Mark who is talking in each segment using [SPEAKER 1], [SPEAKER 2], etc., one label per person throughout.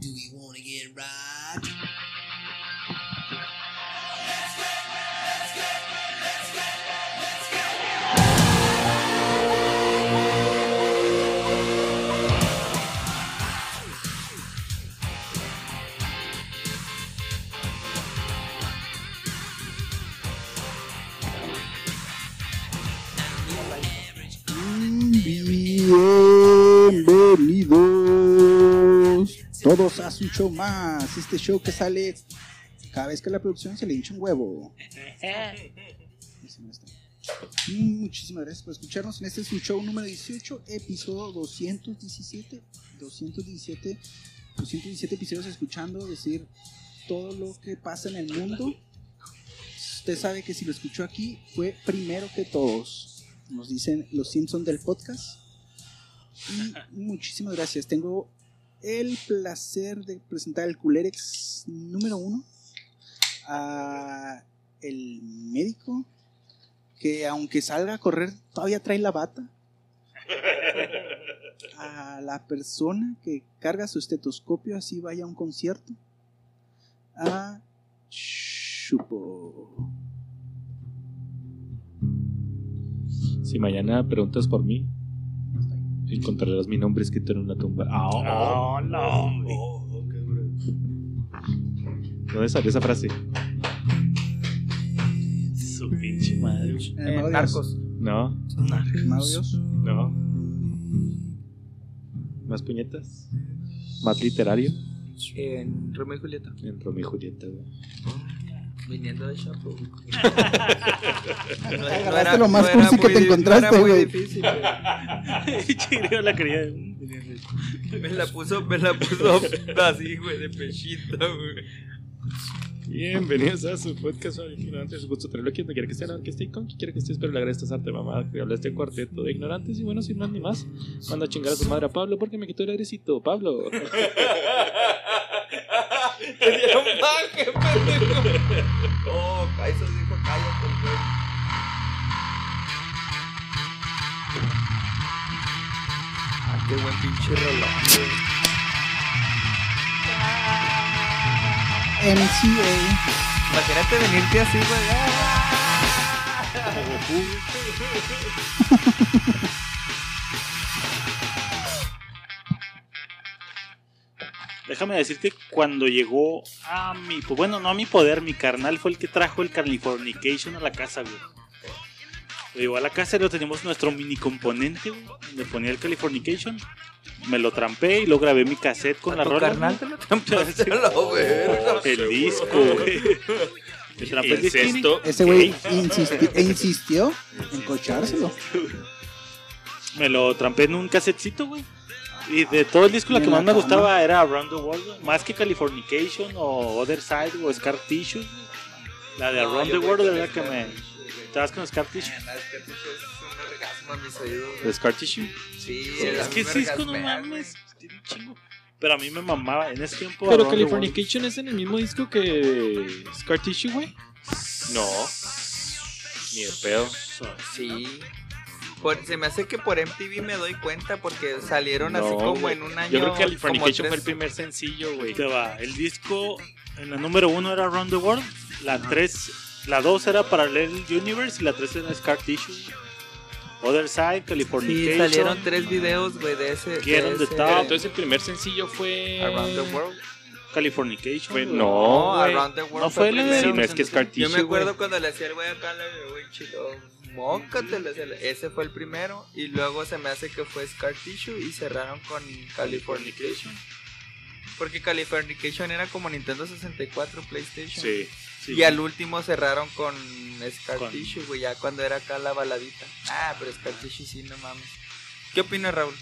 [SPEAKER 1] we wanna get robbed?
[SPEAKER 2] Bienvenidos todos a su show más. Este show que sale cada vez que la producción se le hincha un huevo. Ese no está. Mm, Muchísimas gracias por escucharnos en este su show número 18, episodio 217. 217, 217 episodios escuchando decir todo lo que pasa en el mundo. Usted sabe que si lo escuchó aquí fue primero que todos. Nos dicen los Simpsons del podcast. Y muchísimas gracias. Tengo el placer de presentar el culerex número uno a el médico que aunque salga a correr todavía trae la bata. A la persona que carga su estetoscopio así vaya a un concierto. A Chupo.
[SPEAKER 3] Si mañana preguntas por mí, encontrarás mi nombre escrito en una tumba. Ah, oh,
[SPEAKER 4] No, no, hombre.
[SPEAKER 3] ¿Dónde salió esa frase?
[SPEAKER 4] Su pinche madre.
[SPEAKER 2] Eh, Mau Dios.
[SPEAKER 5] Narcos.
[SPEAKER 3] No,
[SPEAKER 2] Mau Dios.
[SPEAKER 3] no. ¿Más puñetas? ¿Más literario?
[SPEAKER 5] En Eh, Romeo y Julieta.
[SPEAKER 3] En Romeo y Julieta, güey.
[SPEAKER 5] Viniendo de Chapo. No,
[SPEAKER 2] Agarraste lo más cursi que te
[SPEAKER 5] di-
[SPEAKER 2] encontraste,
[SPEAKER 5] no era muy
[SPEAKER 2] güey.
[SPEAKER 5] difícil, güey.
[SPEAKER 4] Chireo la quería.
[SPEAKER 5] Me la puso, me la puso así, güey, de pechito, güey.
[SPEAKER 3] Bienvenidos a su podcast sobre ignorantes. Es un gusto tenerlo aquí donde quiera que esté, a la hora que esté y con quien quiera que esté. Espero le agrade esta arte mamada que habla este cuarteto de ignorantes. Y bueno, sin más ni más, manda a chingar a su madre a Pablo porque me quitó el airecito. Pablo.
[SPEAKER 5] Te dieron baje, pendejo. Oh, Kaiser dijo, cállate, güey. Ah, qué buen pinche reloj, güey. eh.
[SPEAKER 2] MCA.
[SPEAKER 5] Imagínate venirte así, güey.
[SPEAKER 4] Déjame decirte, cuando llegó a mi. pues Bueno, no a mi poder, mi carnal fue el que trajo el Californication a la casa, güey. Lo llevó a la casa y lo teníamos nuestro mini componente, güey. Donde ponía el Californication. Me lo trampé y lo grabé mi cassette con la
[SPEAKER 5] tu
[SPEAKER 4] rola.
[SPEAKER 5] carnal
[SPEAKER 4] güey.
[SPEAKER 5] Te lo verga.
[SPEAKER 4] El disco, güey. Me trampé el disco.
[SPEAKER 2] Ese güey insisti- e insistió en cochárselo.
[SPEAKER 4] Me lo trampé en un casetcito, güey. Y de todo el disco la
[SPEAKER 2] Y
[SPEAKER 4] que
[SPEAKER 2] en
[SPEAKER 4] más
[SPEAKER 2] la cama.
[SPEAKER 4] me gustaba era Around the World, güey. más que Californication o Other Side o Scar Tissue. güey. La de Around the World era la que me...
[SPEAKER 5] Ah,
[SPEAKER 4] ¿Estabas con Scar Tissue? Pues,
[SPEAKER 3] ¿Es Scar Tissue?
[SPEAKER 5] Sí,
[SPEAKER 4] es que ese disco no mames, tiene un chingo. Pero a mí me mamaba en ese tiempo.
[SPEAKER 3] Pero
[SPEAKER 4] Around the World.
[SPEAKER 3] Californication es en el mismo disco que Scar Tissue, güey. No. Ni de pedo.
[SPEAKER 5] Sí. Por- se me hace que por MTV me doy cuenta porque salieron
[SPEAKER 3] No,
[SPEAKER 5] así como
[SPEAKER 3] güey.
[SPEAKER 5] en un año.
[SPEAKER 3] Yo creo que
[SPEAKER 5] como
[SPEAKER 3] Californication
[SPEAKER 5] tres-
[SPEAKER 3] fue el primer sencillo, güey.
[SPEAKER 4] Ahí te va. El disco en la número uno era Around the World, la tres, la dos era Parallel Universe y la tres era Scar Tissue. Other Side, Californication.
[SPEAKER 5] Sí, salieron tres videos, güey, de ese.
[SPEAKER 4] Quiero
[SPEAKER 5] de
[SPEAKER 4] de
[SPEAKER 5] ese-
[SPEAKER 4] todo,
[SPEAKER 3] Entonces el primer sencillo fue...
[SPEAKER 5] Around the World.
[SPEAKER 4] Californication.
[SPEAKER 3] Fue-
[SPEAKER 4] güey.
[SPEAKER 3] no,
[SPEAKER 5] No,
[SPEAKER 3] güey.
[SPEAKER 5] Around the World.
[SPEAKER 4] No fue la de-
[SPEAKER 3] Sí,
[SPEAKER 5] primero.
[SPEAKER 3] no es que Scar Tissue,
[SPEAKER 5] Yo me acuerdo
[SPEAKER 3] güey.
[SPEAKER 5] cuando le hacía el güey acá, le güey, chido, mócatela. se le- Ese fue el primero. Y luego se me hace que fue Scar Tissue y cerraron con Californication. Porque Californication era como Nintendo 64, PlayStation.
[SPEAKER 3] Sí.
[SPEAKER 4] Sí.
[SPEAKER 5] y al último cerraron con Scar
[SPEAKER 4] Con-
[SPEAKER 5] Tissue, güey, ya cuando era acá la baladita. Ah, pero Scar Tissue sí, no mames. ¿Qué opinas, Raúl?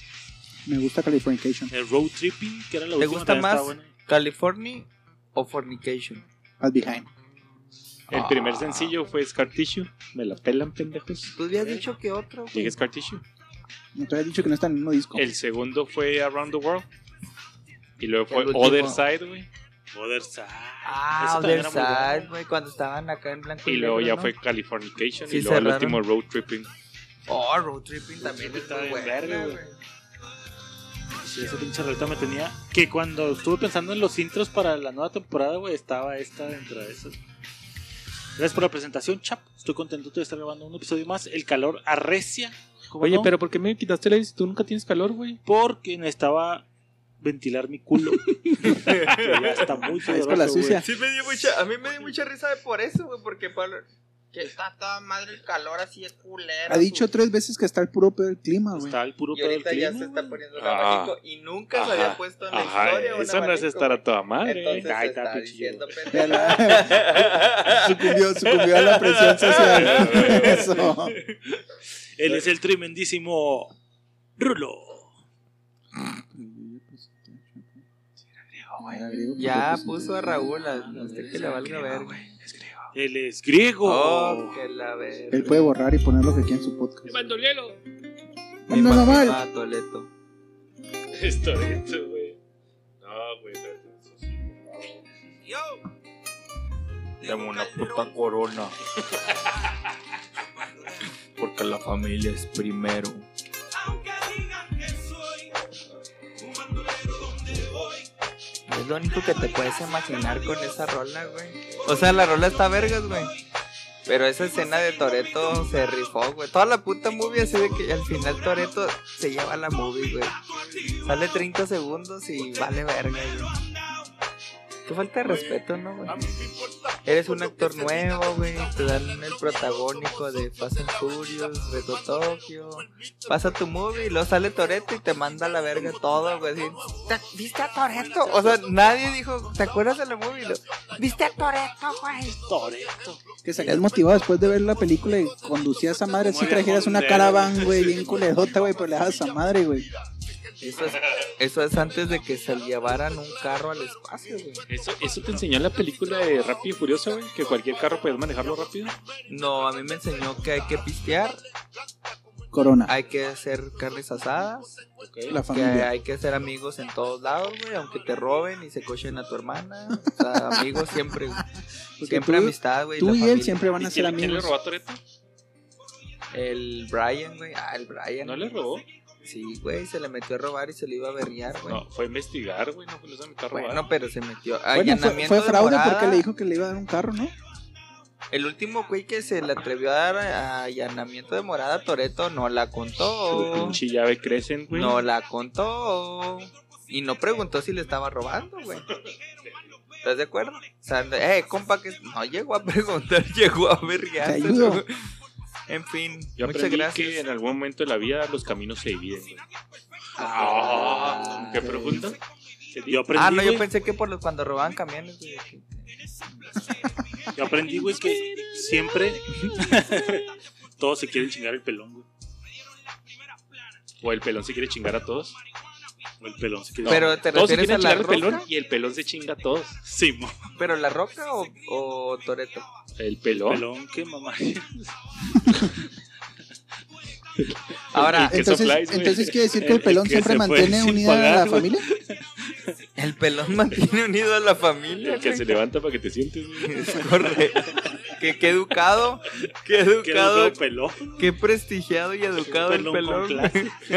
[SPEAKER 2] Me gusta Californication.
[SPEAKER 4] El road tripping, que era la
[SPEAKER 5] ¿Te
[SPEAKER 4] última,
[SPEAKER 5] gusta
[SPEAKER 4] también
[SPEAKER 5] más?
[SPEAKER 4] estaba buena.
[SPEAKER 5] ¿California o Fornication?
[SPEAKER 2] As behind.
[SPEAKER 5] Ah.
[SPEAKER 3] El primer sencillo fue Scar Tissue. Me la pelan, pendejos.
[SPEAKER 5] Tú habías dicho que otro, güey.
[SPEAKER 3] Dije Scar Tissue.
[SPEAKER 2] No te había dicho que no está en el mismo disco.
[SPEAKER 3] El segundo fue Around the World. Y luego fue
[SPEAKER 5] El último.
[SPEAKER 3] Other Side, güey.
[SPEAKER 4] Other Side.
[SPEAKER 5] Ah,
[SPEAKER 4] Esa
[SPEAKER 5] Other
[SPEAKER 4] también era muy buena.
[SPEAKER 5] Side, güey, cuando estaban acá en blanco
[SPEAKER 3] Y luego
[SPEAKER 5] negro,
[SPEAKER 3] ya
[SPEAKER 5] ¿no?
[SPEAKER 3] fue Californication.
[SPEAKER 5] Sí,
[SPEAKER 3] y luego
[SPEAKER 5] cerraron.
[SPEAKER 3] el último Road Tripping.
[SPEAKER 5] Oh, Road Tripping también
[SPEAKER 4] Tripping
[SPEAKER 5] es
[SPEAKER 4] estaba
[SPEAKER 5] muy
[SPEAKER 4] bien
[SPEAKER 5] buena,
[SPEAKER 4] verga,
[SPEAKER 5] güey.
[SPEAKER 4] güey. Sí, ese pinche reto me tenía. Que cuando estuve pensando en los intros para la nueva temporada, güey, estaba esta dentro de esas. Gracias por la presentación, chap. Estoy contento de estar grabando un episodio más. El calor arrecia. ¿cómo
[SPEAKER 3] Oye,
[SPEAKER 4] no?
[SPEAKER 3] pero ¿por qué me quitaste la si tú nunca tienes calor, güey?
[SPEAKER 4] Porque necesitaba ventilar mi culo. que ya está muy
[SPEAKER 2] Ah, es
[SPEAKER 4] sudoroso,
[SPEAKER 2] con la
[SPEAKER 4] güey.
[SPEAKER 2] sucia.
[SPEAKER 5] Sí, me dio mucha, a mí me dio mucha risa de por eso, güey, porque Pablo... Que está toda madre el calor, así es culero.
[SPEAKER 2] Ha dicho
[SPEAKER 5] su-
[SPEAKER 2] tres veces que está el puro peor el clima, güey.
[SPEAKER 4] Está el puro
[SPEAKER 5] Y
[SPEAKER 4] pedo del
[SPEAKER 5] ahorita ya
[SPEAKER 4] clima,
[SPEAKER 5] se está
[SPEAKER 4] güey.
[SPEAKER 5] poniendo el
[SPEAKER 3] Ah.
[SPEAKER 5] abanico y nunca se
[SPEAKER 3] Ajá.
[SPEAKER 5] había puesto en la historia un
[SPEAKER 3] eso no es
[SPEAKER 5] abanico,
[SPEAKER 3] estar a toda madre.
[SPEAKER 5] Entonces
[SPEAKER 3] Ay, está
[SPEAKER 5] está
[SPEAKER 3] pinche
[SPEAKER 5] diciendo
[SPEAKER 2] Ya
[SPEAKER 5] pendejo.
[SPEAKER 2] la- sucumbió, sucumbió a la presión social. Eso.
[SPEAKER 4] Él es el tremendísimo Rulo.
[SPEAKER 5] Ya
[SPEAKER 2] pues,
[SPEAKER 5] puso a Raúl, a a usted que le valga ver.
[SPEAKER 4] Él es griego.
[SPEAKER 5] Oh, que la verga.
[SPEAKER 2] Él puede borrar y poner lo que quiera en su podcast.
[SPEAKER 3] Bandolero.
[SPEAKER 5] Mi
[SPEAKER 2] No, no,
[SPEAKER 5] papá,
[SPEAKER 2] mal.
[SPEAKER 5] Toleto.
[SPEAKER 3] Esto, esto, güey. No, güey. no, eso sí, no.
[SPEAKER 6] Dame una puta corona. Porque la familia es primero.
[SPEAKER 5] Es lo único que te puedes imaginar con esa rola, güey. O sea, la rola está vergas, güey. Pero esa escena de Toreto se rifó, güey. Toda la puta movie así de que al final Toreto se lleva la movie, güey. Sale 30 segundos y vale verga, güey. Qué falta de respeto, ¿no, güey? Eres un actor nuevo, güey. Te dan el protagónico de Fast and Furious, Reto Tokio. Pasa tu movie, lo sale Toreto y te manda a la verga todo, güey. así, "Ta- ¿Viste a Toreto? O sea, nadie dijo, ¿te acuerdas de la movie? No. ¿Viste a Toreto, güey?
[SPEAKER 4] Toreto.
[SPEAKER 2] Que salías motivado después de ver la película y conducías a esa madre. Si
[SPEAKER 4] Muy
[SPEAKER 2] trajeras una
[SPEAKER 4] viejón,
[SPEAKER 2] caravana, güey, bien culerota, güey, pues le das a esa madre, güey.
[SPEAKER 5] Eso es, eso es antes de que se llevaran un carro al espacio, güey.
[SPEAKER 3] Eso, eso te enseñó en la película de Rápido y Furioso, güey. Que cualquier carro puedes manejarlo rápido.
[SPEAKER 5] No, a mí me enseñó que hay que pistear,
[SPEAKER 2] Corona,
[SPEAKER 5] hay que hacer carnes asadas,
[SPEAKER 2] la
[SPEAKER 5] que
[SPEAKER 2] familia.
[SPEAKER 5] hay que ser amigos en todos lados, güey. Aunque te roben y se cochen a tu hermana. O sea, amigos siempre, güey.
[SPEAKER 2] Porque
[SPEAKER 5] Siempre
[SPEAKER 2] tú-
[SPEAKER 5] amistad, güey.
[SPEAKER 2] Tú
[SPEAKER 5] la
[SPEAKER 2] y él
[SPEAKER 5] familia.
[SPEAKER 2] siempre van a ser
[SPEAKER 3] ¿Quién le
[SPEAKER 2] amigos.
[SPEAKER 3] robó a Toreto?
[SPEAKER 5] El Brian, güey. Ah, el Brian.
[SPEAKER 3] ¿No le robó?
[SPEAKER 5] Sí, güey, se le metió a robar y se lo iba a berrear, güey.
[SPEAKER 3] No, fue a investigar, güey. No, fue- no se metió a robar.
[SPEAKER 5] Bueno, pero se metió.
[SPEAKER 2] Bueno, fue,
[SPEAKER 5] Allanamiento
[SPEAKER 2] fue
[SPEAKER 5] de
[SPEAKER 2] fraude
[SPEAKER 5] morada.
[SPEAKER 2] porque le dijo que le iba a dar un carro, ¿no?
[SPEAKER 5] El último güey que se le atrevió a dar a- allanamiento de morada a Toreto no la
[SPEAKER 3] Tu
[SPEAKER 5] contó.
[SPEAKER 3] pinche llave crecen, güey.
[SPEAKER 5] No la contó. Y no preguntó si le estaba robando, güey. ¿Estás de acuerdo? O sea, eh, compa, que no llegó a preguntar, llegó a berrear.
[SPEAKER 2] Te ayudo.
[SPEAKER 5] En fin,
[SPEAKER 3] Yo
[SPEAKER 5] muchas
[SPEAKER 3] aprendí
[SPEAKER 5] gracias.
[SPEAKER 3] que en algún momento de la vida los caminos se dividen, güey.
[SPEAKER 5] Ah,
[SPEAKER 3] Ah, ¿Qué pregunta?
[SPEAKER 4] Yo aprendí,
[SPEAKER 5] Ah, no, yo
[SPEAKER 4] güey,
[SPEAKER 5] pensé que por los, cuando robaban camiones, güey.
[SPEAKER 4] yo aprendí, güey, que siempre todos se quieren chingar el pelón, güey.
[SPEAKER 3] O el pelón se quiere chingar a todos.
[SPEAKER 4] O el pelón se quiere
[SPEAKER 5] Pero te
[SPEAKER 3] Todos se
[SPEAKER 5] refieres a
[SPEAKER 3] quieren
[SPEAKER 5] la
[SPEAKER 3] chingar al
[SPEAKER 5] roca,
[SPEAKER 3] pelón y el pelón se chinga a todos.
[SPEAKER 4] Sí, mo-
[SPEAKER 5] pero la roca o, o Toreto.
[SPEAKER 3] El pelón.
[SPEAKER 4] pelón, qué mamá.
[SPEAKER 5] Ahora,
[SPEAKER 3] Que
[SPEAKER 2] Entonces,
[SPEAKER 3] soplais, güey.
[SPEAKER 2] entonces quiere decir que el
[SPEAKER 4] El
[SPEAKER 2] pelón
[SPEAKER 4] que
[SPEAKER 2] siempre
[SPEAKER 4] se fue
[SPEAKER 2] mantiene
[SPEAKER 4] sin
[SPEAKER 2] unida a
[SPEAKER 4] pagar,
[SPEAKER 2] la
[SPEAKER 4] güey.
[SPEAKER 2] familia.
[SPEAKER 5] el pelón mantiene unido a la familia.
[SPEAKER 3] El que se levanta para que te sientes, güey.
[SPEAKER 5] Correcto. Que qué educado, qué educado,
[SPEAKER 4] Qué
[SPEAKER 5] qué,
[SPEAKER 4] educado pelón.
[SPEAKER 5] prestigiado y educado
[SPEAKER 4] Un pelón
[SPEAKER 5] el pelón.
[SPEAKER 4] con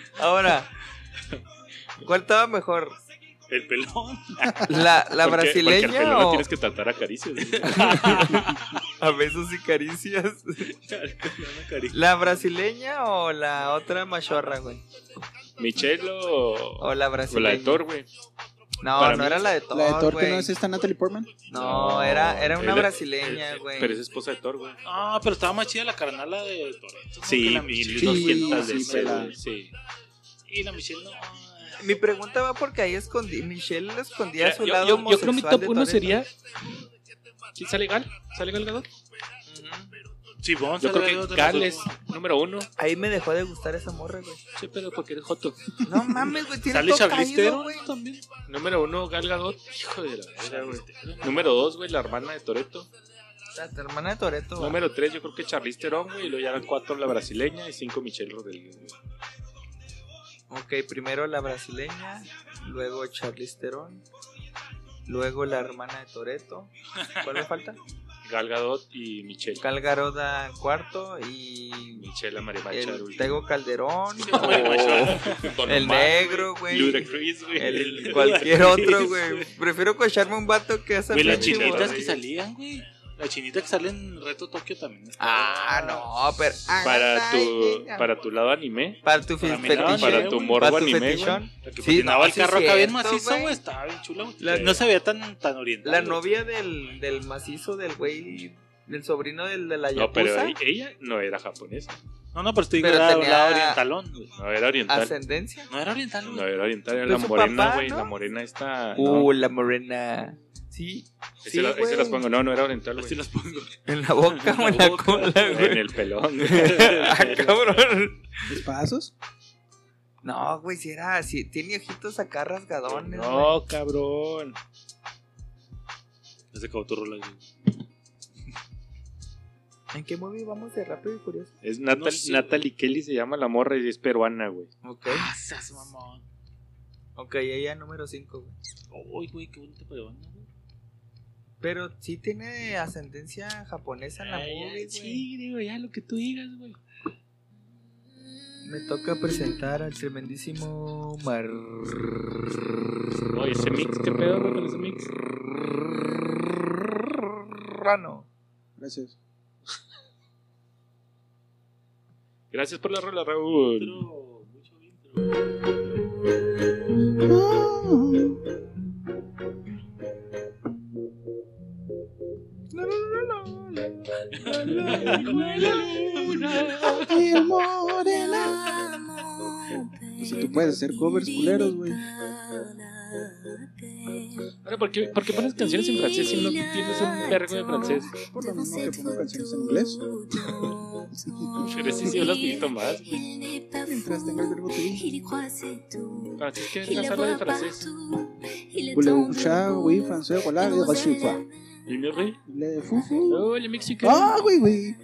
[SPEAKER 5] Ahora, ¿cuál estaba mejor?
[SPEAKER 4] El pelón.
[SPEAKER 5] ¿La, la
[SPEAKER 3] Porque-
[SPEAKER 5] brasileña
[SPEAKER 3] Porque al pelón lo
[SPEAKER 5] o
[SPEAKER 3] tienes que tratar a caricias. güey.
[SPEAKER 5] a besos y caricias?
[SPEAKER 4] Una cari-
[SPEAKER 5] ¿La brasileña o la otra machorra, güey?
[SPEAKER 3] Michelle o,
[SPEAKER 5] O la
[SPEAKER 3] o
[SPEAKER 5] brasileña.
[SPEAKER 3] la de Thor, güey.
[SPEAKER 5] No,
[SPEAKER 3] Para
[SPEAKER 5] no
[SPEAKER 3] mí-
[SPEAKER 5] era la de Thor,
[SPEAKER 2] La de Thor que
[SPEAKER 5] güey.
[SPEAKER 2] no es esta Natalie Portman.
[SPEAKER 5] No, era, era una
[SPEAKER 3] Era-
[SPEAKER 5] brasileña, güey.
[SPEAKER 3] Pero es esposa de Thor, güey.
[SPEAKER 4] Ah, pero estaba más chida la carnala de Toreto.
[SPEAKER 3] Sí,
[SPEAKER 4] mil
[SPEAKER 3] 1200
[SPEAKER 2] 1200
[SPEAKER 3] de
[SPEAKER 2] sí, pela.
[SPEAKER 3] güey. Sí.
[SPEAKER 4] Y la Michelle no.
[SPEAKER 5] Mi pregunta va porque ahí escondí. Michelle lo escondía a
[SPEAKER 3] Yo,
[SPEAKER 5] su lado.
[SPEAKER 3] yo, yo creo que mi
[SPEAKER 5] homosexual de
[SPEAKER 3] top 1
[SPEAKER 5] Toretto.
[SPEAKER 3] sería. ¿Sí ¿Sale Gal? ¿Sale Gal Gadot?
[SPEAKER 5] Ujú.
[SPEAKER 4] Sí, vamos
[SPEAKER 3] Yo creo que Gal es número uno.
[SPEAKER 5] Ahí me dejó de gustar esa morra, güey.
[SPEAKER 3] Che, pero porque eres Joto.
[SPEAKER 5] No mames, güey. Tiene
[SPEAKER 4] Sale
[SPEAKER 5] todo
[SPEAKER 4] Charlize
[SPEAKER 5] caído,
[SPEAKER 4] Theron
[SPEAKER 5] güey.
[SPEAKER 4] también.
[SPEAKER 3] Número uno, Gal Gadot. Hijo de la verga, güey. Número dos, güey, la hermana de Toreto.
[SPEAKER 5] La tu hermana de Toreto.
[SPEAKER 3] Número tres, yo creo que Charlize Theron, güey. Y luego ya eran cuatro, la brasileña. Y cinco, Michelle Rodríguez, güey.
[SPEAKER 5] Ok, primero la brasileña. Luego Charlize Theron. Luego la hermana de Toreto. ¿Cuál me falta?
[SPEAKER 3] Gal Gadot y Michelle.
[SPEAKER 5] Calgaroda cuarto y
[SPEAKER 3] Michelle María
[SPEAKER 5] el
[SPEAKER 3] Bachar.
[SPEAKER 5] Tego Calderón,
[SPEAKER 3] Don
[SPEAKER 5] el
[SPEAKER 3] Omar,
[SPEAKER 5] negro, güey.
[SPEAKER 3] Ludacris, güey.
[SPEAKER 5] El, cualquier otro, güey. Prefiero cocharme un vato que hace
[SPEAKER 4] Güey, las
[SPEAKER 5] pinche
[SPEAKER 4] chinitas
[SPEAKER 5] morra.
[SPEAKER 4] que salían, güey. La chinita que sale en Reto Tokio también.
[SPEAKER 5] Ah, no, pero.
[SPEAKER 3] Para
[SPEAKER 5] Ay,
[SPEAKER 3] tu,
[SPEAKER 5] niña.
[SPEAKER 3] para tu lado anime.
[SPEAKER 5] Para tu
[SPEAKER 4] para
[SPEAKER 5] fe-
[SPEAKER 4] mi lado,
[SPEAKER 5] fetiche,
[SPEAKER 3] Para tu
[SPEAKER 5] güey.
[SPEAKER 3] morbo
[SPEAKER 5] Para tu
[SPEAKER 3] anime,
[SPEAKER 5] fetichón.
[SPEAKER 3] güey.
[SPEAKER 4] La que
[SPEAKER 5] Sí,
[SPEAKER 4] patinaba
[SPEAKER 5] no,
[SPEAKER 4] el
[SPEAKER 5] sí
[SPEAKER 4] carro acá bien
[SPEAKER 5] cierto,
[SPEAKER 4] macizo,
[SPEAKER 5] güey.
[SPEAKER 4] güey. Estaba bien chula, güey.
[SPEAKER 3] La-
[SPEAKER 4] No se veía tan, tan oriental.
[SPEAKER 5] La
[SPEAKER 4] güey.
[SPEAKER 5] novia del, del macizo del güey, del sobrino del de la
[SPEAKER 3] No, pero
[SPEAKER 5] Yakuza,
[SPEAKER 3] ahí- ella no era japonesa.
[SPEAKER 4] No, no, pero estoy
[SPEAKER 5] Pero
[SPEAKER 4] hablando
[SPEAKER 5] tenía-
[SPEAKER 4] orientalón, güey.
[SPEAKER 3] No era oriental.
[SPEAKER 5] ascendencia.
[SPEAKER 4] No era oriental, güey.
[SPEAKER 3] No era oriental, era la
[SPEAKER 5] Ah, Pues su
[SPEAKER 3] morena,
[SPEAKER 5] papá,
[SPEAKER 3] güey.
[SPEAKER 5] ¿no?
[SPEAKER 3] La morena está.
[SPEAKER 5] Uh, la morena. Sí,
[SPEAKER 3] Ese
[SPEAKER 5] sí,
[SPEAKER 3] la- ese
[SPEAKER 5] güey.
[SPEAKER 3] las pongo. No, no era oriental,
[SPEAKER 4] Así
[SPEAKER 3] güey.
[SPEAKER 4] las pongo.
[SPEAKER 5] en la boca o en
[SPEAKER 4] la
[SPEAKER 5] la
[SPEAKER 4] boca,
[SPEAKER 5] cola,
[SPEAKER 3] En
[SPEAKER 5] güey.
[SPEAKER 3] el pelón.
[SPEAKER 5] Ah, cabrón.
[SPEAKER 2] ¿Espadazos?
[SPEAKER 5] No, güey, si era así. Tiene ojitos acá rasgadones. güey.
[SPEAKER 3] No, cabrón.
[SPEAKER 4] Se acabó tu rola, güey.
[SPEAKER 5] ¿En qué movie vamos de rápido y furioso?
[SPEAKER 3] Es Natal-
[SPEAKER 4] No sé,
[SPEAKER 3] Natalie Kelly se llama la morra y es peruana, güey.
[SPEAKER 5] Ok,
[SPEAKER 4] Ah, seas mamón.
[SPEAKER 5] ok, ella número 5, güey.
[SPEAKER 4] Uy, güey, qué bonita peruana, güey.
[SPEAKER 5] Pero sí tiene ascendencia japonesa en la movie, güey.
[SPEAKER 3] digo, ya lo que tú digas, güey.
[SPEAKER 5] Me toca presentar al tremendísimo Mar.
[SPEAKER 3] Oye, ese mix, qué pedo, güey, con ese mix.
[SPEAKER 5] Rano.
[SPEAKER 2] Gracias.
[SPEAKER 3] Gracias por la rola, Raúl.
[SPEAKER 4] Pero, mucho bien, pero.
[SPEAKER 2] Y el morena. Pues si tú puedes hacer covers culeros, güey.
[SPEAKER 3] Ahora, ¿por qué, por qué pones canciones en francés si no tienes un vergo de francés?
[SPEAKER 2] Por lo mismo que pongo canciones en inglés.
[SPEAKER 3] Pero sí, sí, hablas poquito más. güey.
[SPEAKER 2] Mientras tenga el verbo to be.
[SPEAKER 3] Francés, ¿qué
[SPEAKER 7] Il
[SPEAKER 3] vergas
[SPEAKER 7] la
[SPEAKER 3] habla de
[SPEAKER 7] voit
[SPEAKER 3] francés?
[SPEAKER 7] partout. Il est
[SPEAKER 2] Voulez-vous
[SPEAKER 7] temps de
[SPEAKER 2] chat,
[SPEAKER 7] nous
[SPEAKER 2] oui, français, voilà, les reçus, quoi.
[SPEAKER 3] ¿Y mi rey?
[SPEAKER 2] Le fufu.
[SPEAKER 3] Oh, el mexicano.
[SPEAKER 2] Ah, güey, güey.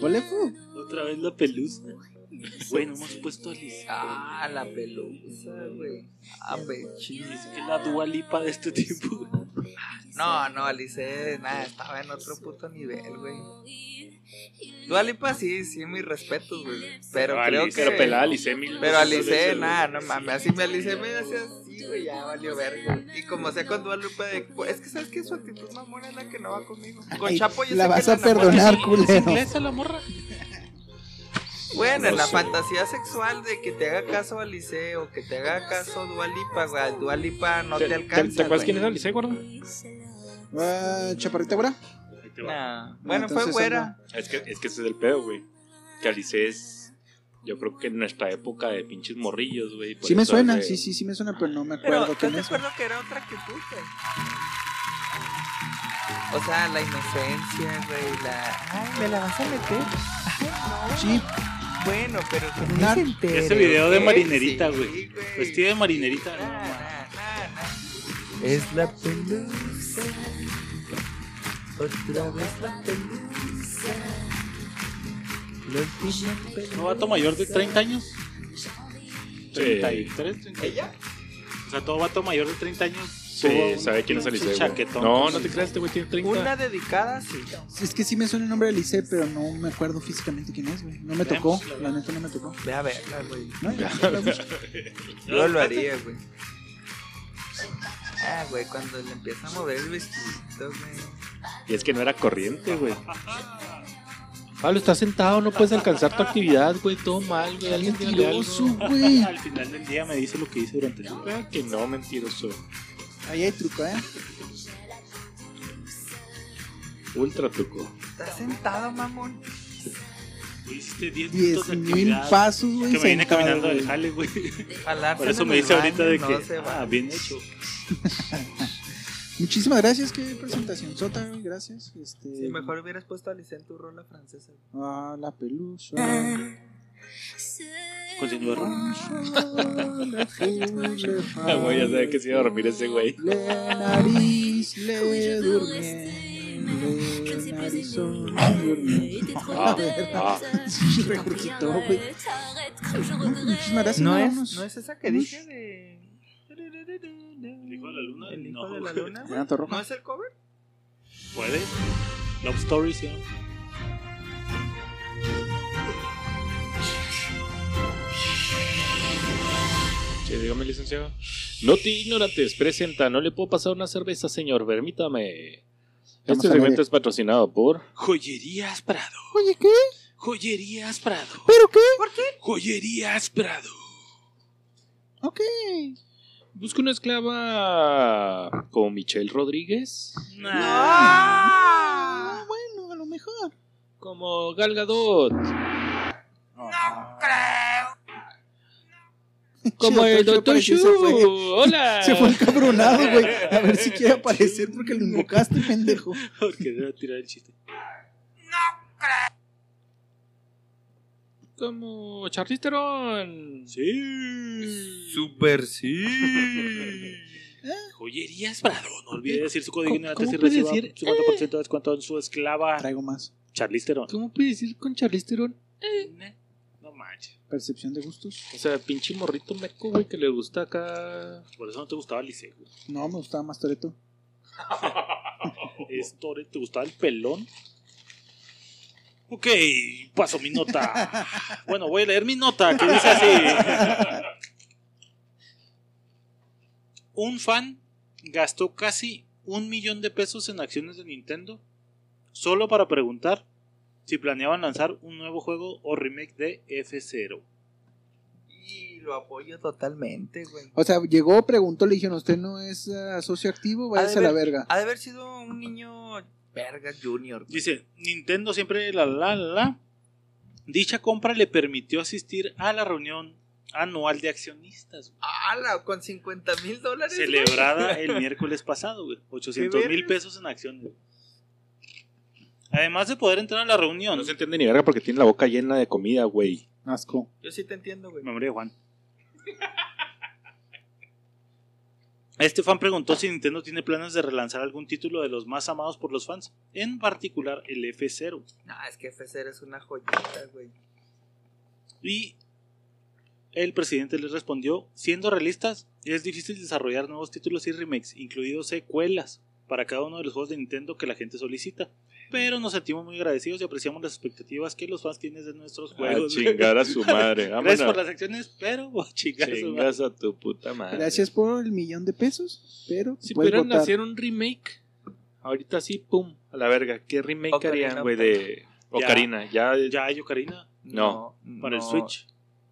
[SPEAKER 2] Voulez vous
[SPEAKER 4] Otra vez la pelusa. Güey, no hemos puesto a Liz.
[SPEAKER 5] Ah, la pelusa, güey. Ah, pechis.
[SPEAKER 4] Es que la dualipa de este tipo, güey.
[SPEAKER 5] No, no, Alice, nada, estaba en otro puto nivel, güey. Dualipa sí, sí, mis respetos, güey. Pero
[SPEAKER 3] Ah,
[SPEAKER 5] creo
[SPEAKER 3] Alice,
[SPEAKER 5] que.
[SPEAKER 3] Pero pelada, Alice, mil.
[SPEAKER 5] Pero Alice,
[SPEAKER 3] veces,
[SPEAKER 5] nada, no mames. Así me Alice me hace así, güey, ya valió verga. Y como sea con Dualipa, de... pues, es que sabes que su actitud mamona es la que no va conmigo. Con
[SPEAKER 2] Ay,
[SPEAKER 5] Chapo yo
[SPEAKER 2] la
[SPEAKER 5] sé
[SPEAKER 2] vas
[SPEAKER 5] que
[SPEAKER 2] a
[SPEAKER 5] no enamora.
[SPEAKER 2] perdonar,
[SPEAKER 4] ¿Es
[SPEAKER 2] culero.
[SPEAKER 4] inglesa la morra?
[SPEAKER 5] Bueno, en
[SPEAKER 3] No
[SPEAKER 5] la
[SPEAKER 3] sé.
[SPEAKER 5] fantasía sexual de que te haga caso Alice o que te haga caso Dualipa, güey. Dualipa no
[SPEAKER 3] ¿Te,
[SPEAKER 5] te,
[SPEAKER 3] te,
[SPEAKER 5] alcanza.
[SPEAKER 3] ¿te acuerdas
[SPEAKER 5] güey.
[SPEAKER 3] quién es Alice, gordo?
[SPEAKER 2] Ah, Chaparrita, güera.
[SPEAKER 4] Ahí te va.
[SPEAKER 5] Nah. Bueno, fue
[SPEAKER 2] Entonces,
[SPEAKER 5] güera.
[SPEAKER 3] Es que, es que ese es el pedo, güey. Que Alice es. Yo creo que en nuestra época de pinches morrillos, güey. por
[SPEAKER 2] Sí me
[SPEAKER 3] eso
[SPEAKER 2] suena,
[SPEAKER 3] hace-
[SPEAKER 2] sí, sí, sí me suena, pero no me
[SPEAKER 5] Pero
[SPEAKER 2] acuerdo
[SPEAKER 5] yo
[SPEAKER 2] quién
[SPEAKER 5] te
[SPEAKER 2] es.
[SPEAKER 5] acuerdo que era otra actitud, güey. O sea, la inocencia, güey, la... Ay, ¿me la vas a meter?
[SPEAKER 2] Sí,
[SPEAKER 5] Bueno, pero que no
[SPEAKER 2] Nah.
[SPEAKER 5] se entere,
[SPEAKER 4] Ese video de
[SPEAKER 5] ¿ok?
[SPEAKER 4] marinerita,
[SPEAKER 5] Sí,
[SPEAKER 4] güey. Ah, Vestida de marinerita, no,
[SPEAKER 5] Nah,
[SPEAKER 4] no, no.
[SPEAKER 5] nah, nah, nah. Es la pelusa. Otra vez la pelusa. La última pelusa.
[SPEAKER 4] Novato mayor de 30 años.
[SPEAKER 3] Sí.
[SPEAKER 4] 33, 30.
[SPEAKER 5] ¿Ella?
[SPEAKER 4] O sea, todo vato mayor de 30 años.
[SPEAKER 3] Sí,
[SPEAKER 4] tuvo un
[SPEAKER 3] sabe quién es Alice,
[SPEAKER 4] pinche
[SPEAKER 3] güey.
[SPEAKER 4] chaquetón.
[SPEAKER 3] No, no te creas, este güey tiene 30.
[SPEAKER 5] Una dedicada, sí.
[SPEAKER 2] es que sí me suena el nombre de Alice, pero no me acuerdo físicamente quién es, güey. No me tocó, la neta no me tocó.
[SPEAKER 5] Ve a verla, güey.
[SPEAKER 2] No, ya, ya la busco.
[SPEAKER 5] Yo lo haría, güey. Ah, güey, cuando le empieza a mover el vestido, güey.
[SPEAKER 3] Y es que no era corriente, güey. Pablo, estás sentado, no puedes alcanzar tu actividad, güey. Todo mal, güey. Alguien tiene algo.
[SPEAKER 2] Mentiroso, güey.
[SPEAKER 4] Al final del día me dice lo que hice durante el día.
[SPEAKER 8] Ah,
[SPEAKER 3] Claro que no, mentiroso.
[SPEAKER 2] Ahí hay truco, ¿eh?
[SPEAKER 3] Ultra truco.
[SPEAKER 5] Está sentado, mamón.
[SPEAKER 4] Hiciste 10
[SPEAKER 2] Diez
[SPEAKER 4] minutos de
[SPEAKER 2] mil
[SPEAKER 4] actividad.
[SPEAKER 2] pasos,
[SPEAKER 4] Que
[SPEAKER 2] güey.
[SPEAKER 4] me viene
[SPEAKER 2] sentado,
[SPEAKER 4] caminando
[SPEAKER 2] güey.
[SPEAKER 4] del jale, güey.
[SPEAKER 5] Jalarse
[SPEAKER 4] Por eso
[SPEAKER 5] en
[SPEAKER 4] me
[SPEAKER 5] el
[SPEAKER 4] dice ahorita de
[SPEAKER 5] baño,
[SPEAKER 4] que.
[SPEAKER 5] no se va.
[SPEAKER 4] ah, bien hecho.
[SPEAKER 2] Muchísimas gracias, qué presentación sota, güey, gracias. Este,
[SPEAKER 5] Sí, mejor hubieras puesto a Alicia en tu rola francesa. güey.
[SPEAKER 2] Ah, la pelusa.
[SPEAKER 4] Continúa, Ron.
[SPEAKER 3] Ah, güey, ya sabía que se iba a dormir ese güey.
[SPEAKER 2] Le nariz, le durmié, le narizón, durmié.
[SPEAKER 3] Ah, ah.
[SPEAKER 2] Sí, regurgitó, güey. Muchísimas gracias.
[SPEAKER 5] No
[SPEAKER 2] nada
[SPEAKER 5] es,
[SPEAKER 2] más.
[SPEAKER 5] no es esa que dije de.
[SPEAKER 4] El hijo de la luna.
[SPEAKER 5] El hijo
[SPEAKER 4] no,
[SPEAKER 5] de la luna. güey.
[SPEAKER 2] Renato
[SPEAKER 5] ¿No
[SPEAKER 2] Rojas.
[SPEAKER 5] es el cover?
[SPEAKER 4] Puede. Love Story, sí.
[SPEAKER 8] Che, dígame, licenciado. No te ignorantes, presenta. No le puedo pasar una cerveza, señor. Permítame.
[SPEAKER 2] Vamos
[SPEAKER 8] Este
[SPEAKER 2] al aire.
[SPEAKER 8] segmento es patrocinado por.
[SPEAKER 1] Joyerías Prado.
[SPEAKER 7] Oye, ¿qué?
[SPEAKER 1] Joyerías Prado.
[SPEAKER 7] ¿Pero qué?
[SPEAKER 1] Joyerías Prado.
[SPEAKER 7] Ok.
[SPEAKER 8] Busca una esclava con Michelle Rodríguez.
[SPEAKER 7] Ah, bueno, a lo mejor.
[SPEAKER 8] Como Gal Gadot. Como
[SPEAKER 2] Chido,
[SPEAKER 8] el
[SPEAKER 2] Tocho,
[SPEAKER 8] Doctor
[SPEAKER 2] apareció,
[SPEAKER 8] Shu.
[SPEAKER 2] se fue.
[SPEAKER 8] Hola.
[SPEAKER 2] Se fue encabronado, güey. A ver si quiere aparecer porque lo invocaste, pendejo.
[SPEAKER 4] Porque debe tirar el chiste.
[SPEAKER 8] Como Charlize Theron.
[SPEAKER 4] Sí.
[SPEAKER 5] Super sí.
[SPEAKER 4] Joyerías Prado. No olvide decir su código
[SPEAKER 8] ¿Cómo-
[SPEAKER 4] ignorante
[SPEAKER 8] cómo
[SPEAKER 4] si
[SPEAKER 8] puede
[SPEAKER 4] reciba
[SPEAKER 8] decir? Eh.
[SPEAKER 4] un 50% de descuento en su esclava
[SPEAKER 2] Traigo más.
[SPEAKER 4] Charlize Theron.
[SPEAKER 8] ¿Cómo puede decir con Charlize Theron?
[SPEAKER 4] No manches.
[SPEAKER 2] Percepción de gustos.
[SPEAKER 8] O sea, pinche morrito meco, güey, que le gusta acá.
[SPEAKER 4] Por eso no te gustaba Lice. güey.
[SPEAKER 2] No, me gustaba más Toreto.
[SPEAKER 4] Es Tore, ¿te gustaba el pelón? Ok, paso mi nota. Bueno, voy a leer mi nota que dice así. Un fan gastó casi un millón de pesos en acciones de Nintendo solo para preguntar si planeaban lanzar un nuevo juego o remake de F0.
[SPEAKER 5] Y lo apoyo totalmente, güey.
[SPEAKER 2] O sea, llegó, preguntó, le dijeron, ¿usted no es ah, socio activo?
[SPEAKER 5] Ha de
[SPEAKER 2] Váyase a la verga.
[SPEAKER 5] Ha de haber sido un niño verga junior. güey.
[SPEAKER 4] Dice, Nintendo siempre la la la la. Dicha compra le permitió asistir a la reunión anual de accionistas. güey,
[SPEAKER 5] ¡Hala! Con 50 mil dólares. güey.
[SPEAKER 4] celebrada el miércoles pasado, güey. 800 mil
[SPEAKER 5] verga.
[SPEAKER 4] pesos en acciones. güey. Además de poder entrar a la reunión.
[SPEAKER 8] No se entiende ni verga porque tiene la boca llena de comida, güey.
[SPEAKER 2] Asco.
[SPEAKER 5] Yo sí te entiendo, güey.
[SPEAKER 4] Memoria de Juan. Este fan preguntó si Nintendo tiene planes de relanzar algún título de los más amados por los fans, en particular el F0.
[SPEAKER 5] No, es que F0 es una joyita, güey.
[SPEAKER 4] Y el presidente les respondió, siendo realistas, es difícil desarrollar nuevos títulos y remakes, incluidos secuelas, para cada uno de los juegos de Nintendo que la gente solicita. Pero nos sentimos muy agradecidos y apreciamos las expectativas que los fans tienen de
[SPEAKER 5] Ah,
[SPEAKER 4] nuestros
[SPEAKER 8] A
[SPEAKER 4] juegos.
[SPEAKER 8] chingar a su madre.
[SPEAKER 4] Gracias por
[SPEAKER 8] Vámonos.
[SPEAKER 4] las acciones, pero oh, voy a chingar a su madre.
[SPEAKER 8] Chingas a tu puta madre.
[SPEAKER 2] Gracias por el millón de pesos, pero
[SPEAKER 8] ah, Si
[SPEAKER 2] puedes
[SPEAKER 8] pudieran
[SPEAKER 2] votar.
[SPEAKER 8] hacer un remake, ahorita sí, pum, a la verga. ¿Qué remake
[SPEAKER 5] Ocarina
[SPEAKER 8] harían,
[SPEAKER 5] of
[SPEAKER 8] güey, de Ocarina? Ya,
[SPEAKER 4] Ya hay Ocarina
[SPEAKER 8] No,
[SPEAKER 4] para el
[SPEAKER 5] no,
[SPEAKER 4] Switch.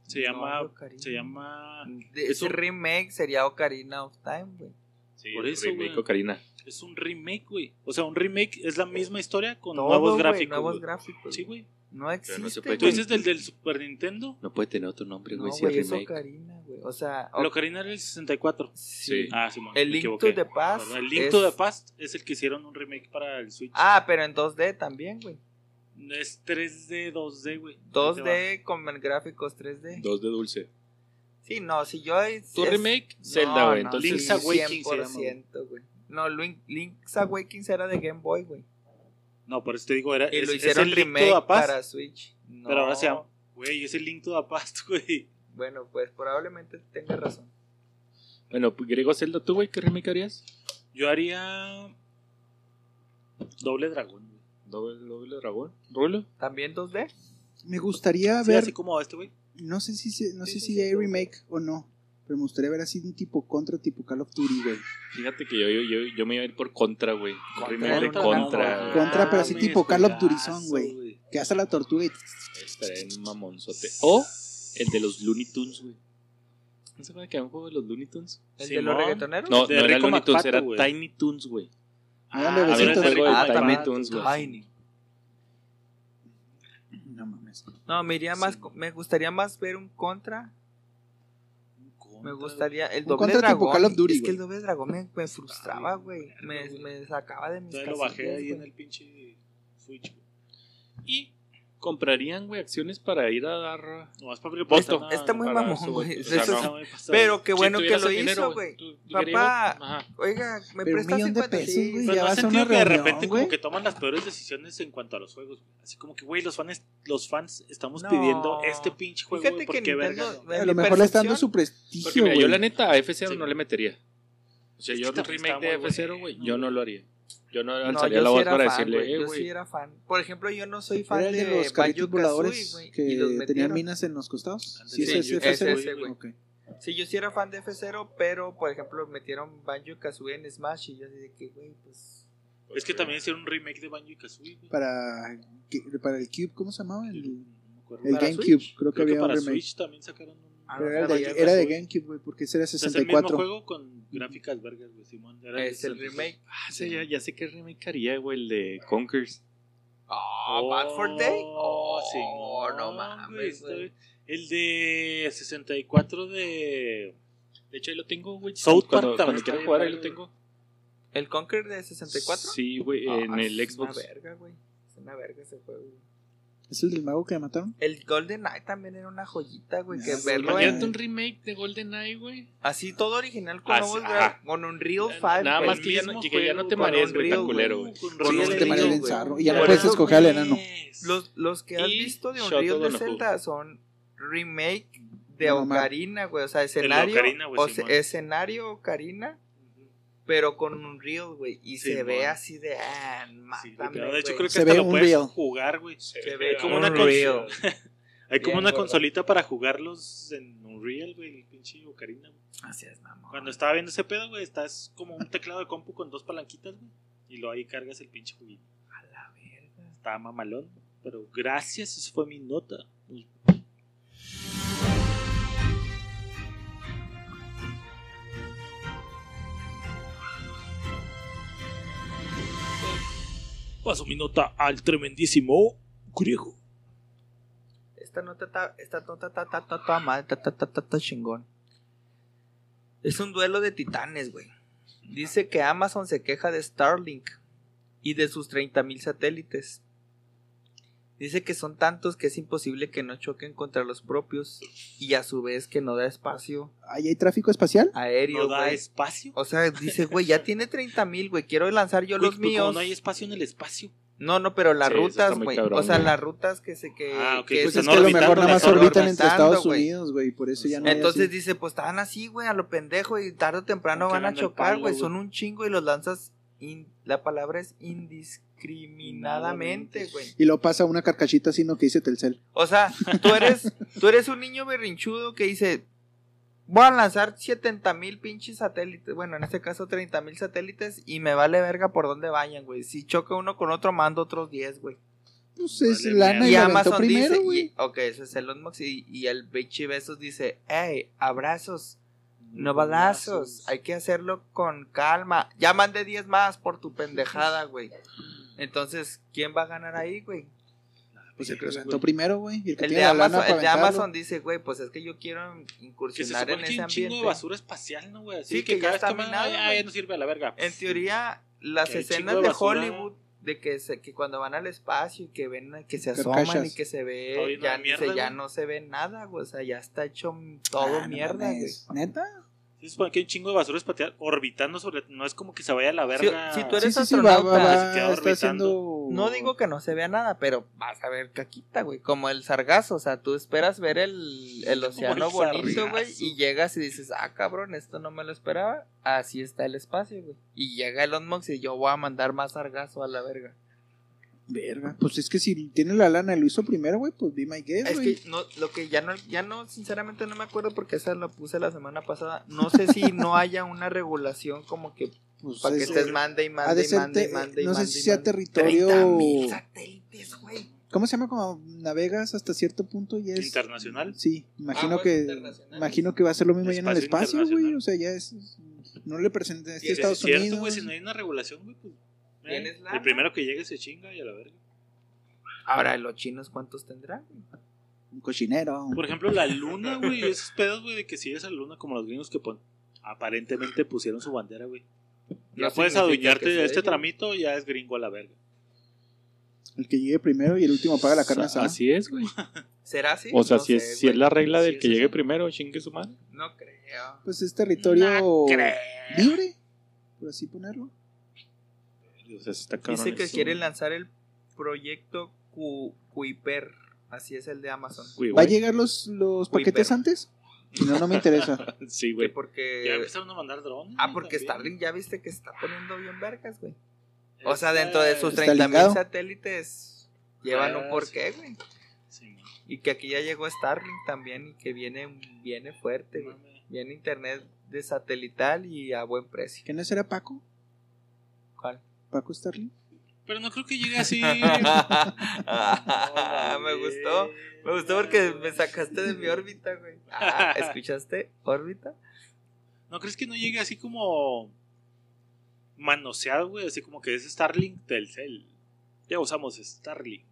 [SPEAKER 4] Se
[SPEAKER 5] no,
[SPEAKER 4] llama...
[SPEAKER 5] Ocarina.
[SPEAKER 4] Se llama...
[SPEAKER 5] De-
[SPEAKER 4] es
[SPEAKER 5] ese
[SPEAKER 4] un-
[SPEAKER 5] remake sería Ocarina of Time, güey.
[SPEAKER 8] sí,
[SPEAKER 4] por eso,
[SPEAKER 8] remake
[SPEAKER 4] güey.
[SPEAKER 8] Ocarina.
[SPEAKER 4] Es un remake, güey. O sea, un remake es la misma historia con
[SPEAKER 5] Todo,
[SPEAKER 4] nuevos
[SPEAKER 5] güey,
[SPEAKER 4] gráficos.
[SPEAKER 5] Nuevos
[SPEAKER 4] güey.
[SPEAKER 5] gráficos.
[SPEAKER 4] Sí, güey.
[SPEAKER 5] No existe.
[SPEAKER 8] no se puede
[SPEAKER 4] ¿Tú
[SPEAKER 5] güey.
[SPEAKER 4] dices del, del Super Nintendo?
[SPEAKER 8] No puede tener otro nombre,
[SPEAKER 5] No,
[SPEAKER 8] güey, si
[SPEAKER 5] güey,
[SPEAKER 8] es
[SPEAKER 5] es
[SPEAKER 8] remake.
[SPEAKER 5] Ocarina, güey. O sea,
[SPEAKER 4] La Ocarina era el 64.
[SPEAKER 5] sí.
[SPEAKER 8] sí.
[SPEAKER 4] Ah, Simón.
[SPEAKER 5] El
[SPEAKER 4] me
[SPEAKER 5] Link to
[SPEAKER 4] equivoqué.
[SPEAKER 5] the Past
[SPEAKER 4] Perdón, el Link
[SPEAKER 5] es-
[SPEAKER 4] to the Past es el que hicieron un remake para el Switch.
[SPEAKER 5] Ah, pero en 2D también, güey.
[SPEAKER 4] Es 3D, 2D, güey. Ahí
[SPEAKER 5] 2D con gráficos 3D.
[SPEAKER 8] Dos de dulce.
[SPEAKER 5] Sí, no, si yo. es-
[SPEAKER 8] Tu
[SPEAKER 5] es-
[SPEAKER 8] remake, Zelda, güey.
[SPEAKER 5] no,
[SPEAKER 8] entonces,
[SPEAKER 4] Link's
[SPEAKER 5] sí,
[SPEAKER 4] Awakening se llama,
[SPEAKER 5] 100%, güey. No, Link- Link's Awakening era de Game Boy, güey.
[SPEAKER 4] te va. No, por eso te digo, era.
[SPEAKER 5] Y
[SPEAKER 4] es,
[SPEAKER 5] lo
[SPEAKER 4] es
[SPEAKER 5] hicieron
[SPEAKER 4] el
[SPEAKER 5] remake
[SPEAKER 4] Link to the Past.
[SPEAKER 5] para Switch. No,
[SPEAKER 4] Pero ahora se llama. Güey, es el Link to the Past, güey.
[SPEAKER 5] Bueno, pues probablemente tenga razón.
[SPEAKER 8] Bueno, pues, griego Zelda, ¿tú, güey, qué remake harías?
[SPEAKER 4] Yo haría. Doble dragón, güey.
[SPEAKER 8] Doble, doble dragón. ¿Rulo?
[SPEAKER 5] ¿También 2D?
[SPEAKER 2] Me gustaría
[SPEAKER 4] Sí,
[SPEAKER 2] ver,
[SPEAKER 4] así como este, güey.
[SPEAKER 2] no sé si se- no
[SPEAKER 5] Sí,
[SPEAKER 2] sé
[SPEAKER 5] sí,
[SPEAKER 2] si
[SPEAKER 5] sí,
[SPEAKER 2] hay
[SPEAKER 5] sí.
[SPEAKER 2] remake o no, pero me gustaría ver así un tipo contra tipo Call of Duty, güey.
[SPEAKER 8] Fíjate que yo, yo, yo, yo me iba a ir por contra, güey. Un
[SPEAKER 5] Contra,
[SPEAKER 8] Remake de
[SPEAKER 5] contra,
[SPEAKER 8] contra. güey.
[SPEAKER 2] Contra, pero así
[SPEAKER 4] Mames,
[SPEAKER 2] tipo Call of
[SPEAKER 4] juegazo,
[SPEAKER 2] Duty, güey. Que hace la tortuga y
[SPEAKER 8] Estaría en un mamonzote. O el de los Looney Tunes, güey. ¿No se acuerdan que había un juego de los Looney Tunes?
[SPEAKER 5] ¿El de los
[SPEAKER 4] Simón.
[SPEAKER 5] reggaetoneros?
[SPEAKER 8] No,
[SPEAKER 4] de
[SPEAKER 8] no era
[SPEAKER 4] Rico
[SPEAKER 8] Looney Tunes,
[SPEAKER 4] Macpato,
[SPEAKER 8] era
[SPEAKER 4] güey.
[SPEAKER 8] Tiny Tunes, güey.
[SPEAKER 2] Háganle
[SPEAKER 4] Ah,
[SPEAKER 2] besitos.
[SPEAKER 4] pero es el
[SPEAKER 8] güey,
[SPEAKER 5] Ah,
[SPEAKER 8] Tiny
[SPEAKER 5] también.
[SPEAKER 8] Toons, güey.
[SPEAKER 5] Tiny.
[SPEAKER 2] No mames.
[SPEAKER 5] No, me, iría más, co- me gustaría más ver un contra. Me
[SPEAKER 4] Contra,
[SPEAKER 5] gustaría el
[SPEAKER 2] Un
[SPEAKER 5] doble
[SPEAKER 2] contra tipo
[SPEAKER 5] dragón.
[SPEAKER 2] Call of Duty,
[SPEAKER 5] es que
[SPEAKER 2] güey.
[SPEAKER 5] el doble dragón me, me frustraba, güey. Me,
[SPEAKER 4] güey.
[SPEAKER 5] me sacaba de mis
[SPEAKER 4] Todavía lo
[SPEAKER 5] casillas,
[SPEAKER 4] bajé ahí
[SPEAKER 5] güey.
[SPEAKER 4] en el pinche Switch. güey. Y
[SPEAKER 8] comprarían, güey, acciones para ir a dar.
[SPEAKER 4] Nomás para abrir
[SPEAKER 5] Esto-
[SPEAKER 4] puerta.
[SPEAKER 8] Bota,
[SPEAKER 5] está muy
[SPEAKER 8] para
[SPEAKER 5] mamón,
[SPEAKER 8] su-
[SPEAKER 5] güey.
[SPEAKER 8] o sea,
[SPEAKER 5] Eso
[SPEAKER 8] no.
[SPEAKER 5] es-
[SPEAKER 4] Está muy pasado.
[SPEAKER 5] Pero qué
[SPEAKER 8] Si
[SPEAKER 5] bueno que
[SPEAKER 8] tuvieras
[SPEAKER 5] lo
[SPEAKER 8] el dinero,
[SPEAKER 5] hizo, güey.
[SPEAKER 8] tú- tú querías-
[SPEAKER 5] Papá.
[SPEAKER 8] Ajá.
[SPEAKER 5] Oiga, me
[SPEAKER 2] Pero un
[SPEAKER 5] prestas
[SPEAKER 2] millón de
[SPEAKER 5] 50
[SPEAKER 2] pesos,
[SPEAKER 5] sí,
[SPEAKER 2] güey,
[SPEAKER 4] Pero
[SPEAKER 2] ya
[SPEAKER 4] Pues no has
[SPEAKER 2] vas a
[SPEAKER 4] sentido
[SPEAKER 2] una
[SPEAKER 4] que de
[SPEAKER 2] reunión,
[SPEAKER 4] repente
[SPEAKER 2] güey.
[SPEAKER 4] como que toman las peores decisiones en cuanto a los juegos. güey? Así como que, güey, los fans, los fans estamos
[SPEAKER 5] No.
[SPEAKER 4] pidiendo este pinche juego,
[SPEAKER 5] Fíjate
[SPEAKER 4] güey,
[SPEAKER 5] que
[SPEAKER 4] ¿por qué verga?
[SPEAKER 5] Nintendo,
[SPEAKER 4] no?
[SPEAKER 5] en
[SPEAKER 2] A
[SPEAKER 5] mi
[SPEAKER 2] lo mejor le está dando
[SPEAKER 5] percepción,
[SPEAKER 2] su
[SPEAKER 8] Porque
[SPEAKER 2] prestigio,
[SPEAKER 8] mira,
[SPEAKER 2] güey.
[SPEAKER 8] yo la neta a F0
[SPEAKER 4] Sí.
[SPEAKER 8] no le metería. O sea,
[SPEAKER 4] Es
[SPEAKER 8] yo
[SPEAKER 4] que
[SPEAKER 8] el
[SPEAKER 4] también
[SPEAKER 8] remake de
[SPEAKER 4] está muy
[SPEAKER 8] F0, güey,
[SPEAKER 4] bueno,
[SPEAKER 8] yo no
[SPEAKER 4] güey.
[SPEAKER 8] lo haría. Yo no
[SPEAKER 5] No,
[SPEAKER 8] alzaría
[SPEAKER 5] yo
[SPEAKER 8] la
[SPEAKER 5] sí
[SPEAKER 8] voz
[SPEAKER 5] era
[SPEAKER 8] para
[SPEAKER 5] fan,
[SPEAKER 8] decirle,
[SPEAKER 5] güey,
[SPEAKER 8] eh,
[SPEAKER 5] yo
[SPEAKER 8] güey.
[SPEAKER 5] sí era fan. Por ejemplo, yo no soy fan
[SPEAKER 2] Era
[SPEAKER 5] de,
[SPEAKER 2] el de los carritos
[SPEAKER 5] Banjo-Kazooie,
[SPEAKER 2] voladores
[SPEAKER 5] güey, y los
[SPEAKER 2] que tenían
[SPEAKER 5] metieron.
[SPEAKER 2] minas en los costados.
[SPEAKER 4] Ándale,
[SPEAKER 2] Sí,
[SPEAKER 5] sí,
[SPEAKER 2] ese es
[SPEAKER 5] yo-
[SPEAKER 2] ese,
[SPEAKER 5] ese, güey.
[SPEAKER 2] Ok.
[SPEAKER 5] Sí, yo sí era fan de F0, pero por ejemplo metieron Banjo Kazooie en Smash y yo así de que, güey, pues.
[SPEAKER 4] Es que también hicieron un remake de Banjo y Kazooie, güey.
[SPEAKER 2] Para, para el Cube, ¿cómo se llamaba?
[SPEAKER 4] Yo
[SPEAKER 2] El,
[SPEAKER 4] no me acuerdo.
[SPEAKER 2] el
[SPEAKER 5] ¿Para
[SPEAKER 2] GameCube, creo que
[SPEAKER 4] Creo que
[SPEAKER 2] había un
[SPEAKER 4] para
[SPEAKER 2] remake.
[SPEAKER 4] Switch también sacaron un.
[SPEAKER 5] Ah,
[SPEAKER 2] Pero era,
[SPEAKER 5] para
[SPEAKER 2] de,
[SPEAKER 5] allá,
[SPEAKER 2] era de
[SPEAKER 4] Kazooie.
[SPEAKER 2] GameCube, güey, porque ese era
[SPEAKER 4] O sea, es el mismo
[SPEAKER 2] 64.
[SPEAKER 4] juego con gráficas vergas, güey, Simón. Era
[SPEAKER 5] Es el
[SPEAKER 4] 64.
[SPEAKER 5] remake.
[SPEAKER 8] Ah, sí, ya, ya sé qué remake haría, güey, el de Conkers.
[SPEAKER 5] Ah, Bad for Day.
[SPEAKER 4] Oh, sí.
[SPEAKER 5] Oh, no mames, güey.
[SPEAKER 4] El de 64 de.
[SPEAKER 8] De hecho, ahí lo tengo, güey.
[SPEAKER 4] South Park también
[SPEAKER 8] cuando, cuando
[SPEAKER 4] está
[SPEAKER 8] quiera
[SPEAKER 4] bien
[SPEAKER 8] jugar, ahí lo
[SPEAKER 4] verga,
[SPEAKER 8] tengo.
[SPEAKER 5] ¿El Conquer de 64?
[SPEAKER 8] Sí, güey, en
[SPEAKER 5] Ah,
[SPEAKER 8] el
[SPEAKER 5] es
[SPEAKER 8] Xbox.
[SPEAKER 5] Una verga, güey. Es una verga ese juego. güey.
[SPEAKER 2] ¿Es el del mago que mataron?
[SPEAKER 5] El Golden Knight también era una joyita, güey.
[SPEAKER 2] Ah,
[SPEAKER 5] Que
[SPEAKER 2] sí,
[SPEAKER 5] verlo
[SPEAKER 2] imagínate
[SPEAKER 5] en-
[SPEAKER 8] Imagínate un remake de GoldenEye, güey.
[SPEAKER 5] así todo original con
[SPEAKER 8] Así,
[SPEAKER 5] nuevos
[SPEAKER 8] ajá.
[SPEAKER 5] gra- con un Real 5.
[SPEAKER 8] Nada
[SPEAKER 5] güey.
[SPEAKER 8] más que ya no, que ya no te
[SPEAKER 5] con
[SPEAKER 8] marees,
[SPEAKER 5] un
[SPEAKER 8] güey, tan
[SPEAKER 5] río,
[SPEAKER 8] culero, güey.
[SPEAKER 5] Con
[SPEAKER 2] Sí,
[SPEAKER 5] un
[SPEAKER 2] es que
[SPEAKER 5] río,
[SPEAKER 2] te mareas
[SPEAKER 5] güey.
[SPEAKER 2] bien zarro. Y ya no
[SPEAKER 5] Por
[SPEAKER 2] puedes
[SPEAKER 5] eso,
[SPEAKER 2] escoger al
[SPEAKER 5] güey,
[SPEAKER 2] enano.
[SPEAKER 5] Los, los que has
[SPEAKER 8] Y
[SPEAKER 5] visto de un
[SPEAKER 8] Shadow
[SPEAKER 5] río
[SPEAKER 8] of
[SPEAKER 5] de
[SPEAKER 8] the
[SPEAKER 5] Zelda son remake de
[SPEAKER 2] No, mamá.
[SPEAKER 5] Ocarina, güey. O sea, escenario.
[SPEAKER 4] Ocarina, güey,
[SPEAKER 5] o
[SPEAKER 4] Simón.
[SPEAKER 5] se- escenario Ocarina, pero con un río, güey. Y se
[SPEAKER 4] Simón.
[SPEAKER 5] ve así de. Ah,
[SPEAKER 4] Sí,
[SPEAKER 5] mátame,
[SPEAKER 4] güey, pero de hecho
[SPEAKER 5] güey.
[SPEAKER 4] creo que
[SPEAKER 2] Se
[SPEAKER 4] hasta
[SPEAKER 2] ve
[SPEAKER 4] lo
[SPEAKER 2] un
[SPEAKER 4] puedes
[SPEAKER 2] reel.
[SPEAKER 4] jugar, güey.
[SPEAKER 5] Se ve
[SPEAKER 4] como una
[SPEAKER 5] Unreal.
[SPEAKER 4] Hay como
[SPEAKER 5] Bien,
[SPEAKER 4] una
[SPEAKER 5] gordo.
[SPEAKER 4] consolita para jugarlos en Unreal, güey, el pinche Ocarina. güey.
[SPEAKER 5] Así es, mamón.
[SPEAKER 4] Cuando estaba viendo ese pedo, güey, estás como un teclado de compu con dos palanquitas, güey, y luego ahí cargas el pinche juguito.
[SPEAKER 5] A la verga.
[SPEAKER 4] Estaba mamalón, pero gracias, esa fue mi nota. Paso mi nota al tremendísimo Griego.
[SPEAKER 5] Esta nota está, esta nota está, está, está, está mal, está, está, está, está, está chingón. Es un duelo de titanes, güey. Dice que Amazon se queja de Starlink y de sus 30.000 satélites. Dice que son tantos que es imposible que no choquen contra los propios y a su vez que no da espacio
[SPEAKER 2] ¿Ahí hay tráfico espacial?
[SPEAKER 5] aéreo,
[SPEAKER 4] ¿No da
[SPEAKER 5] güey.
[SPEAKER 4] espacio?
[SPEAKER 5] O sea, dice, güey, ya tiene 30.000, güey, quiero lanzar yo
[SPEAKER 4] Güey,
[SPEAKER 5] los
[SPEAKER 4] pues, ¿cómo
[SPEAKER 5] míos.
[SPEAKER 4] No hay espacio en el espacio.
[SPEAKER 5] No, no, pero las
[SPEAKER 8] Sí, eso está
[SPEAKER 5] rutas,
[SPEAKER 8] muy
[SPEAKER 5] güey.
[SPEAKER 8] cabrón,
[SPEAKER 5] O sea,
[SPEAKER 8] güey.
[SPEAKER 5] las rutas que se que...
[SPEAKER 4] Ah, ok,
[SPEAKER 5] que
[SPEAKER 4] pues
[SPEAKER 2] Pues
[SPEAKER 5] se
[SPEAKER 2] es que
[SPEAKER 4] están
[SPEAKER 2] a lo
[SPEAKER 4] orbitando,
[SPEAKER 2] mejor nada más
[SPEAKER 4] están
[SPEAKER 2] orbitan entre
[SPEAKER 5] orbitando,
[SPEAKER 2] Estados
[SPEAKER 5] güey.
[SPEAKER 2] Unidos, güey, por eso ya no hay
[SPEAKER 5] Entonces
[SPEAKER 2] así.
[SPEAKER 5] dice, pues estaban así, güey, a lo pendejo y tarde o temprano
[SPEAKER 4] Como
[SPEAKER 5] van a
[SPEAKER 4] tirando el
[SPEAKER 5] chocar,
[SPEAKER 4] palo,
[SPEAKER 5] güey.
[SPEAKER 4] güey.
[SPEAKER 5] Son un chingo y los lanzas, in- la palabra es indiscriminadamente, güey.
[SPEAKER 2] Y lo pasa una carcachita así, ¿no? Que dice Telcel.
[SPEAKER 5] O sea, tú eres, tú eres un niño berrinchudo que dice, voy a lanzar 70 mil pinches satélites, bueno, en este caso 30 mil satélites y me vale verga por dónde vayan, güey. Si choca uno con otro, mando otros 10, güey.
[SPEAKER 2] Pues es
[SPEAKER 4] Vale,
[SPEAKER 2] lana
[SPEAKER 5] Y
[SPEAKER 2] y,
[SPEAKER 4] mierda.
[SPEAKER 2] la aventó
[SPEAKER 5] Amazon
[SPEAKER 2] primero,
[SPEAKER 5] dice,
[SPEAKER 2] güey.
[SPEAKER 5] y- ok, ese es Elon Musk y, y el bichi Besos dice, hey, abrazos. No balazos, hay que hacerlo con calma. Ya mandé 10 más por tu pendejada, güey. Entonces, ¿quién va a ganar ahí, güey?
[SPEAKER 2] Pues el que lo aventó primero, güey. Y el que
[SPEAKER 5] El
[SPEAKER 2] tiene
[SPEAKER 5] de
[SPEAKER 2] la lana
[SPEAKER 5] Amazon,
[SPEAKER 2] para
[SPEAKER 5] el de Amazon
[SPEAKER 2] aventarlo.
[SPEAKER 5] dice, güey, pues es que yo quiero
[SPEAKER 4] Que se
[SPEAKER 5] incursionar
[SPEAKER 4] supone
[SPEAKER 5] en
[SPEAKER 4] que hay
[SPEAKER 5] ese
[SPEAKER 4] un chingo de
[SPEAKER 5] ambiente.
[SPEAKER 4] basura espacial, ¿no, güey?
[SPEAKER 5] Sí,
[SPEAKER 4] Así
[SPEAKER 5] que ya
[SPEAKER 4] que, cada vez
[SPEAKER 5] está
[SPEAKER 4] que más,
[SPEAKER 5] minado,
[SPEAKER 4] ah,
[SPEAKER 5] güey.
[SPEAKER 4] ya no sirve a la verga.
[SPEAKER 5] En teoría, las
[SPEAKER 4] Que hay
[SPEAKER 5] escenas
[SPEAKER 4] chingo de
[SPEAKER 5] de,
[SPEAKER 4] basura.
[SPEAKER 5] Hollywood de que se, que cuando van al espacio y que ven que se asoman
[SPEAKER 2] Carcachas.
[SPEAKER 5] y que se
[SPEAKER 4] Todo
[SPEAKER 5] ve
[SPEAKER 4] lleno
[SPEAKER 5] ya,
[SPEAKER 4] de mierda,
[SPEAKER 5] se- ya
[SPEAKER 4] güey.
[SPEAKER 5] no se ve nada, güey, o sea, ya está hecho todo
[SPEAKER 2] Ah, no
[SPEAKER 5] mierda, güey.
[SPEAKER 2] mames. ¿Neta?
[SPEAKER 4] Se supone que hay un chingo de basura espacial orbitando sobre. No es como que se vaya a la verga.
[SPEAKER 5] si tú eres-
[SPEAKER 2] Sí, sí, sí, va,
[SPEAKER 5] astronauta,
[SPEAKER 2] va,
[SPEAKER 4] se queda
[SPEAKER 2] va. Está
[SPEAKER 4] orbitando.
[SPEAKER 2] haciendo...
[SPEAKER 5] No digo que no se vea nada, pero vas a ver caquita, güey. Como el sargazo, o sea, tú esperas ver el, el océano
[SPEAKER 4] el
[SPEAKER 5] bonito,
[SPEAKER 4] sargazo.
[SPEAKER 5] güey, y llegas y dices, ah, cabrón, esto no me lo esperaba. Así está el espacio, güey. Y llega Elon Musk y yo voy a mandar más sargazo a la verga.
[SPEAKER 2] Verga. Pues es que si tiene la lana y lo hizo primero, güey, pues be my guest,
[SPEAKER 5] Es
[SPEAKER 2] güey.
[SPEAKER 5] que no, lo que ya no, ya no, sinceramente no me acuerdo porque esa lo puse la semana pasada. No sé si no haya una regulación como que
[SPEAKER 2] Pues
[SPEAKER 5] para que
[SPEAKER 2] es-
[SPEAKER 5] estés mande y
[SPEAKER 2] Ha
[SPEAKER 5] mande
[SPEAKER 2] de
[SPEAKER 5] y
[SPEAKER 2] ser
[SPEAKER 5] mande y
[SPEAKER 2] te-
[SPEAKER 5] mande y
[SPEAKER 2] no sé
[SPEAKER 5] mande
[SPEAKER 2] si
[SPEAKER 5] y
[SPEAKER 2] sea
[SPEAKER 5] mande.
[SPEAKER 2] territorio.
[SPEAKER 5] 30.000 satélites, güey.
[SPEAKER 2] ¿Cómo se llama cuando navegas hasta cierto punto y es
[SPEAKER 4] Internacional.
[SPEAKER 2] Sí, imagino
[SPEAKER 5] Aguas
[SPEAKER 2] que
[SPEAKER 5] internacionales.
[SPEAKER 2] imagino que va a ser lo mismo allá en el
[SPEAKER 4] Espacio
[SPEAKER 2] espacio, güey,
[SPEAKER 4] internacional.
[SPEAKER 2] o sea, ya es no le presentes
[SPEAKER 4] Y
[SPEAKER 2] a Estados
[SPEAKER 4] es cierto,
[SPEAKER 2] Unidos.
[SPEAKER 4] güey, si no hay una regulación, güey, pues. eh,
[SPEAKER 5] ¿Tienes lana?
[SPEAKER 4] el primero que llegue se chinga y a la verga.
[SPEAKER 5] Ahora, ¿los chinos cuántos tendrán?
[SPEAKER 2] Un cochinero.
[SPEAKER 4] Por ejemplo, la luna, güey, esos pedos, güey, de que si es a la luna, como los gringos que pon- aparentemente pusieron su bandera, güey. Ya
[SPEAKER 5] No
[SPEAKER 4] puedes
[SPEAKER 5] significa
[SPEAKER 4] adueñarte
[SPEAKER 5] que sea
[SPEAKER 4] de este
[SPEAKER 5] ella.
[SPEAKER 4] tramito, ya es gringo a la verga.
[SPEAKER 2] El que llegue primero y el último paga la carne asada.
[SPEAKER 3] Así es, güey.
[SPEAKER 5] ¿Será así?
[SPEAKER 3] O sea,
[SPEAKER 5] No
[SPEAKER 3] si, es,
[SPEAKER 5] sé,
[SPEAKER 3] si es
[SPEAKER 5] güey.
[SPEAKER 3] la regla
[SPEAKER 5] Sí,
[SPEAKER 3] del
[SPEAKER 5] es
[SPEAKER 3] que
[SPEAKER 5] así.
[SPEAKER 3] llegue primero, chingue su madre.
[SPEAKER 5] No creo.
[SPEAKER 2] Pues es territorio
[SPEAKER 4] No creo.
[SPEAKER 2] libre, por así ponerlo.
[SPEAKER 3] O sea, está cabrón
[SPEAKER 5] Dice que
[SPEAKER 3] eso,
[SPEAKER 5] quiere
[SPEAKER 3] güey.
[SPEAKER 5] lanzar el proyecto Cu- Kuiper. Así es el de Amazon.
[SPEAKER 3] Güey,
[SPEAKER 2] ¿Va a
[SPEAKER 3] güey.
[SPEAKER 2] llegar los, los
[SPEAKER 5] Uy,
[SPEAKER 2] paquetes
[SPEAKER 5] pero-
[SPEAKER 2] antes? No, no me interesa.
[SPEAKER 3] Sí,
[SPEAKER 5] Que
[SPEAKER 3] güey.
[SPEAKER 4] Ya
[SPEAKER 5] porque.
[SPEAKER 4] empezaron a mandar drones.
[SPEAKER 5] Ah, porque
[SPEAKER 4] también.
[SPEAKER 5] Starlink ya viste que está poniendo bien vergas, güey. O sea, dentro de sus
[SPEAKER 2] Está
[SPEAKER 5] 30.000
[SPEAKER 2] ligado.
[SPEAKER 5] satélites llevan
[SPEAKER 4] Ah,
[SPEAKER 5] un porqué, güey.
[SPEAKER 4] Sí, no
[SPEAKER 5] Y que aquí ya llegó Starlink también y que viene, viene fuerte, güey.
[SPEAKER 4] mames.
[SPEAKER 5] Viene internet de satelital y a buen precio.
[SPEAKER 2] ¿Que no será Paco?
[SPEAKER 5] ¿Cuál?
[SPEAKER 2] ¿Paco Starling?
[SPEAKER 9] Pero no creo que llegue así.
[SPEAKER 5] me gustó. Me gustó porque me sacaste de mi órbita, güey. Ah, ¿Escuchaste? ¿Órbita?
[SPEAKER 4] ¿No crees que no llegue así como manoseado, güey? Así como que es Starlink del cel. Ya usamos Starlink.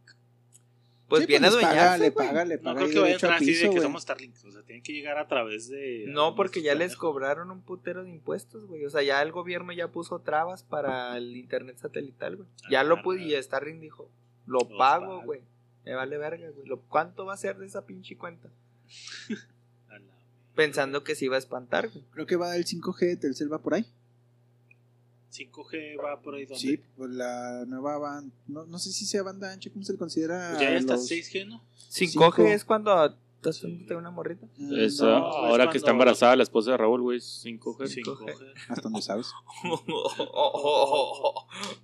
[SPEAKER 5] Pues
[SPEAKER 2] Sí,
[SPEAKER 5] viene a
[SPEAKER 2] les paga,
[SPEAKER 5] adueñarse,
[SPEAKER 2] Le
[SPEAKER 5] güey.
[SPEAKER 2] paga, le
[SPEAKER 4] No
[SPEAKER 2] paga.
[SPEAKER 4] creo
[SPEAKER 2] ahí
[SPEAKER 4] que vaya
[SPEAKER 2] derecho a
[SPEAKER 4] atrás así de
[SPEAKER 2] piso,
[SPEAKER 4] que
[SPEAKER 2] güey.
[SPEAKER 4] somos Starlink. O sea, tienen que llegar a través de.
[SPEAKER 5] No, porque ya les
[SPEAKER 4] cobró.
[SPEAKER 5] cobraron un putero de impuestos, güey. O sea, ya el gobierno ya puso trabas para el internet satelital, güey. Ya lo pude y Starlink dijo, lo pago,
[SPEAKER 4] Los pago.
[SPEAKER 5] güey. Me vale verga, güey. Lo- ¿Cuánto va a ser de esa pinche cuenta? Pensando que se iba a espantar, güey.
[SPEAKER 2] Creo que va el 5G, Telcel va por ahí.
[SPEAKER 4] 5G va por ahí donde.
[SPEAKER 2] Sí, por la nueva banda. No, no sé si sea banda ancha, ¿cómo se le considera?
[SPEAKER 4] pues Ya está
[SPEAKER 2] los-
[SPEAKER 4] 6G, ¿no?
[SPEAKER 5] 5G es cuando estás dándote una morrita.
[SPEAKER 2] Mm,
[SPEAKER 3] Esa-
[SPEAKER 2] no,
[SPEAKER 3] ahora
[SPEAKER 4] es
[SPEAKER 3] que está
[SPEAKER 4] cuando-
[SPEAKER 3] embarazada la esposa de Raúl, güey, 5G.
[SPEAKER 4] 5G.
[SPEAKER 2] hasta donde sabes.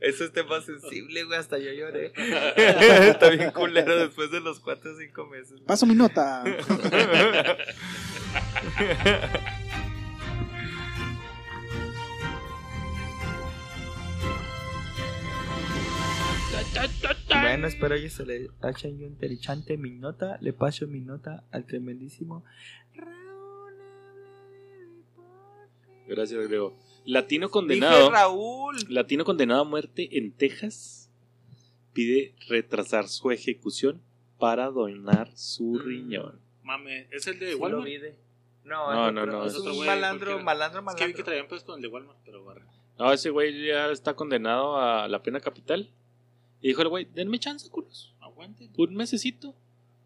[SPEAKER 5] Eso es tema sensible, güey. Hasta yo lloré. Está bien culero después de los 4 o 5 meses. güey.
[SPEAKER 2] Paso mi nota.
[SPEAKER 5] Bueno, espero que se le haya ido interesante mi nota. Le paso mi nota al tremendísimo.
[SPEAKER 3] Gracias, Grego. Latino
[SPEAKER 5] Dije
[SPEAKER 3] condenado.
[SPEAKER 5] Raúl.
[SPEAKER 3] Latino condenado a muerte en Texas pide retrasar su ejecución para donar su
[SPEAKER 5] Mm.
[SPEAKER 3] riñón.
[SPEAKER 4] Mame, es el de
[SPEAKER 5] Sí, lo
[SPEAKER 4] Walmart.
[SPEAKER 5] vi
[SPEAKER 4] Es
[SPEAKER 5] de- No,
[SPEAKER 3] No,
[SPEAKER 5] es
[SPEAKER 3] no,
[SPEAKER 5] otro-
[SPEAKER 3] no,
[SPEAKER 5] Es
[SPEAKER 3] es
[SPEAKER 4] otro
[SPEAKER 5] un
[SPEAKER 4] güey,
[SPEAKER 5] malandro,
[SPEAKER 4] cualquiera.
[SPEAKER 5] malandro,
[SPEAKER 4] que vi que
[SPEAKER 5] malandro.
[SPEAKER 4] traían pues con el de Walmart, pero barra.
[SPEAKER 3] No, ese güey ya está condenado a la pena capital. Y dijo el güey, denme chance, culos.
[SPEAKER 4] Aguanten.
[SPEAKER 3] Un mesecito.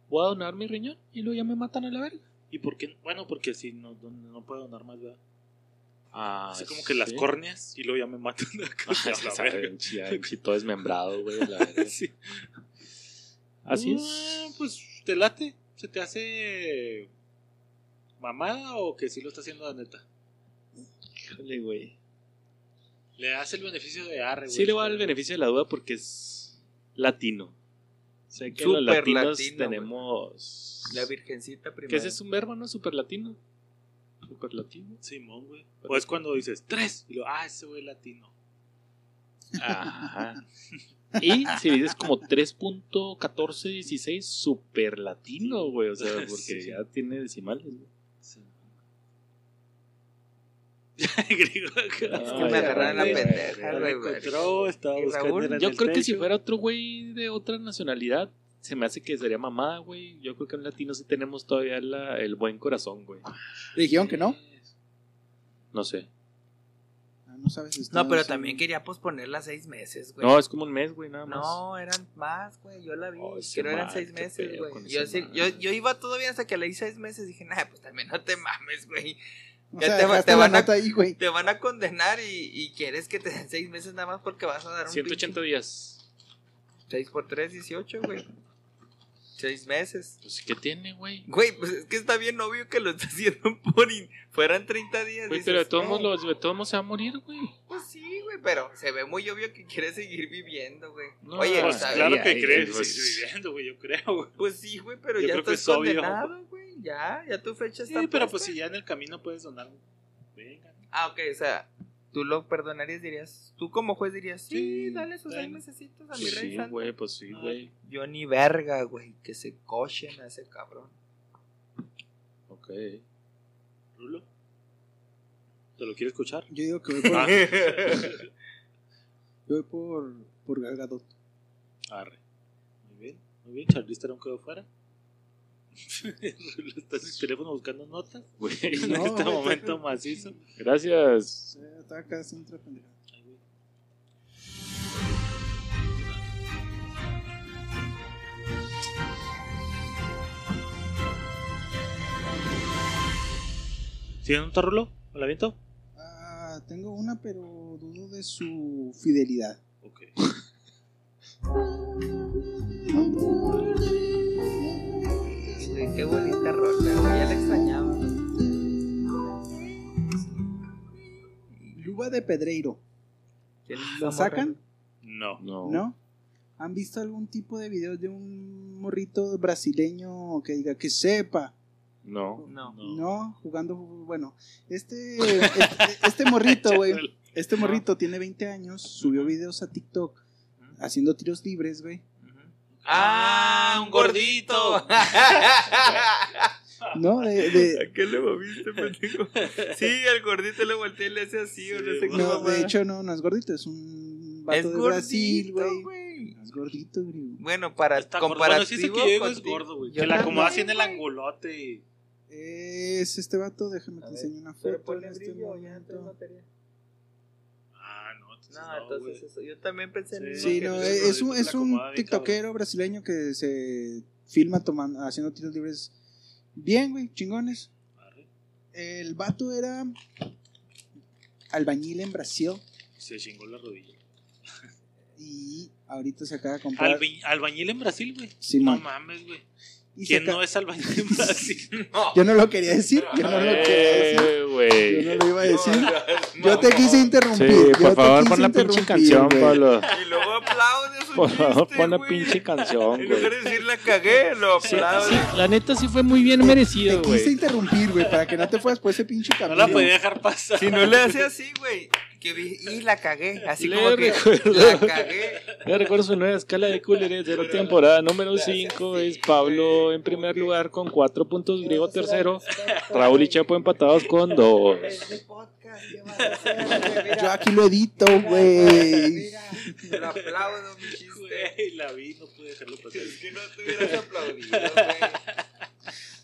[SPEAKER 3] Voy a donar mi riñón y luego ya me matan a la verga.
[SPEAKER 4] ¿Y por qué? Bueno, porque si no, no, no puedo donar más, ¿verdad?
[SPEAKER 3] Ah,
[SPEAKER 4] Así como que las
[SPEAKER 3] sí.
[SPEAKER 4] córneas y luego ya me matan acá.
[SPEAKER 3] Ah,
[SPEAKER 4] a la
[SPEAKER 3] esa
[SPEAKER 4] verga.
[SPEAKER 3] pinche- ya, pinche todo desmembrado, güey. la verga.
[SPEAKER 4] Sí.
[SPEAKER 3] Así
[SPEAKER 4] Ah,
[SPEAKER 3] es.
[SPEAKER 4] Pues te late. ¿Se te hace mamada o que sí lo está haciendo la neta?
[SPEAKER 3] Híjole, güey.
[SPEAKER 4] Le hace el beneficio de arre, güey.
[SPEAKER 3] Sí le voy a dar el beneficio de la duda porque es latino. Sé que los
[SPEAKER 5] Súper
[SPEAKER 3] latinos
[SPEAKER 5] latino,
[SPEAKER 3] tenemos...
[SPEAKER 5] La virgencita primero.
[SPEAKER 3] ¿Qué es ese? un verbo, no? Super latino. Super latino.
[SPEAKER 4] Simón, güey. O es cuando dices tres. Y lo, ah, ese güey latino.
[SPEAKER 3] Ajá. Y si dices como 3.1416, super latino, güey. O sea, porque
[SPEAKER 4] Sí, sí.
[SPEAKER 3] ya tiene decimales, güey.
[SPEAKER 4] Griego, acá.
[SPEAKER 5] Es que me
[SPEAKER 3] Ay,
[SPEAKER 5] agarraron la
[SPEAKER 3] güey,
[SPEAKER 5] pendeja,
[SPEAKER 4] Me
[SPEAKER 5] güey, güey.
[SPEAKER 4] encontró, estaba
[SPEAKER 5] ¿Y
[SPEAKER 4] buscando
[SPEAKER 5] Raúl?
[SPEAKER 4] en el
[SPEAKER 3] Yo creo que si
[SPEAKER 4] techo.
[SPEAKER 3] fuera otro güey de otra nacionalidad, se me hace que sería mamada, güey. Yo creo que en latino sí tenemos todavía la- el buen corazón, güey.
[SPEAKER 2] Le dijeron que no.
[SPEAKER 3] No sé.
[SPEAKER 2] Ah, No sabes. está-
[SPEAKER 5] No, pero
[SPEAKER 2] sí.
[SPEAKER 5] también quería posponerla seis meses, güey.
[SPEAKER 3] No, es como un mes, güey, nada más.
[SPEAKER 5] No, eran más, güey. Yo la vi.
[SPEAKER 3] Ay, ese
[SPEAKER 5] Creo eran
[SPEAKER 3] man,
[SPEAKER 5] seis
[SPEAKER 3] qué
[SPEAKER 5] meses,
[SPEAKER 3] pedo
[SPEAKER 5] güey.
[SPEAKER 3] con
[SPEAKER 5] Yo,
[SPEAKER 3] ese
[SPEAKER 5] sí-
[SPEAKER 3] man.
[SPEAKER 5] yo, yo iba todo bien hasta que leí seis meses. Dije, nah, pues también no te mames, güey.
[SPEAKER 2] O
[SPEAKER 5] Ya
[SPEAKER 2] sea,
[SPEAKER 5] te va-
[SPEAKER 2] dejaste
[SPEAKER 5] te
[SPEAKER 2] la
[SPEAKER 5] van a-
[SPEAKER 2] nota ahí, güey.
[SPEAKER 5] Te van a condenar y, y quieres que te den seis meses nada más porque vas a dar un
[SPEAKER 3] 180 días.
[SPEAKER 5] 6 por 3, 18, güey. Seis meses.
[SPEAKER 3] Pues, ¿qué tiene, güey?
[SPEAKER 5] Güey, pues es que está bien obvio que lo está haciendo por... in- Fueran 30 días.
[SPEAKER 3] Güey,
[SPEAKER 5] dices,
[SPEAKER 3] pero de todos, modos,
[SPEAKER 5] "Eh,
[SPEAKER 3] los- de todos modos se va a morir, güey.
[SPEAKER 5] Pues sí, güey, pero se ve muy obvio que quiere seguir viviendo, güey.
[SPEAKER 3] No,
[SPEAKER 5] Oye,
[SPEAKER 4] Pues
[SPEAKER 5] está
[SPEAKER 4] claro
[SPEAKER 5] bien.
[SPEAKER 4] que
[SPEAKER 3] Ay,
[SPEAKER 4] crees,
[SPEAKER 3] pues-
[SPEAKER 4] sigues viviendo, güey, yo creo, güey.
[SPEAKER 5] Pues sí, güey, pero
[SPEAKER 4] Yo
[SPEAKER 5] ya
[SPEAKER 4] creo que
[SPEAKER 5] estás
[SPEAKER 4] es obvio.
[SPEAKER 5] condenado, güey. Ya, ya tu fecha
[SPEAKER 4] Sí,
[SPEAKER 5] está
[SPEAKER 4] pero
[SPEAKER 5] puesta.
[SPEAKER 4] pues si ya en el camino puedes donar, venga.
[SPEAKER 5] Ah, ok, o sea, tú lo perdonarías, dirías. Tú como juez dirías, sí,
[SPEAKER 4] Sí,
[SPEAKER 5] dale sus seis
[SPEAKER 4] bueno.
[SPEAKER 5] mesecitos a mi rey
[SPEAKER 3] Sí,
[SPEAKER 5] santo.
[SPEAKER 3] güey, pues sí,
[SPEAKER 4] Ah,
[SPEAKER 3] güey.
[SPEAKER 5] Yo ni verga, güey, que se cochen a ese cabrón.
[SPEAKER 3] Ok.
[SPEAKER 4] Rulo. ¿Te lo quiero escuchar?
[SPEAKER 2] Yo digo que voy por.
[SPEAKER 4] Ah.
[SPEAKER 2] Yo voy por. Por Gal Gadot.
[SPEAKER 4] Arre. Muy bien, muy bien. Charlista aún quedó fuera. Rulo está en el teléfono buscando notas.
[SPEAKER 3] Güey.
[SPEAKER 4] en
[SPEAKER 2] No,
[SPEAKER 4] este
[SPEAKER 2] güey,
[SPEAKER 4] momento macizo.
[SPEAKER 3] Gracias.
[SPEAKER 2] Sí, Está acá, centro pendejo.
[SPEAKER 4] Ay, güey. ¿Tienen un tarrolo? ¿Me la aviento?
[SPEAKER 2] Ah, tengo una, pero dudo de su fidelidad.
[SPEAKER 4] Ok.
[SPEAKER 5] Ay, Qué bonita rola, güey, ya la extrañaba.
[SPEAKER 2] Luba de Pedreiro.
[SPEAKER 5] ¿Quién es
[SPEAKER 2] ¿La
[SPEAKER 5] esa
[SPEAKER 2] sacan?
[SPEAKER 4] No.
[SPEAKER 8] No.
[SPEAKER 2] ¿No? ¿Han visto algún tipo de video de un morrito brasileño que diga que sepa?
[SPEAKER 8] No.
[SPEAKER 5] morra? No.
[SPEAKER 2] No, jugando, bueno, este, este, este morrito, güey, este morrito tiene 20 años, subió videos a TikTok haciendo tiros libres, güey.
[SPEAKER 5] ¡Ah, un gordito!
[SPEAKER 2] No, de, de-
[SPEAKER 5] ¿A qué le moviste, pendejo? Sí, al gordito le volteé y le hace así, o no sé qué
[SPEAKER 2] no,
[SPEAKER 5] mamada.
[SPEAKER 2] de hecho no, no es gordito, es un vato
[SPEAKER 5] es
[SPEAKER 2] de
[SPEAKER 5] gordito,
[SPEAKER 2] Brasil, güey.
[SPEAKER 5] güey.
[SPEAKER 2] No Es gordito, güey.
[SPEAKER 5] Bueno, para
[SPEAKER 4] Está gordo. Bueno, sí, ese
[SPEAKER 5] comparativo...
[SPEAKER 4] que yo digo es
[SPEAKER 5] contigo-
[SPEAKER 4] gordo, güey.
[SPEAKER 5] Yo
[SPEAKER 4] Que la
[SPEAKER 5] también,
[SPEAKER 4] acomodas en el
[SPEAKER 5] güey.
[SPEAKER 4] angolote.
[SPEAKER 2] Es este vato, déjame
[SPEAKER 5] A
[SPEAKER 2] te
[SPEAKER 5] ver,
[SPEAKER 2] enseño una
[SPEAKER 5] Pero
[SPEAKER 2] foto en
[SPEAKER 5] ponle
[SPEAKER 2] este
[SPEAKER 5] brillo, ya, entonces no
[SPEAKER 2] momento.
[SPEAKER 5] te-
[SPEAKER 4] Ah, no. Entonces
[SPEAKER 5] No, entonces
[SPEAKER 4] güey.
[SPEAKER 5] eso. Yo también pensé en
[SPEAKER 4] Sí,
[SPEAKER 5] eso.
[SPEAKER 2] Sí,
[SPEAKER 4] que
[SPEAKER 2] no, eh,
[SPEAKER 4] no
[SPEAKER 2] es,
[SPEAKER 4] pues es
[SPEAKER 2] es un, es
[SPEAKER 4] gordito, la
[SPEAKER 2] un
[SPEAKER 4] acomoda bien,
[SPEAKER 2] tiktokero brasileño que se filma tomando, haciendo tiros libres bien, güey, chingones.
[SPEAKER 4] Arre.
[SPEAKER 2] El vato era albañil en Brasil
[SPEAKER 4] Se chingó la rodilla.
[SPEAKER 2] y ahorita se acaba de comprar.
[SPEAKER 4] Albi- albañil en Brasil, güey. No
[SPEAKER 2] Simón.
[SPEAKER 4] mames, güey.
[SPEAKER 2] Y se
[SPEAKER 4] ¿Quién
[SPEAKER 2] acaba-
[SPEAKER 4] no es albañil en Brasil?
[SPEAKER 2] Yo no lo quería decir, yo no lo quería decir.
[SPEAKER 8] Eh, güey.
[SPEAKER 2] Yo no lo iba a decir. Yo te quise interrumpir.
[SPEAKER 8] Sí,
[SPEAKER 2] yo
[SPEAKER 8] por
[SPEAKER 2] te
[SPEAKER 8] favor,
[SPEAKER 2] quise
[SPEAKER 8] pon la pinche
[SPEAKER 2] interrumpir,
[SPEAKER 8] canción,
[SPEAKER 2] güey.
[SPEAKER 8] Pablo.
[SPEAKER 5] Y luego aplaudes un
[SPEAKER 8] Por favor,
[SPEAKER 5] chiste,
[SPEAKER 8] pon la
[SPEAKER 5] güey.
[SPEAKER 8] pinche canción,
[SPEAKER 5] En
[SPEAKER 8] güey.
[SPEAKER 5] lugar de decir la cagué, lo
[SPEAKER 8] Sí,
[SPEAKER 5] aplaudes.
[SPEAKER 8] sí, la neta sí fue muy bien
[SPEAKER 2] Te
[SPEAKER 8] merecido,
[SPEAKER 2] quise
[SPEAKER 8] güey.
[SPEAKER 2] interrumpir, güey, para que no te fueras por ese pinche
[SPEAKER 4] No
[SPEAKER 2] camino.
[SPEAKER 4] la podía dejar pasar.
[SPEAKER 5] Si no le hace así, güey. Que vi- y la cagué. Así
[SPEAKER 8] Le
[SPEAKER 5] como que
[SPEAKER 8] recuerdo.
[SPEAKER 5] la cagué.
[SPEAKER 8] Yo recuerdo su nueva escala de culeres de la temporada número 5 es Pablo en primer lugar con 4 puntos, Griego tercero, Raúl y Chapo empatados con 2.
[SPEAKER 5] Este podcast, ¿qué vas a hacer, güey?
[SPEAKER 2] Yo
[SPEAKER 5] Mira,
[SPEAKER 2] aquí lo edito, güey.
[SPEAKER 5] mira, lo aplaudo, mi chiste.
[SPEAKER 4] Güey, la vi, no pude dejarlo pasar.
[SPEAKER 5] Es que no te hubieras aplaudido, güey.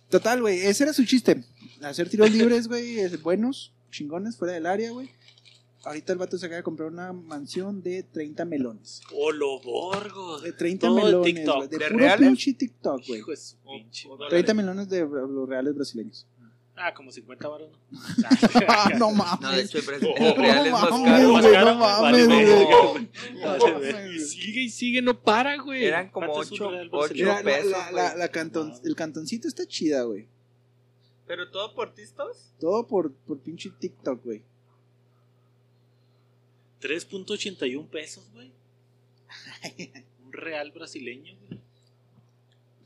[SPEAKER 2] Total, güey, ese era su chiste. Hacer tiros libres, güey, es- buenos, chingones, fuera del área, güey. Ahorita el vato se acaba de comprar una mansión de 30 melones.
[SPEAKER 4] Olo Borgos.
[SPEAKER 2] De 30
[SPEAKER 4] Todo de
[SPEAKER 2] melones,
[SPEAKER 4] TikTok.
[SPEAKER 2] güey. De
[SPEAKER 5] ¿De
[SPEAKER 2] puro
[SPEAKER 5] reales?
[SPEAKER 2] pinche TikTok, güey.
[SPEAKER 4] Hijo de su pinche.
[SPEAKER 5] O- o dólares.
[SPEAKER 2] 30 melones de bra- los reales brasileños.
[SPEAKER 4] oh, Ah, como 50 varos, ¿no?
[SPEAKER 2] Ah,
[SPEAKER 5] No,
[SPEAKER 2] no
[SPEAKER 5] de
[SPEAKER 2] mames.
[SPEAKER 5] hecho, el presidente
[SPEAKER 2] No
[SPEAKER 5] real es más
[SPEAKER 2] mames,
[SPEAKER 5] caro.
[SPEAKER 4] más
[SPEAKER 2] güey,
[SPEAKER 4] caro,
[SPEAKER 2] no mames,
[SPEAKER 4] vale,
[SPEAKER 2] güey.
[SPEAKER 5] güey.
[SPEAKER 2] No
[SPEAKER 8] Y
[SPEAKER 2] mames,
[SPEAKER 8] sigue y sigue, no para, güey.
[SPEAKER 5] Eran como
[SPEAKER 4] ¿Cuánto es un
[SPEAKER 5] 8
[SPEAKER 4] real brasileño?
[SPEAKER 2] Mira, la-
[SPEAKER 5] pesos,
[SPEAKER 2] la- la-
[SPEAKER 5] güey.
[SPEAKER 2] la canton- el cantoncito está chida, güey.
[SPEAKER 5] ¿Pero todo por tistos?
[SPEAKER 2] Todo por, por pinche TikTok, güey.
[SPEAKER 4] 3.81 pesos, güey. Un real brasileño, güey.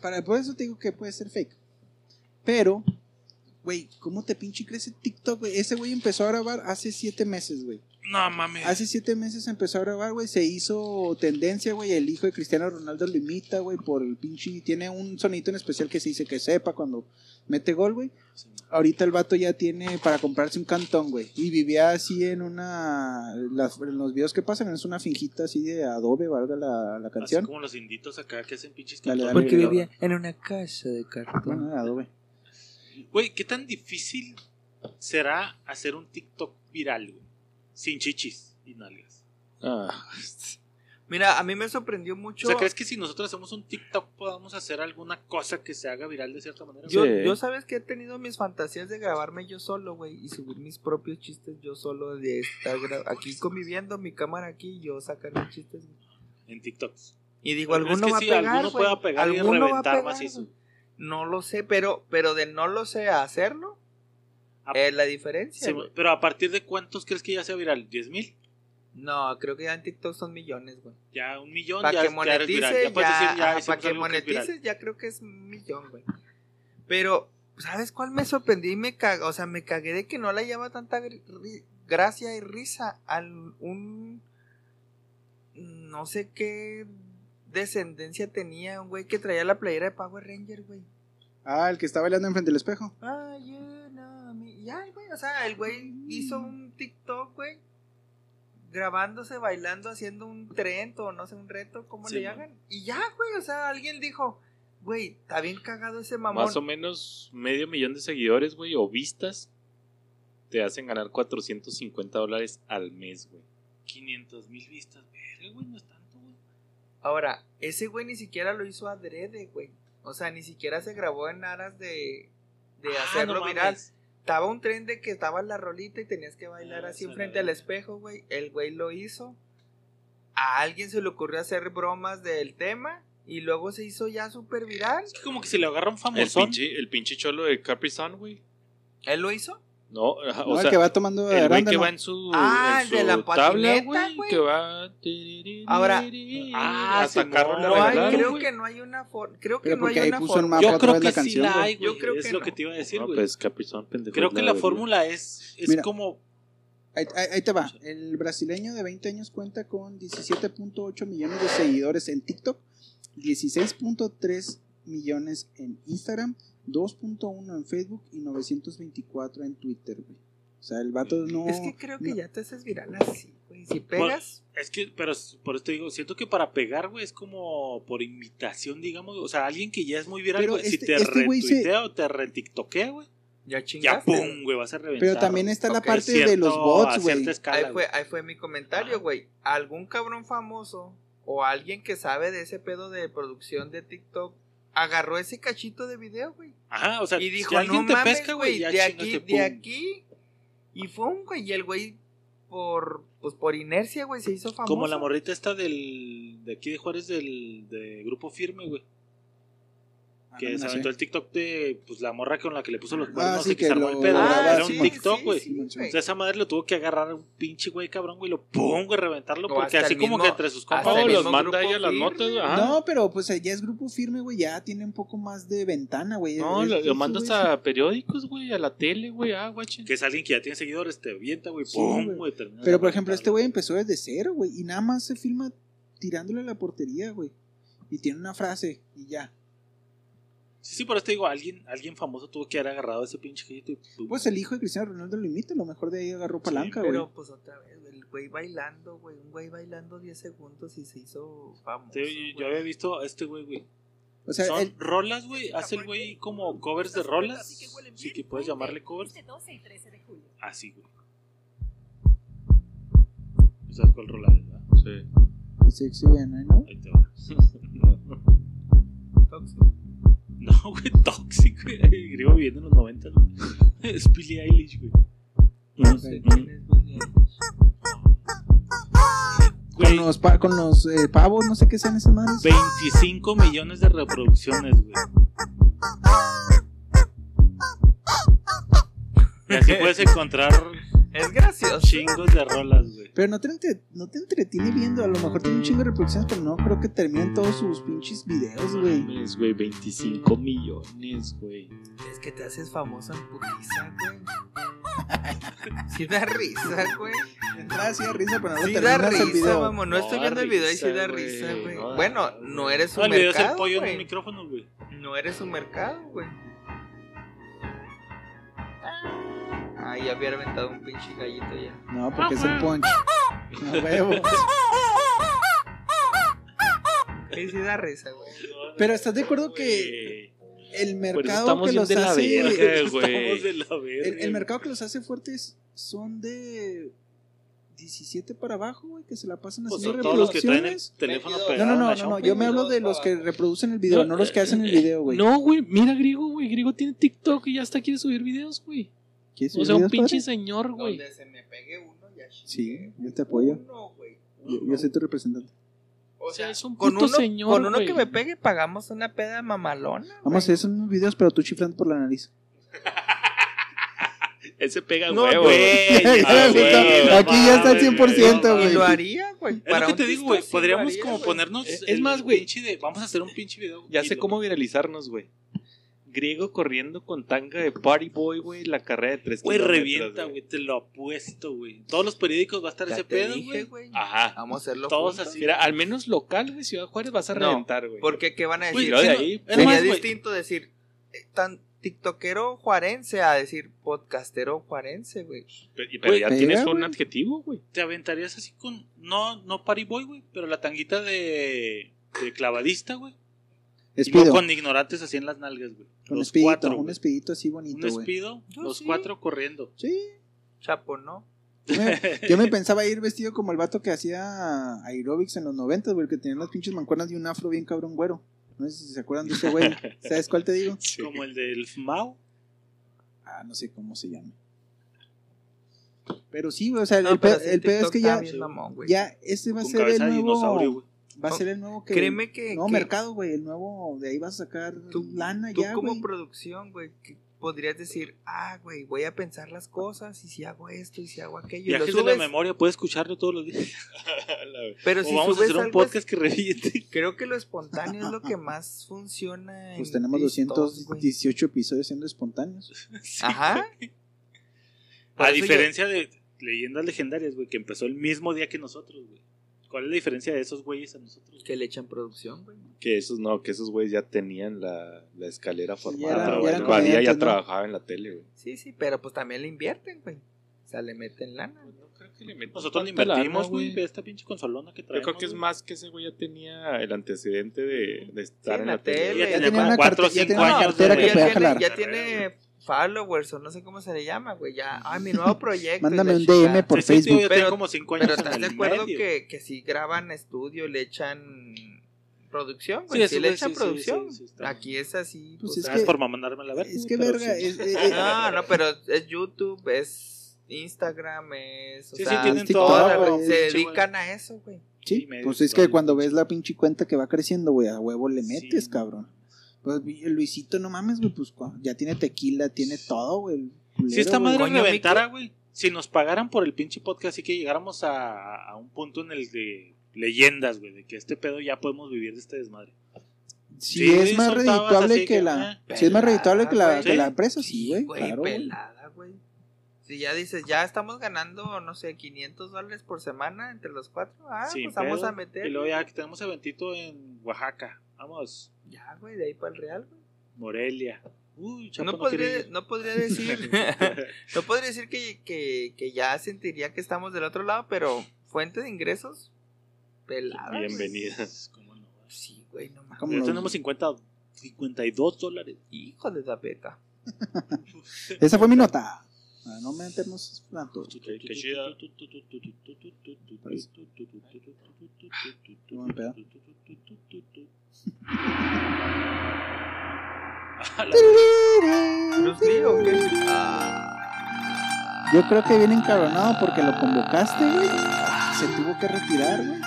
[SPEAKER 2] Para, por eso te digo que puede ser fake. Pero, güey, ¿cómo te pinche crece TikTok, güey? Ese güey empezó a grabar hace siete meses, güey.
[SPEAKER 4] No mames.
[SPEAKER 2] Hace siete meses empezó a grabar, güey. Se hizo tendencia, güey. El hijo de Cristiano Ronaldo lo imita, güey, por el pinche. Tiene un sonito en especial que se dice que sepa cuando mete gol, güey.
[SPEAKER 4] Sí.
[SPEAKER 2] Ahorita el vato ya tiene para comprarse un cantón, güey. Y vivía así en una. las- en los videos que pasan, es una finjita así de adobe, valga la, la
[SPEAKER 4] Así
[SPEAKER 2] canción.
[SPEAKER 4] como los inditos acá que hacen pinches
[SPEAKER 2] Dale,
[SPEAKER 4] cantones.
[SPEAKER 2] dale, Porque dale.
[SPEAKER 5] en una casa de
[SPEAKER 2] Bueno,
[SPEAKER 5] cartón.
[SPEAKER 2] era adobe.
[SPEAKER 4] Güey, ¿qué tan difícil será hacer un TikTok viral, güey? Sin chichis y nalgas.
[SPEAKER 8] Ah,
[SPEAKER 5] Mira, a mí me sorprendió
[SPEAKER 4] O
[SPEAKER 5] mucho.
[SPEAKER 4] sea, ¿crees que si nosotros hacemos un TikTok podamos hacer alguna cosa que se haga viral de cierta manera?
[SPEAKER 5] Yo,
[SPEAKER 4] güey?
[SPEAKER 8] Sí.
[SPEAKER 5] yo sabes que he tenido mis fantasías de grabarme yo solo, güey, y subir mis propios chistes yo solo, de estar gra- aquí conviviendo, mi cámara aquí y yo sacar mis chistes. güey.
[SPEAKER 4] En TikToks.
[SPEAKER 5] Y digo,
[SPEAKER 4] Pero
[SPEAKER 5] alguno
[SPEAKER 4] es que
[SPEAKER 5] va a
[SPEAKER 4] sí,
[SPEAKER 5] pegar,
[SPEAKER 4] alguno
[SPEAKER 5] güey,
[SPEAKER 4] pueda pegar y
[SPEAKER 5] alguno va a
[SPEAKER 4] reventar
[SPEAKER 5] pegar,
[SPEAKER 4] macizo.
[SPEAKER 5] güey. No lo sé, pero pero de no lo sé a hacerlo
[SPEAKER 4] Ah,
[SPEAKER 5] es la
[SPEAKER 4] Sí,
[SPEAKER 5] diferencia. güey.
[SPEAKER 4] pero a partir de cuántos crees que ya sea viral? ¿10 mil?
[SPEAKER 5] No, creo que ya en TikTok son millones, güey.
[SPEAKER 4] Ya un millón, ya,
[SPEAKER 5] Para que
[SPEAKER 4] ya eres
[SPEAKER 5] monetice,
[SPEAKER 4] viral. Ya puedes decir, ya
[SPEAKER 5] ajá,
[SPEAKER 4] hicimos
[SPEAKER 5] para que
[SPEAKER 4] algo que es viral.
[SPEAKER 5] monetices, ya creo que es un millón, güey. Pero, ¿sabes cuál me sorprendió? Y me caga, o sea, me cagué de que no le hallaba tanta gri- ri- gracia y risa al un. No sé qué descendencia tenía un güey que traía la playera de Power Ranger, güey.
[SPEAKER 2] Ah, el que está bailando enfrente del espejo.
[SPEAKER 5] Ah, you know me. Y ay, güey, o sea, el güey
[SPEAKER 4] Mm.
[SPEAKER 5] hizo un TikTok, güey. Grabándose, bailando, haciendo un trento, no sé, un reto, como
[SPEAKER 4] Sí,
[SPEAKER 5] le
[SPEAKER 4] man.
[SPEAKER 5] hagan. Y ya, güey, o sea, alguien dijo, güey, está bien cagado ese mamón.
[SPEAKER 8] más o menos medio millón de seguidores, güey, o vistas, te hacen ganar 450 dólares al mes, güey.
[SPEAKER 4] 500 mil vistas. Verga, güey, no es tanto, güey.
[SPEAKER 5] Ahora, ese güey ni siquiera lo hizo adrede, güey. O sea, ni siquiera se grabó en aras de, de
[SPEAKER 4] Ah,
[SPEAKER 5] hacerlo
[SPEAKER 4] no
[SPEAKER 5] viral.
[SPEAKER 4] mames.
[SPEAKER 5] Estaba un tren de que estaba la rolita y tenías que bailar
[SPEAKER 1] Ah,
[SPEAKER 5] así
[SPEAKER 1] esa
[SPEAKER 5] enfrente
[SPEAKER 1] era.
[SPEAKER 5] al espejo, güey. El güey lo hizo. A alguien se le ocurrió hacer bromas del tema y luego se hizo ya súper viral.
[SPEAKER 4] Es que como que si le agarra un
[SPEAKER 8] El
[SPEAKER 4] famosón.
[SPEAKER 8] pinche, el pinche cholo de Capri Sun, güey.
[SPEAKER 5] ¿Él lo hizo?
[SPEAKER 8] No, ajá,
[SPEAKER 2] No,
[SPEAKER 8] o
[SPEAKER 2] el
[SPEAKER 8] sea,
[SPEAKER 2] que va tomando
[SPEAKER 8] el güey que
[SPEAKER 2] arándano.
[SPEAKER 8] va en su,
[SPEAKER 5] Ah,
[SPEAKER 8] en
[SPEAKER 5] el de
[SPEAKER 8] su
[SPEAKER 5] la
[SPEAKER 8] tabla,
[SPEAKER 5] patineta,
[SPEAKER 8] güey,
[SPEAKER 5] güey.
[SPEAKER 8] que va...
[SPEAKER 5] Ahora-
[SPEAKER 4] Ah,
[SPEAKER 8] hasta
[SPEAKER 4] Simón.
[SPEAKER 8] carro le
[SPEAKER 5] No hay,
[SPEAKER 8] regalaron,
[SPEAKER 5] creo
[SPEAKER 8] güey.
[SPEAKER 5] que no hay una forma. Creo que
[SPEAKER 2] Ah, Pero
[SPEAKER 5] no hay
[SPEAKER 2] porque ahí
[SPEAKER 5] una
[SPEAKER 2] puso en
[SPEAKER 5] forma.
[SPEAKER 2] mapa
[SPEAKER 4] Yo
[SPEAKER 2] otra
[SPEAKER 4] creo
[SPEAKER 2] vez
[SPEAKER 4] que
[SPEAKER 2] la
[SPEAKER 4] sí
[SPEAKER 2] canción.
[SPEAKER 4] la
[SPEAKER 2] güey.
[SPEAKER 4] hay, güey.
[SPEAKER 5] Yo creo
[SPEAKER 4] es
[SPEAKER 5] que
[SPEAKER 4] lo
[SPEAKER 5] no.
[SPEAKER 4] que te iba a decir,
[SPEAKER 8] No,
[SPEAKER 4] güey.
[SPEAKER 8] pues Capri Sun, pendejo.
[SPEAKER 4] creo que la
[SPEAKER 8] verga.
[SPEAKER 4] fórmula es, es
[SPEAKER 2] Mira.
[SPEAKER 4] como.
[SPEAKER 2] Ahí, ahí- ahí te va. El brasileño de 20 años cuenta con 17.8 millones de seguidores en TikTok, 16.3 millones en Instagram, 2.1 en Facebook y 924 en Twitter, güey. O sea, el vato no.
[SPEAKER 5] Es que creo que
[SPEAKER 2] no.
[SPEAKER 5] ya te haces viral así, güey. Si pegas,
[SPEAKER 4] Es que, pero es- por eso te digo, siento que para pegar, güey, es como por imitación, digamos. O sea, alguien que ya es muy viral,
[SPEAKER 2] Pero
[SPEAKER 4] güey. Si
[SPEAKER 2] este-
[SPEAKER 4] te
[SPEAKER 2] este güey se-
[SPEAKER 4] retuitea o te retiktokea, güey,
[SPEAKER 5] ya
[SPEAKER 4] ya
[SPEAKER 5] chingaste.
[SPEAKER 4] pum, güey, vas a reventar.
[SPEAKER 2] Pero también está la
[SPEAKER 5] Ok,
[SPEAKER 2] parte
[SPEAKER 4] Cierto-
[SPEAKER 2] de los bots,
[SPEAKER 4] a
[SPEAKER 2] güey.
[SPEAKER 4] cierta escala,
[SPEAKER 5] Ahí
[SPEAKER 4] güey.
[SPEAKER 5] fue, ahí fue mi comentario, güey. Algún cabrón famoso o alguien que sabe de ese pedo de producción de TikTok agarró ese cachito de video, güey.
[SPEAKER 4] Ajá, o sea,
[SPEAKER 5] Y dijo,
[SPEAKER 4] si alguien
[SPEAKER 5] no
[SPEAKER 4] te
[SPEAKER 5] mames,
[SPEAKER 4] pesca,
[SPEAKER 5] güey,
[SPEAKER 4] güey, ya
[SPEAKER 5] de aquí,
[SPEAKER 4] chingaste,
[SPEAKER 5] de
[SPEAKER 4] pum.
[SPEAKER 5] aquí. Y fue un güey, y el güey por, pues por inercia, güey, se hizo famoso.
[SPEAKER 4] Como la morrita esta del, de aquí de Juárez, del de Grupo Firme, güey.
[SPEAKER 2] Ah,
[SPEAKER 4] Que
[SPEAKER 2] no me
[SPEAKER 4] se
[SPEAKER 2] la sé.
[SPEAKER 4] aventó el TikTok de pues, la morra con la que le puso los cuernos
[SPEAKER 2] sí,
[SPEAKER 4] y que,
[SPEAKER 2] que
[SPEAKER 4] se armó
[SPEAKER 2] lo
[SPEAKER 4] el pedo.
[SPEAKER 2] grabó,
[SPEAKER 4] Era
[SPEAKER 2] sí,
[SPEAKER 4] un Tiktok,
[SPEAKER 5] sí,
[SPEAKER 4] güey.
[SPEAKER 5] sí, güey.
[SPEAKER 4] O sea, esa madre lo tuvo que agarrar un pinche güey cabrón, güey, lo pum, güey, reventarlo.
[SPEAKER 5] O
[SPEAKER 4] Porque
[SPEAKER 5] hasta
[SPEAKER 4] así
[SPEAKER 5] el
[SPEAKER 4] como
[SPEAKER 5] mismo-
[SPEAKER 4] que entre sus compas,
[SPEAKER 5] hasta
[SPEAKER 8] No,
[SPEAKER 5] el
[SPEAKER 4] güey,
[SPEAKER 8] los
[SPEAKER 5] mismo
[SPEAKER 8] manda
[SPEAKER 5] grupo
[SPEAKER 8] ella las
[SPEAKER 5] firme.
[SPEAKER 8] notas, ajá.
[SPEAKER 2] No, pero pues ya es grupo firme, güey. Ya tiene un poco más de ventana, güey.
[SPEAKER 8] No,
[SPEAKER 2] Es-
[SPEAKER 8] lo, lo
[SPEAKER 2] esos
[SPEAKER 8] mandas
[SPEAKER 2] güeyes-
[SPEAKER 8] a periódicos, güey, a la tele, güey, ah, guachen.
[SPEAKER 4] que es alguien que ya tiene seguidores, te avienta, güey,
[SPEAKER 2] Sí,
[SPEAKER 4] pum,
[SPEAKER 2] güey.
[SPEAKER 4] güey. terminas
[SPEAKER 2] Pero
[SPEAKER 4] de
[SPEAKER 2] por ejemplo, este
[SPEAKER 4] reventarlo.
[SPEAKER 2] güey empezó desde cero, güey. Y nada más se filma tirándole a la portería, güey. Y tiene una frase y ya.
[SPEAKER 4] Sí, sí, por eso te digo, alguien, alguien famoso tuvo que haber agarrado ese pinche gallito y pum.
[SPEAKER 2] Pues el hijo de Cristiano Ronaldo lo imita, a lo mejor de ahí agarró palanca, güey.
[SPEAKER 5] Pero pues otra vez, güey, el güey bailando, güey, un güey bailando 10 segundos y se hizo famoso.
[SPEAKER 4] Sí,
[SPEAKER 5] güey.
[SPEAKER 4] yo había visto a este güey, güey.
[SPEAKER 2] o sea,
[SPEAKER 4] Son
[SPEAKER 2] el-
[SPEAKER 4] rolas, güey. Hace el güey como covers de rolas. Sí, que puedes llamarle covers. Así, Ah, güey. O sea, ¿cuál rola es, verdad?
[SPEAKER 8] Sí.
[SPEAKER 2] pues, sí, sí, ¿no? ¿no?
[SPEAKER 4] Ahí te va.
[SPEAKER 5] Tóxico.
[SPEAKER 4] No, güey, Toxic, güey. El griego viviendo en los 90, güey. Es Billie Eilish, güey.
[SPEAKER 5] No sé quién es Billie Eilish.
[SPEAKER 2] Con
[SPEAKER 4] Güey,
[SPEAKER 2] los, pa- con los eh, pavos, no sé qué sean esas madres.
[SPEAKER 4] 25 millones de reproducciones, güey. Y así puedes encontrar
[SPEAKER 5] Es gracioso.
[SPEAKER 4] chingos de rolas, güey.
[SPEAKER 2] Pero no te, entre- no te entretiene viendo, a lo mejor tiene un chingo de reproducciones, pero no creo que terminen todos sus pinches videos, güey.
[SPEAKER 8] Mames, güey, 25 millones, güey.
[SPEAKER 5] Es que te haces famoso en putiza, güey. Sí da risa, güey.
[SPEAKER 2] De entrada sí da risa, pero no
[SPEAKER 5] Sí
[SPEAKER 2] lo
[SPEAKER 5] da
[SPEAKER 2] terminas el
[SPEAKER 5] risa,
[SPEAKER 2] video.
[SPEAKER 5] vamos. No
[SPEAKER 8] No
[SPEAKER 5] estoy
[SPEAKER 8] da
[SPEAKER 5] viendo el video y sí
[SPEAKER 8] risa,
[SPEAKER 5] da
[SPEAKER 8] güey.
[SPEAKER 5] risa, güey.
[SPEAKER 8] No da-
[SPEAKER 5] Bueno, no eres su
[SPEAKER 4] No, el video es el
[SPEAKER 5] mercado,
[SPEAKER 4] pollo en
[SPEAKER 5] güey.
[SPEAKER 4] los micrófonos, güey.
[SPEAKER 5] No eres su mercado, güey. Ah, ya había aventado un pinche gallito ya.
[SPEAKER 2] No, porque es el punch. No, huevo.
[SPEAKER 5] Sí, sí da risa, güey.
[SPEAKER 2] Pero estás de acuerdo que el
[SPEAKER 4] Güey.
[SPEAKER 8] Por eso
[SPEAKER 2] mercado
[SPEAKER 8] estamos
[SPEAKER 2] que los
[SPEAKER 8] de la
[SPEAKER 2] hace.
[SPEAKER 8] verga,
[SPEAKER 4] Estamos de
[SPEAKER 8] güey.
[SPEAKER 4] la verga.
[SPEAKER 2] El, el mercado que los hace fuertes son de 17 para abajo, güey, que se la pasan
[SPEAKER 4] Pues
[SPEAKER 2] haciendo
[SPEAKER 4] son todos los que traen el
[SPEAKER 2] reproducciones.
[SPEAKER 4] teléfono
[SPEAKER 5] 22.
[SPEAKER 2] No,
[SPEAKER 4] pegado.
[SPEAKER 2] no,
[SPEAKER 4] en
[SPEAKER 2] no,
[SPEAKER 4] la
[SPEAKER 2] no, no,
[SPEAKER 4] chompa.
[SPEAKER 2] yo me hablo de los que reproducen el video, no, los que hacen el video, güey.
[SPEAKER 8] No, güey, mira, griego, güey. Griego tiene TikTok y ya hasta quiere subir videos, güey.
[SPEAKER 2] ¿Quieres
[SPEAKER 8] O
[SPEAKER 2] subir
[SPEAKER 8] sea, un
[SPEAKER 2] videos,
[SPEAKER 8] pinche
[SPEAKER 2] padre?
[SPEAKER 8] señor, güey.
[SPEAKER 5] Donde se me pegue uno ya
[SPEAKER 2] Sí, yo te apoyo.
[SPEAKER 5] Uno, güey.
[SPEAKER 2] Yo,
[SPEAKER 5] uno.
[SPEAKER 2] yo soy tu representante.
[SPEAKER 5] O sea,
[SPEAKER 8] es un
[SPEAKER 5] con
[SPEAKER 8] puto
[SPEAKER 5] uno,
[SPEAKER 8] señor,
[SPEAKER 5] con uno
[SPEAKER 8] güey.
[SPEAKER 5] que me pegue pagamos una peda mamalona.
[SPEAKER 2] Vamos a hacer esos mismos videos, pero tú chiflando por la nariz.
[SPEAKER 8] Ese pega
[SPEAKER 5] No,
[SPEAKER 8] huevo,
[SPEAKER 5] güey.
[SPEAKER 4] Güey,
[SPEAKER 2] Ya me gusta.
[SPEAKER 4] güey,
[SPEAKER 2] Aquí ya está al
[SPEAKER 4] mames,
[SPEAKER 2] 100%,
[SPEAKER 4] güey.
[SPEAKER 5] Y lo
[SPEAKER 2] güey.
[SPEAKER 5] haría, güey.
[SPEAKER 4] Es lo
[SPEAKER 5] Para
[SPEAKER 4] que
[SPEAKER 5] un
[SPEAKER 4] te digo, güey.
[SPEAKER 5] TikTok sí lo
[SPEAKER 4] Podríamos
[SPEAKER 5] haría,
[SPEAKER 4] como
[SPEAKER 5] güey.
[SPEAKER 4] ponernos.
[SPEAKER 8] Es- es
[SPEAKER 4] el
[SPEAKER 8] más, güey.
[SPEAKER 4] pinche de, Vamos a hacer un pinche video.
[SPEAKER 8] Ya
[SPEAKER 4] y
[SPEAKER 8] sé
[SPEAKER 4] lo-
[SPEAKER 8] cómo viralizarnos, güey. Griego corriendo con tanga de party boy, güey, la carrera de tres
[SPEAKER 4] Güey,
[SPEAKER 8] kilómetros,
[SPEAKER 4] revienta, güey. Te lo apuesto, güey. Todos los periódicos va a estar
[SPEAKER 5] Ya
[SPEAKER 4] ese
[SPEAKER 5] te
[SPEAKER 4] pedo,
[SPEAKER 5] dije, güey.
[SPEAKER 4] güey.
[SPEAKER 3] Ah,
[SPEAKER 8] Ajá.
[SPEAKER 5] Vamos a hacerlo
[SPEAKER 4] Todos
[SPEAKER 5] juntos.
[SPEAKER 4] así.
[SPEAKER 8] Mira, al menos local, güey, Ciudad Juárez vas a
[SPEAKER 5] No,
[SPEAKER 8] reventar, güey.
[SPEAKER 5] Porque qué van a
[SPEAKER 4] Güey,
[SPEAKER 5] decir?
[SPEAKER 8] lo de
[SPEAKER 4] sí, no,
[SPEAKER 8] ahí,
[SPEAKER 4] es
[SPEAKER 5] Sería
[SPEAKER 4] más, güey.
[SPEAKER 5] distinto decir eh, tan tiktokero juarense a decir podcastero juarense, güey.
[SPEAKER 8] Pe- Pero
[SPEAKER 4] Güey,
[SPEAKER 8] ya
[SPEAKER 2] pega,
[SPEAKER 8] tienes un
[SPEAKER 2] güey.
[SPEAKER 8] adjetivo, güey.
[SPEAKER 4] Te aventarías así con. No, no party boy, güey. Pero la tanguita de. De clavadista, güey. Y no
[SPEAKER 2] Espido,
[SPEAKER 4] con ignorantes así en las nalgas, güey.
[SPEAKER 2] un
[SPEAKER 4] Los
[SPEAKER 2] espidito,
[SPEAKER 4] cuatro.
[SPEAKER 2] un
[SPEAKER 4] güey.
[SPEAKER 2] espidito así
[SPEAKER 4] Un
[SPEAKER 2] bonito, güey.
[SPEAKER 4] espido.
[SPEAKER 5] Yo
[SPEAKER 4] Los
[SPEAKER 5] sí.
[SPEAKER 4] cuatro corriendo.
[SPEAKER 2] Sí,
[SPEAKER 5] Chapo, ¿no?
[SPEAKER 2] yo me, yo me pensaba ir vestido como el vato que hacía aeróbics en los 90, güey, que tenía unas pinches mancuernas de un afro bien cabrón güero. No sé si se acuerdan de ese güey. ¿Sabes cuál te digo?
[SPEAKER 4] Como el del Mao.
[SPEAKER 2] Ah, no sé cómo se llama. Pero sí, güey, o sea,
[SPEAKER 5] No,
[SPEAKER 2] el,
[SPEAKER 5] pero
[SPEAKER 2] pe-
[SPEAKER 5] ese
[SPEAKER 2] el pedo es
[SPEAKER 5] TikTok
[SPEAKER 2] que
[SPEAKER 5] está
[SPEAKER 2] ya,
[SPEAKER 5] bien mamón, güey.
[SPEAKER 2] ya este va a
[SPEAKER 4] Con
[SPEAKER 2] ser el
[SPEAKER 4] cabeza de dinosaurio,
[SPEAKER 2] nuevo.
[SPEAKER 4] güey.
[SPEAKER 2] Va a
[SPEAKER 5] No,
[SPEAKER 2] ser el nuevo que.
[SPEAKER 5] Créeme que.
[SPEAKER 2] Nuevo
[SPEAKER 5] que
[SPEAKER 2] mercado, güey. El nuevo. De ahí vas a sacar
[SPEAKER 5] Tú-
[SPEAKER 2] lana
[SPEAKER 5] Tú
[SPEAKER 2] ya.
[SPEAKER 5] como
[SPEAKER 2] güey.
[SPEAKER 5] producción, güey, que podrías decir, ah, güey, voy a pensar las cosas y si hago esto y si hago aquello. Y lo
[SPEAKER 4] Viajes de la
[SPEAKER 5] subes,
[SPEAKER 4] memoria, puedes escucharlo todos los días.
[SPEAKER 5] pero
[SPEAKER 4] o
[SPEAKER 5] si
[SPEAKER 4] vamos a
[SPEAKER 5] subes
[SPEAKER 4] hacer un
[SPEAKER 5] algo así,
[SPEAKER 4] podcast que reviente.
[SPEAKER 5] creo que lo espontáneo es lo que más funciona. en
[SPEAKER 2] Pues tenemos
[SPEAKER 5] TikTok, güey.
[SPEAKER 2] 218 episodios siendo espontáneos.
[SPEAKER 5] Ajá. Por
[SPEAKER 4] A
[SPEAKER 5] eso yo-
[SPEAKER 4] diferencia de leyendas legendarias, güey, que empezó el mismo día que nosotros, güey. ¿Cuál es la diferencia de esos güeyes a nosotros?
[SPEAKER 5] Que le echan producción, güey.
[SPEAKER 3] Que esos no, que esos güeyes ya tenían la, la escalera
[SPEAKER 2] eran-
[SPEAKER 3] formada.
[SPEAKER 4] ya
[SPEAKER 3] pero
[SPEAKER 4] eran
[SPEAKER 3] el Badía ya
[SPEAKER 2] comediantes, ¿no?
[SPEAKER 3] trabajaba en la tele, güey.
[SPEAKER 5] Sí, sí, pero pues también le invierten, güey. O sea, le meten lana.
[SPEAKER 4] Nosotros le
[SPEAKER 8] Tanta lana,
[SPEAKER 4] invertimos,
[SPEAKER 8] güey.
[SPEAKER 4] güey, de esta pinche consolona que
[SPEAKER 3] Yo
[SPEAKER 4] traemos.
[SPEAKER 3] creo que es
[SPEAKER 4] güey.
[SPEAKER 3] más que ese güey ya tenía el antecedente de, de estar
[SPEAKER 5] Sí,
[SPEAKER 3] en la tele.
[SPEAKER 4] Ya
[SPEAKER 5] Ya
[SPEAKER 4] tenía
[SPEAKER 5] tenía
[SPEAKER 4] como
[SPEAKER 2] una
[SPEAKER 4] 4 o
[SPEAKER 2] carte- ya
[SPEAKER 4] 5
[SPEAKER 2] tenía una
[SPEAKER 4] años.
[SPEAKER 2] cartera que
[SPEAKER 4] güey.
[SPEAKER 5] ya,
[SPEAKER 2] podía
[SPEAKER 5] tiene,
[SPEAKER 2] jalar.
[SPEAKER 5] ya tiene followers o no sé cómo se le llama, güey. Ya, ay, mi nuevo proyecto. y la
[SPEAKER 2] Mándame un
[SPEAKER 5] chingada.
[SPEAKER 2] DM por
[SPEAKER 4] Sí, sí, tío,
[SPEAKER 2] Facebook.
[SPEAKER 4] yo
[SPEAKER 5] Pero-
[SPEAKER 4] tengo como 5 años
[SPEAKER 5] Pero
[SPEAKER 4] en
[SPEAKER 5] estás de
[SPEAKER 4] el
[SPEAKER 5] acuerdo
[SPEAKER 4] medio.
[SPEAKER 5] que, que si graban estudio le echan producción,
[SPEAKER 4] Sí,
[SPEAKER 5] güey.
[SPEAKER 4] eso,
[SPEAKER 5] si le
[SPEAKER 4] güey,
[SPEAKER 5] echan
[SPEAKER 4] sí, sí,
[SPEAKER 5] producción.
[SPEAKER 4] sí, sí, está.
[SPEAKER 5] Aquí es así.
[SPEAKER 2] Pues
[SPEAKER 5] o sea,
[SPEAKER 2] es
[SPEAKER 4] Nada más
[SPEAKER 2] que-
[SPEAKER 4] por mamandarme la verga.
[SPEAKER 2] Es
[SPEAKER 4] güey,
[SPEAKER 2] que
[SPEAKER 4] pero
[SPEAKER 2] verga.
[SPEAKER 4] sí.
[SPEAKER 2] es- eh, eh,
[SPEAKER 5] No, no, pero es YouTube, es Instagram, es. O
[SPEAKER 4] Sí, sí,
[SPEAKER 5] sea,
[SPEAKER 4] tienen
[SPEAKER 2] TikTok,
[SPEAKER 5] todas las- se
[SPEAKER 2] güey,
[SPEAKER 4] sí, güey.
[SPEAKER 5] dedican a eso, güey.
[SPEAKER 2] Sí,
[SPEAKER 4] Sí, medio
[SPEAKER 2] pues es que
[SPEAKER 4] historia.
[SPEAKER 2] cuando ves la pinche cuenta que va creciendo, güey, a huevo le metes,
[SPEAKER 4] Sí.
[SPEAKER 2] cabrón. Pues vi- Luisito, no mames, güey, pues cua- ya tiene tequila, tiene todo, güey. el culero,
[SPEAKER 4] Si esta
[SPEAKER 2] güey.
[SPEAKER 4] madre
[SPEAKER 5] Coño,
[SPEAKER 4] reventara, güey. Si nos pagaran por el pinche podcast y que llegáramos a, a un punto en el de leyendas, güey, de que este pedo ya podemos vivir de este desmadre.
[SPEAKER 2] Si
[SPEAKER 4] Sí,
[SPEAKER 2] es más
[SPEAKER 4] soltabas
[SPEAKER 2] redituable
[SPEAKER 4] así
[SPEAKER 2] que
[SPEAKER 4] que, eh,
[SPEAKER 2] la.
[SPEAKER 5] ah,
[SPEAKER 2] Si es más redituable que la,
[SPEAKER 5] pelada,
[SPEAKER 2] que
[SPEAKER 4] güey.
[SPEAKER 2] la empresa, sí, güey. Claro, güey.
[SPEAKER 5] pelada, güey. Si ya dices, ya estamos ganando, no sé, 500 dólares por semana entre los cuatro. Ah,
[SPEAKER 4] Sin
[SPEAKER 5] pues vamos
[SPEAKER 4] pedo.
[SPEAKER 5] a meter.
[SPEAKER 4] Y luego ya que tenemos eventito en Oaxaca. Vamos,
[SPEAKER 5] Ya, güey, de ahí para el real, güey.
[SPEAKER 4] Morelia. Uy, Chapo,
[SPEAKER 5] No,
[SPEAKER 4] no quiere
[SPEAKER 5] podría,
[SPEAKER 4] ir.
[SPEAKER 5] no podría decir, no podría decir que, que, que ya sentiría que estamos del otro lado, pero fuente de ingresos, pelada. güey.
[SPEAKER 3] Bienvenida.
[SPEAKER 4] ¿Cómo no?
[SPEAKER 5] Sí, güey, no mames.
[SPEAKER 2] ¿Cómo
[SPEAKER 4] Ya
[SPEAKER 2] no?
[SPEAKER 4] tenemos 50, 52 dólares.
[SPEAKER 5] Hijo de la peta.
[SPEAKER 2] Esa fue mi nota. Ah, No metemos tanto.
[SPEAKER 3] Qué chida.
[SPEAKER 2] Qué buen pedo.
[SPEAKER 5] Bruce Lee, ¿o qué? Ah,
[SPEAKER 2] Yo creo que viene encabronado porque lo convocaste, güey. Se tuvo que retirar, güey.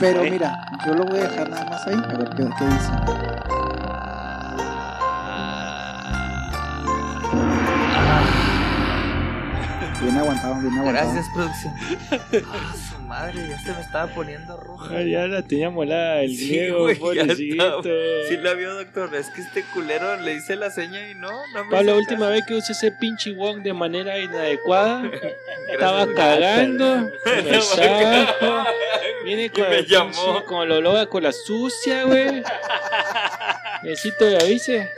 [SPEAKER 2] Pero mira, yo lo voy a dejar nada más ahí, a ver qué, qué dice. Bien aguantado, bien aguantado.
[SPEAKER 5] gracias, producción. Ah, su madre, ya se me estaba poniendo roja.
[SPEAKER 8] Ay, ya la teníamos la, el
[SPEAKER 5] Sí,
[SPEAKER 8] Diego,
[SPEAKER 5] güey, ya
[SPEAKER 8] pobrecito.
[SPEAKER 5] Sí lo vio, doctor. Es que este culero le hice la seña y no, no me
[SPEAKER 8] Pablo,
[SPEAKER 5] hizo
[SPEAKER 8] última vez que usé ese pinche wong de manera inadecuada,
[SPEAKER 5] caso.
[SPEAKER 8] estaba
[SPEAKER 5] Gracias.
[SPEAKER 8] cagando, me saco, viene con,
[SPEAKER 5] me
[SPEAKER 8] el
[SPEAKER 5] llamó.
[SPEAKER 8] pinche- con el olor a cola sucia, güey. Necesito que avise.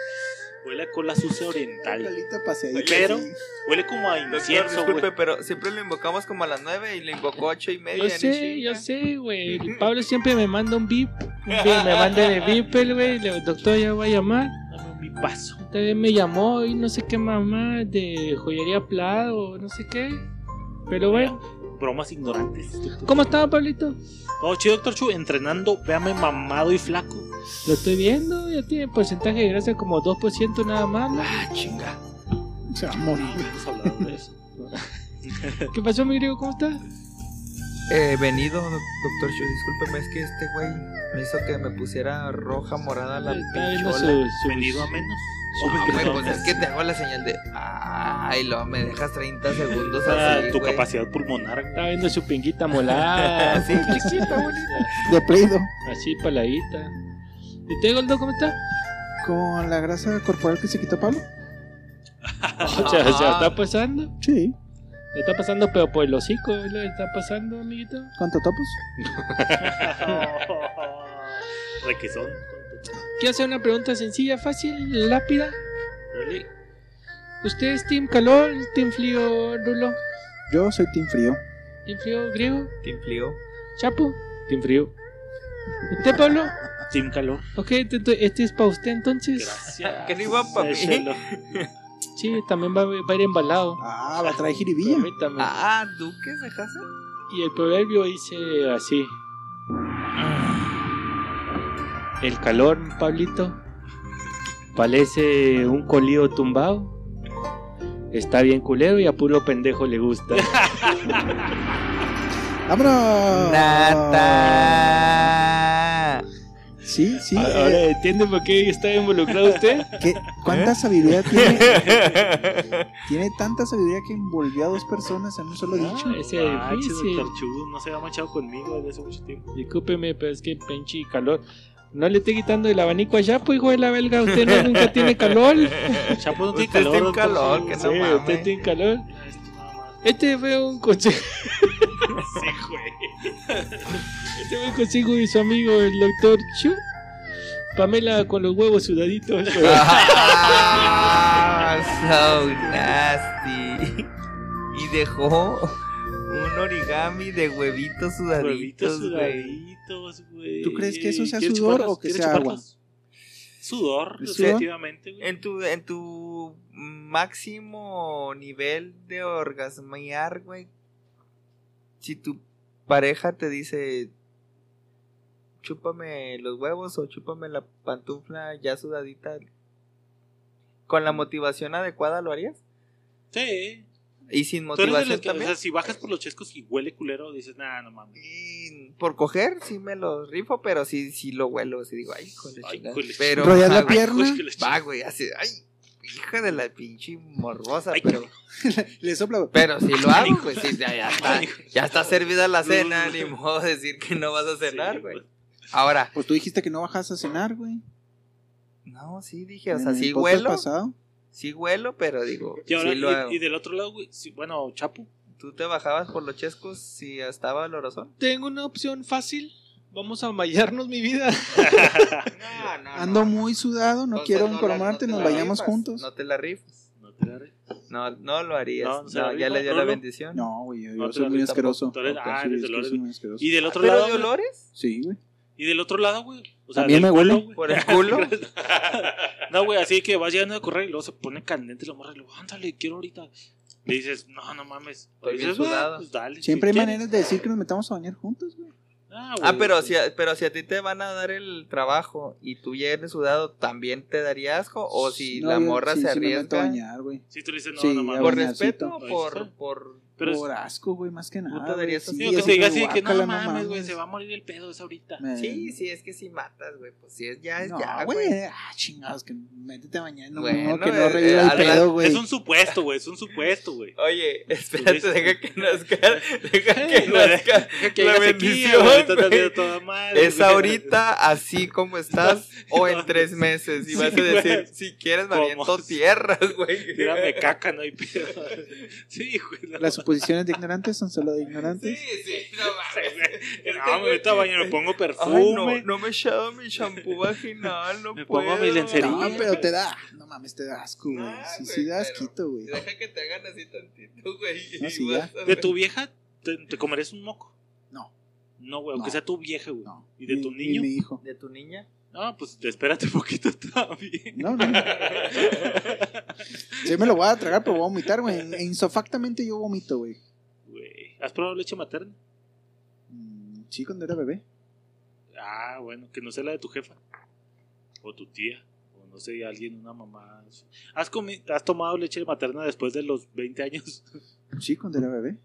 [SPEAKER 4] Huele a cola sucia
[SPEAKER 2] Una
[SPEAKER 4] oriental.
[SPEAKER 2] colita paseadita,
[SPEAKER 4] Pero-
[SPEAKER 2] sí.
[SPEAKER 4] Huele como a
[SPEAKER 5] Doctor,
[SPEAKER 4] incienso,
[SPEAKER 5] disculpe,
[SPEAKER 4] güey.
[SPEAKER 5] pero siempre lo invocamos como a las 9 y lo invocó 8 y media.
[SPEAKER 8] Yo
[SPEAKER 5] en
[SPEAKER 8] sé,
[SPEAKER 5] chinga.
[SPEAKER 8] yo sé, güey. El Pablo siempre me manda un bip, un bip, me manda el bip, el güey, el doctor ya va a llamar.
[SPEAKER 4] Dame un bipazo.
[SPEAKER 8] Esta vez me llamó y no sé qué mamá de joyería plado, no sé qué. Pero bueno,
[SPEAKER 4] Bromas ignorantes. Doctor.
[SPEAKER 8] ¿cómo estaba Pablito?
[SPEAKER 4] Todo chido, doctor Chu. Entrenando, véame mamado y flaco.
[SPEAKER 8] Lo estoy viendo, ya tiene porcentaje de grasa como 2% nada más. ¿no?
[SPEAKER 5] Ah, chinga.
[SPEAKER 2] Se va a morir.
[SPEAKER 4] Hemos hablado de eso.
[SPEAKER 8] ¿Qué pasó, mi griego? ¿Cómo estás?
[SPEAKER 5] Eh, venido, doc- doctor Shu. Discúlpeme, es que este güey me hizo que me pusiera roja, morada la
[SPEAKER 8] Está viendo
[SPEAKER 5] pinchola.
[SPEAKER 8] su, su-
[SPEAKER 4] Venido a menos.
[SPEAKER 8] su-
[SPEAKER 5] Ah, güey, pues es
[SPEAKER 4] Perdón.
[SPEAKER 5] que te hago la señal de. Ay, lo me dejas 30 segundos
[SPEAKER 4] Ah,
[SPEAKER 5] así.
[SPEAKER 4] tu
[SPEAKER 5] güey.
[SPEAKER 4] capacidad pulmonar, güey.
[SPEAKER 8] Está viendo su pinguita molada.
[SPEAKER 5] Sí, chiquita, bonita.
[SPEAKER 2] De pleido.
[SPEAKER 8] Así, paladita. ¿Y usted, Goldo, cómo está?
[SPEAKER 2] Con la grasa corporal que se quitó Pablo.
[SPEAKER 8] O sea, se la está pasando.
[SPEAKER 2] Sí.
[SPEAKER 8] Se está pasando, pero por el hocico, es lo que está pasando, amiguito.
[SPEAKER 2] ¿Con totopos?
[SPEAKER 4] Requesón.
[SPEAKER 8] Quiero hacer una pregunta sencilla, fácil, lápida.
[SPEAKER 4] Huele.
[SPEAKER 8] ¿Usted es Team Calor, Team Frío, Rulo?
[SPEAKER 2] Yo soy Team Frío.
[SPEAKER 8] ¿Team Frío, Griego?
[SPEAKER 5] Te inflió.
[SPEAKER 8] ¿Chapo? Team Frío. ¿Usted, Pablo?
[SPEAKER 4] Team calor.
[SPEAKER 8] Ok, te- te- este es para usted entonces.
[SPEAKER 4] Gracias.
[SPEAKER 5] Que no iba pa' mí.
[SPEAKER 4] Échelo.
[SPEAKER 8] Sí, también va, a- va a ir embalado.
[SPEAKER 2] Ah, va a traer jiribilla.
[SPEAKER 8] Permítame.
[SPEAKER 5] Ah, Duque se casa.
[SPEAKER 8] Y el proverbio dice así. Ah. El calor, Pablito, parece un colío tumbado Está bien culero y a puro pendejo le gusta.
[SPEAKER 2] ¡Vámonos!
[SPEAKER 5] Nata.
[SPEAKER 2] Sí, sí.
[SPEAKER 8] Ahora-
[SPEAKER 2] eh,
[SPEAKER 8] Ahora entiende por qué está involucrado usted.
[SPEAKER 2] ¿qué- ¿Cuánta
[SPEAKER 4] ¿Eh?
[SPEAKER 2] sabiduría tiene? Tiene tanta sabiduría que envolvió a dos personas en un solo dicho.
[SPEAKER 8] Ah, ese
[SPEAKER 4] Ah,
[SPEAKER 8] difícil.
[SPEAKER 4] doctor Chu, no se había manchado conmigo desde hace mucho tiempo.
[SPEAKER 8] Discúlpeme, pero es que pinche calor. No le esté quitando el abanico allá, pues hijo de la belga, usted no, nunca tiene calor.
[SPEAKER 4] Chapo no tiene
[SPEAKER 5] Usted
[SPEAKER 4] calor.
[SPEAKER 5] está en
[SPEAKER 4] doctor
[SPEAKER 5] calor,
[SPEAKER 4] Chu.
[SPEAKER 5] que no
[SPEAKER 8] Sí,
[SPEAKER 5] mames.
[SPEAKER 8] usted tiene calor.
[SPEAKER 4] Esto nada más.
[SPEAKER 8] Este fue un consejo. Este fue un consejo de su amigo, el doctor Chu. Pamela con los huevos sudaditos.
[SPEAKER 5] Ah, so nasty. Y dejó un origami de huevitos
[SPEAKER 4] Huevitos
[SPEAKER 5] sudaditos, güey.
[SPEAKER 4] sudaditos, güey.
[SPEAKER 2] ¿Tú crees que eso sea
[SPEAKER 4] ¿Quieres
[SPEAKER 2] sudor
[SPEAKER 4] chuparlos?
[SPEAKER 2] o que
[SPEAKER 4] ¿Quieres
[SPEAKER 2] sea agua?
[SPEAKER 4] chuparlos? Sudor,
[SPEAKER 5] ¿Es
[SPEAKER 2] sudor?
[SPEAKER 4] definitivamente, güey.
[SPEAKER 5] En tu, en tu máximo nivel de orgasmear, güey. Si tu pareja te dice, chúpame los huevos o chúpame la pantufla ya sudadita, con la motivación adecuada lo harías.
[SPEAKER 4] Sí.
[SPEAKER 5] Y sin
[SPEAKER 4] Tú eres de
[SPEAKER 5] motivación
[SPEAKER 4] los que, o sea,
[SPEAKER 5] también.
[SPEAKER 4] si bajas por los chescos y huele culero, dices, nah, no mames.
[SPEAKER 5] Y por coger, sí me lo rifo, pero sí, sí lo huelo. Sí digo, ay, con la
[SPEAKER 4] Ay,
[SPEAKER 5] chingada".
[SPEAKER 4] con la
[SPEAKER 5] Pero,
[SPEAKER 2] chingada. Rodear la
[SPEAKER 5] ah, güey,
[SPEAKER 2] pierna.
[SPEAKER 4] Ay, pues, que la
[SPEAKER 5] Va, güey, así, ay, hija de la pinche morbosa,
[SPEAKER 4] Ay,
[SPEAKER 5] pero.
[SPEAKER 2] Le sopla. güey.
[SPEAKER 5] Pero si lo hago,
[SPEAKER 4] Hijo.
[SPEAKER 5] pues sí, ya, ya está, ya está servida la cena, ni modo de decir que no vas a cenar,
[SPEAKER 4] Sí, pues.
[SPEAKER 5] güey. Ahora,
[SPEAKER 2] Pues tú dijiste que no bajas a cenar, güey.
[SPEAKER 5] no, sí dije, o sea,
[SPEAKER 2] En el
[SPEAKER 5] sí
[SPEAKER 2] podcast
[SPEAKER 5] huelo,
[SPEAKER 2] pasado.
[SPEAKER 5] sí huelo, pero digo,
[SPEAKER 4] Y, ahora,
[SPEAKER 5] sí lo
[SPEAKER 4] y-
[SPEAKER 5] hago.
[SPEAKER 4] y del otro lado, güey, sí, bueno, Chapo.
[SPEAKER 5] ¿Tú te bajabas por los chescos si estaba olorosón?
[SPEAKER 8] Tengo una opción fácil. Vamos a mallarnos mi vida.
[SPEAKER 4] Ah.
[SPEAKER 5] No, Ah, no,
[SPEAKER 2] Ando muy sudado, no
[SPEAKER 5] Entonces,
[SPEAKER 2] quiero
[SPEAKER 5] no la-
[SPEAKER 2] encormarte,
[SPEAKER 5] no te
[SPEAKER 2] nos
[SPEAKER 5] la
[SPEAKER 2] vayamos
[SPEAKER 5] rifas,
[SPEAKER 2] juntos.
[SPEAKER 5] No te la rifas.
[SPEAKER 4] No te la re-
[SPEAKER 5] No, no lo harías.
[SPEAKER 4] No, no se
[SPEAKER 5] No,
[SPEAKER 4] la
[SPEAKER 5] ya
[SPEAKER 4] rifa,
[SPEAKER 5] le dio la
[SPEAKER 4] Lolo.
[SPEAKER 5] bendición.
[SPEAKER 2] No, güey, yo, yo
[SPEAKER 4] No, tú
[SPEAKER 2] soy
[SPEAKER 4] eres
[SPEAKER 2] muy
[SPEAKER 4] tampoco-
[SPEAKER 2] asqueroso.
[SPEAKER 4] tú eres-
[SPEAKER 2] Ok,
[SPEAKER 4] ah,
[SPEAKER 2] sí,
[SPEAKER 4] eres
[SPEAKER 2] es
[SPEAKER 4] del
[SPEAKER 2] que
[SPEAKER 4] orden.
[SPEAKER 2] soy muy asqueroso.
[SPEAKER 4] Y del
[SPEAKER 5] Ah,
[SPEAKER 4] otro
[SPEAKER 5] ¿Pero
[SPEAKER 4] lado.
[SPEAKER 5] de
[SPEAKER 4] güey,
[SPEAKER 5] olores?
[SPEAKER 2] Sí, güey.
[SPEAKER 4] Y del otro lado, güey. O sea,
[SPEAKER 2] También
[SPEAKER 4] del
[SPEAKER 2] me huele.
[SPEAKER 4] culo, güey.
[SPEAKER 5] ¿Por el culo?
[SPEAKER 4] No, güey, así que vas llegando a correr y luego se pone candente la morra y luego, ándale, quiero ahorita. Le dices, no, no mames.
[SPEAKER 5] Estoy
[SPEAKER 4] Le
[SPEAKER 5] bien
[SPEAKER 4] dices, "Ah,
[SPEAKER 5] sudado".
[SPEAKER 4] Pues dale.
[SPEAKER 2] Siempre hay
[SPEAKER 4] si
[SPEAKER 2] maneras de decir que nos metamos a bañar juntos, güey.
[SPEAKER 4] quieres". Ah, güey,
[SPEAKER 5] Ah, pero
[SPEAKER 4] pues,
[SPEAKER 5] si, a- pero si a ti te van a dar el trabajo y tú ya eres sudado, ¿también te daría asco? ¿O si
[SPEAKER 2] No,
[SPEAKER 5] la
[SPEAKER 2] yo-
[SPEAKER 5] morra
[SPEAKER 2] sí,
[SPEAKER 5] se
[SPEAKER 2] sí me meto a
[SPEAKER 5] arriesga?
[SPEAKER 2] bañar, güey.
[SPEAKER 4] Si tú le dices, no,
[SPEAKER 2] Sí,
[SPEAKER 4] no
[SPEAKER 2] ya
[SPEAKER 4] mames.
[SPEAKER 5] ¿Por
[SPEAKER 2] bañar.
[SPEAKER 5] respeto o
[SPEAKER 4] Ahí
[SPEAKER 5] por,
[SPEAKER 4] está.
[SPEAKER 5] por...?
[SPEAKER 4] Pero es-
[SPEAKER 2] Por asco, güey, más que nada.
[SPEAKER 5] Puta,
[SPEAKER 2] güey.
[SPEAKER 5] darías así.
[SPEAKER 4] digo,
[SPEAKER 5] Sí,
[SPEAKER 4] que
[SPEAKER 2] así
[SPEAKER 4] te
[SPEAKER 2] como
[SPEAKER 4] diga así de que no
[SPEAKER 2] guácala,
[SPEAKER 4] mames, güey, se va a morir el pedo esa ahorita.
[SPEAKER 2] Me-
[SPEAKER 5] Sí, sí, es que si matas, güey, pues sí, es, ya es
[SPEAKER 2] Eh. No,
[SPEAKER 5] ya, güey.
[SPEAKER 2] güey. Ah, chingados, que métete a bañar. No,
[SPEAKER 5] Bueno,
[SPEAKER 2] no, que
[SPEAKER 5] eh,
[SPEAKER 2] no reviva
[SPEAKER 5] eh,
[SPEAKER 2] el pedo, güey.
[SPEAKER 4] Es un supuesto, güey, es un supuesto, güey.
[SPEAKER 5] Oye, espérate,
[SPEAKER 4] Sí.
[SPEAKER 5] deja que nazca, deja que
[SPEAKER 4] Sí, güey.
[SPEAKER 5] nazca
[SPEAKER 4] Que
[SPEAKER 5] la
[SPEAKER 4] llegas aquí,
[SPEAKER 5] bendición,
[SPEAKER 4] güey, estás
[SPEAKER 5] güey.
[SPEAKER 4] haciendo toda madre,
[SPEAKER 5] Es
[SPEAKER 4] güey.
[SPEAKER 5] ahorita así como estás o en tres meses. Y vas
[SPEAKER 4] Sí,
[SPEAKER 5] a decir,
[SPEAKER 4] güey.
[SPEAKER 5] si quieres, me
[SPEAKER 4] Como-
[SPEAKER 5] aviento tierra, güey.
[SPEAKER 4] Tírame caca, no hay pedo. Sí, güey. no
[SPEAKER 2] Las suposiciones de ignorantes son solo de
[SPEAKER 5] Sí,
[SPEAKER 2] ignorantes.
[SPEAKER 5] sí, no mames.
[SPEAKER 4] mames. Ah, No, me meto a bañar, me pongo perfume.
[SPEAKER 5] Ay, no, no me he echado mi shampoo vaginal, no
[SPEAKER 4] Me
[SPEAKER 5] puedo.
[SPEAKER 4] pongo mi lencería.
[SPEAKER 2] No, pero te da. No mames, te da asco, güey.
[SPEAKER 5] Ah,
[SPEAKER 2] Sí,
[SPEAKER 5] güey,
[SPEAKER 2] sí, da
[SPEAKER 5] pero-
[SPEAKER 2] asquito, güey.
[SPEAKER 5] Deja que te hagan así tantito, güey.
[SPEAKER 2] No,
[SPEAKER 5] y
[SPEAKER 2] sí,
[SPEAKER 5] vas
[SPEAKER 2] ya.
[SPEAKER 5] a
[SPEAKER 4] ¿De
[SPEAKER 5] ver.
[SPEAKER 4] tu vieja te, te comerías un moco?
[SPEAKER 2] No.
[SPEAKER 4] No, güey, aunque
[SPEAKER 2] No.
[SPEAKER 4] sea tu vieja, güey.
[SPEAKER 2] No.
[SPEAKER 4] ¿Y de tu
[SPEAKER 2] Ni-
[SPEAKER 4] niño?
[SPEAKER 2] Ni mi hijo.
[SPEAKER 5] ¿De tu niña?
[SPEAKER 4] No, pues espérate un poquito también.
[SPEAKER 2] No, no. Sí, me lo voy a tragar, pero voy a vomitar, güey. En- Insofactamente yo vomito, güey.
[SPEAKER 4] Güey, ¿Has probado leche materna?
[SPEAKER 2] Mm, Sí, cuando era bebé.
[SPEAKER 4] Ah, bueno, que no sea la de tu jefa. O tu tía. O no sé, alguien, una mamá. ¿Has, comi- has tomado leche materna después de los 20 años?
[SPEAKER 2] Sí, cuando era bebé.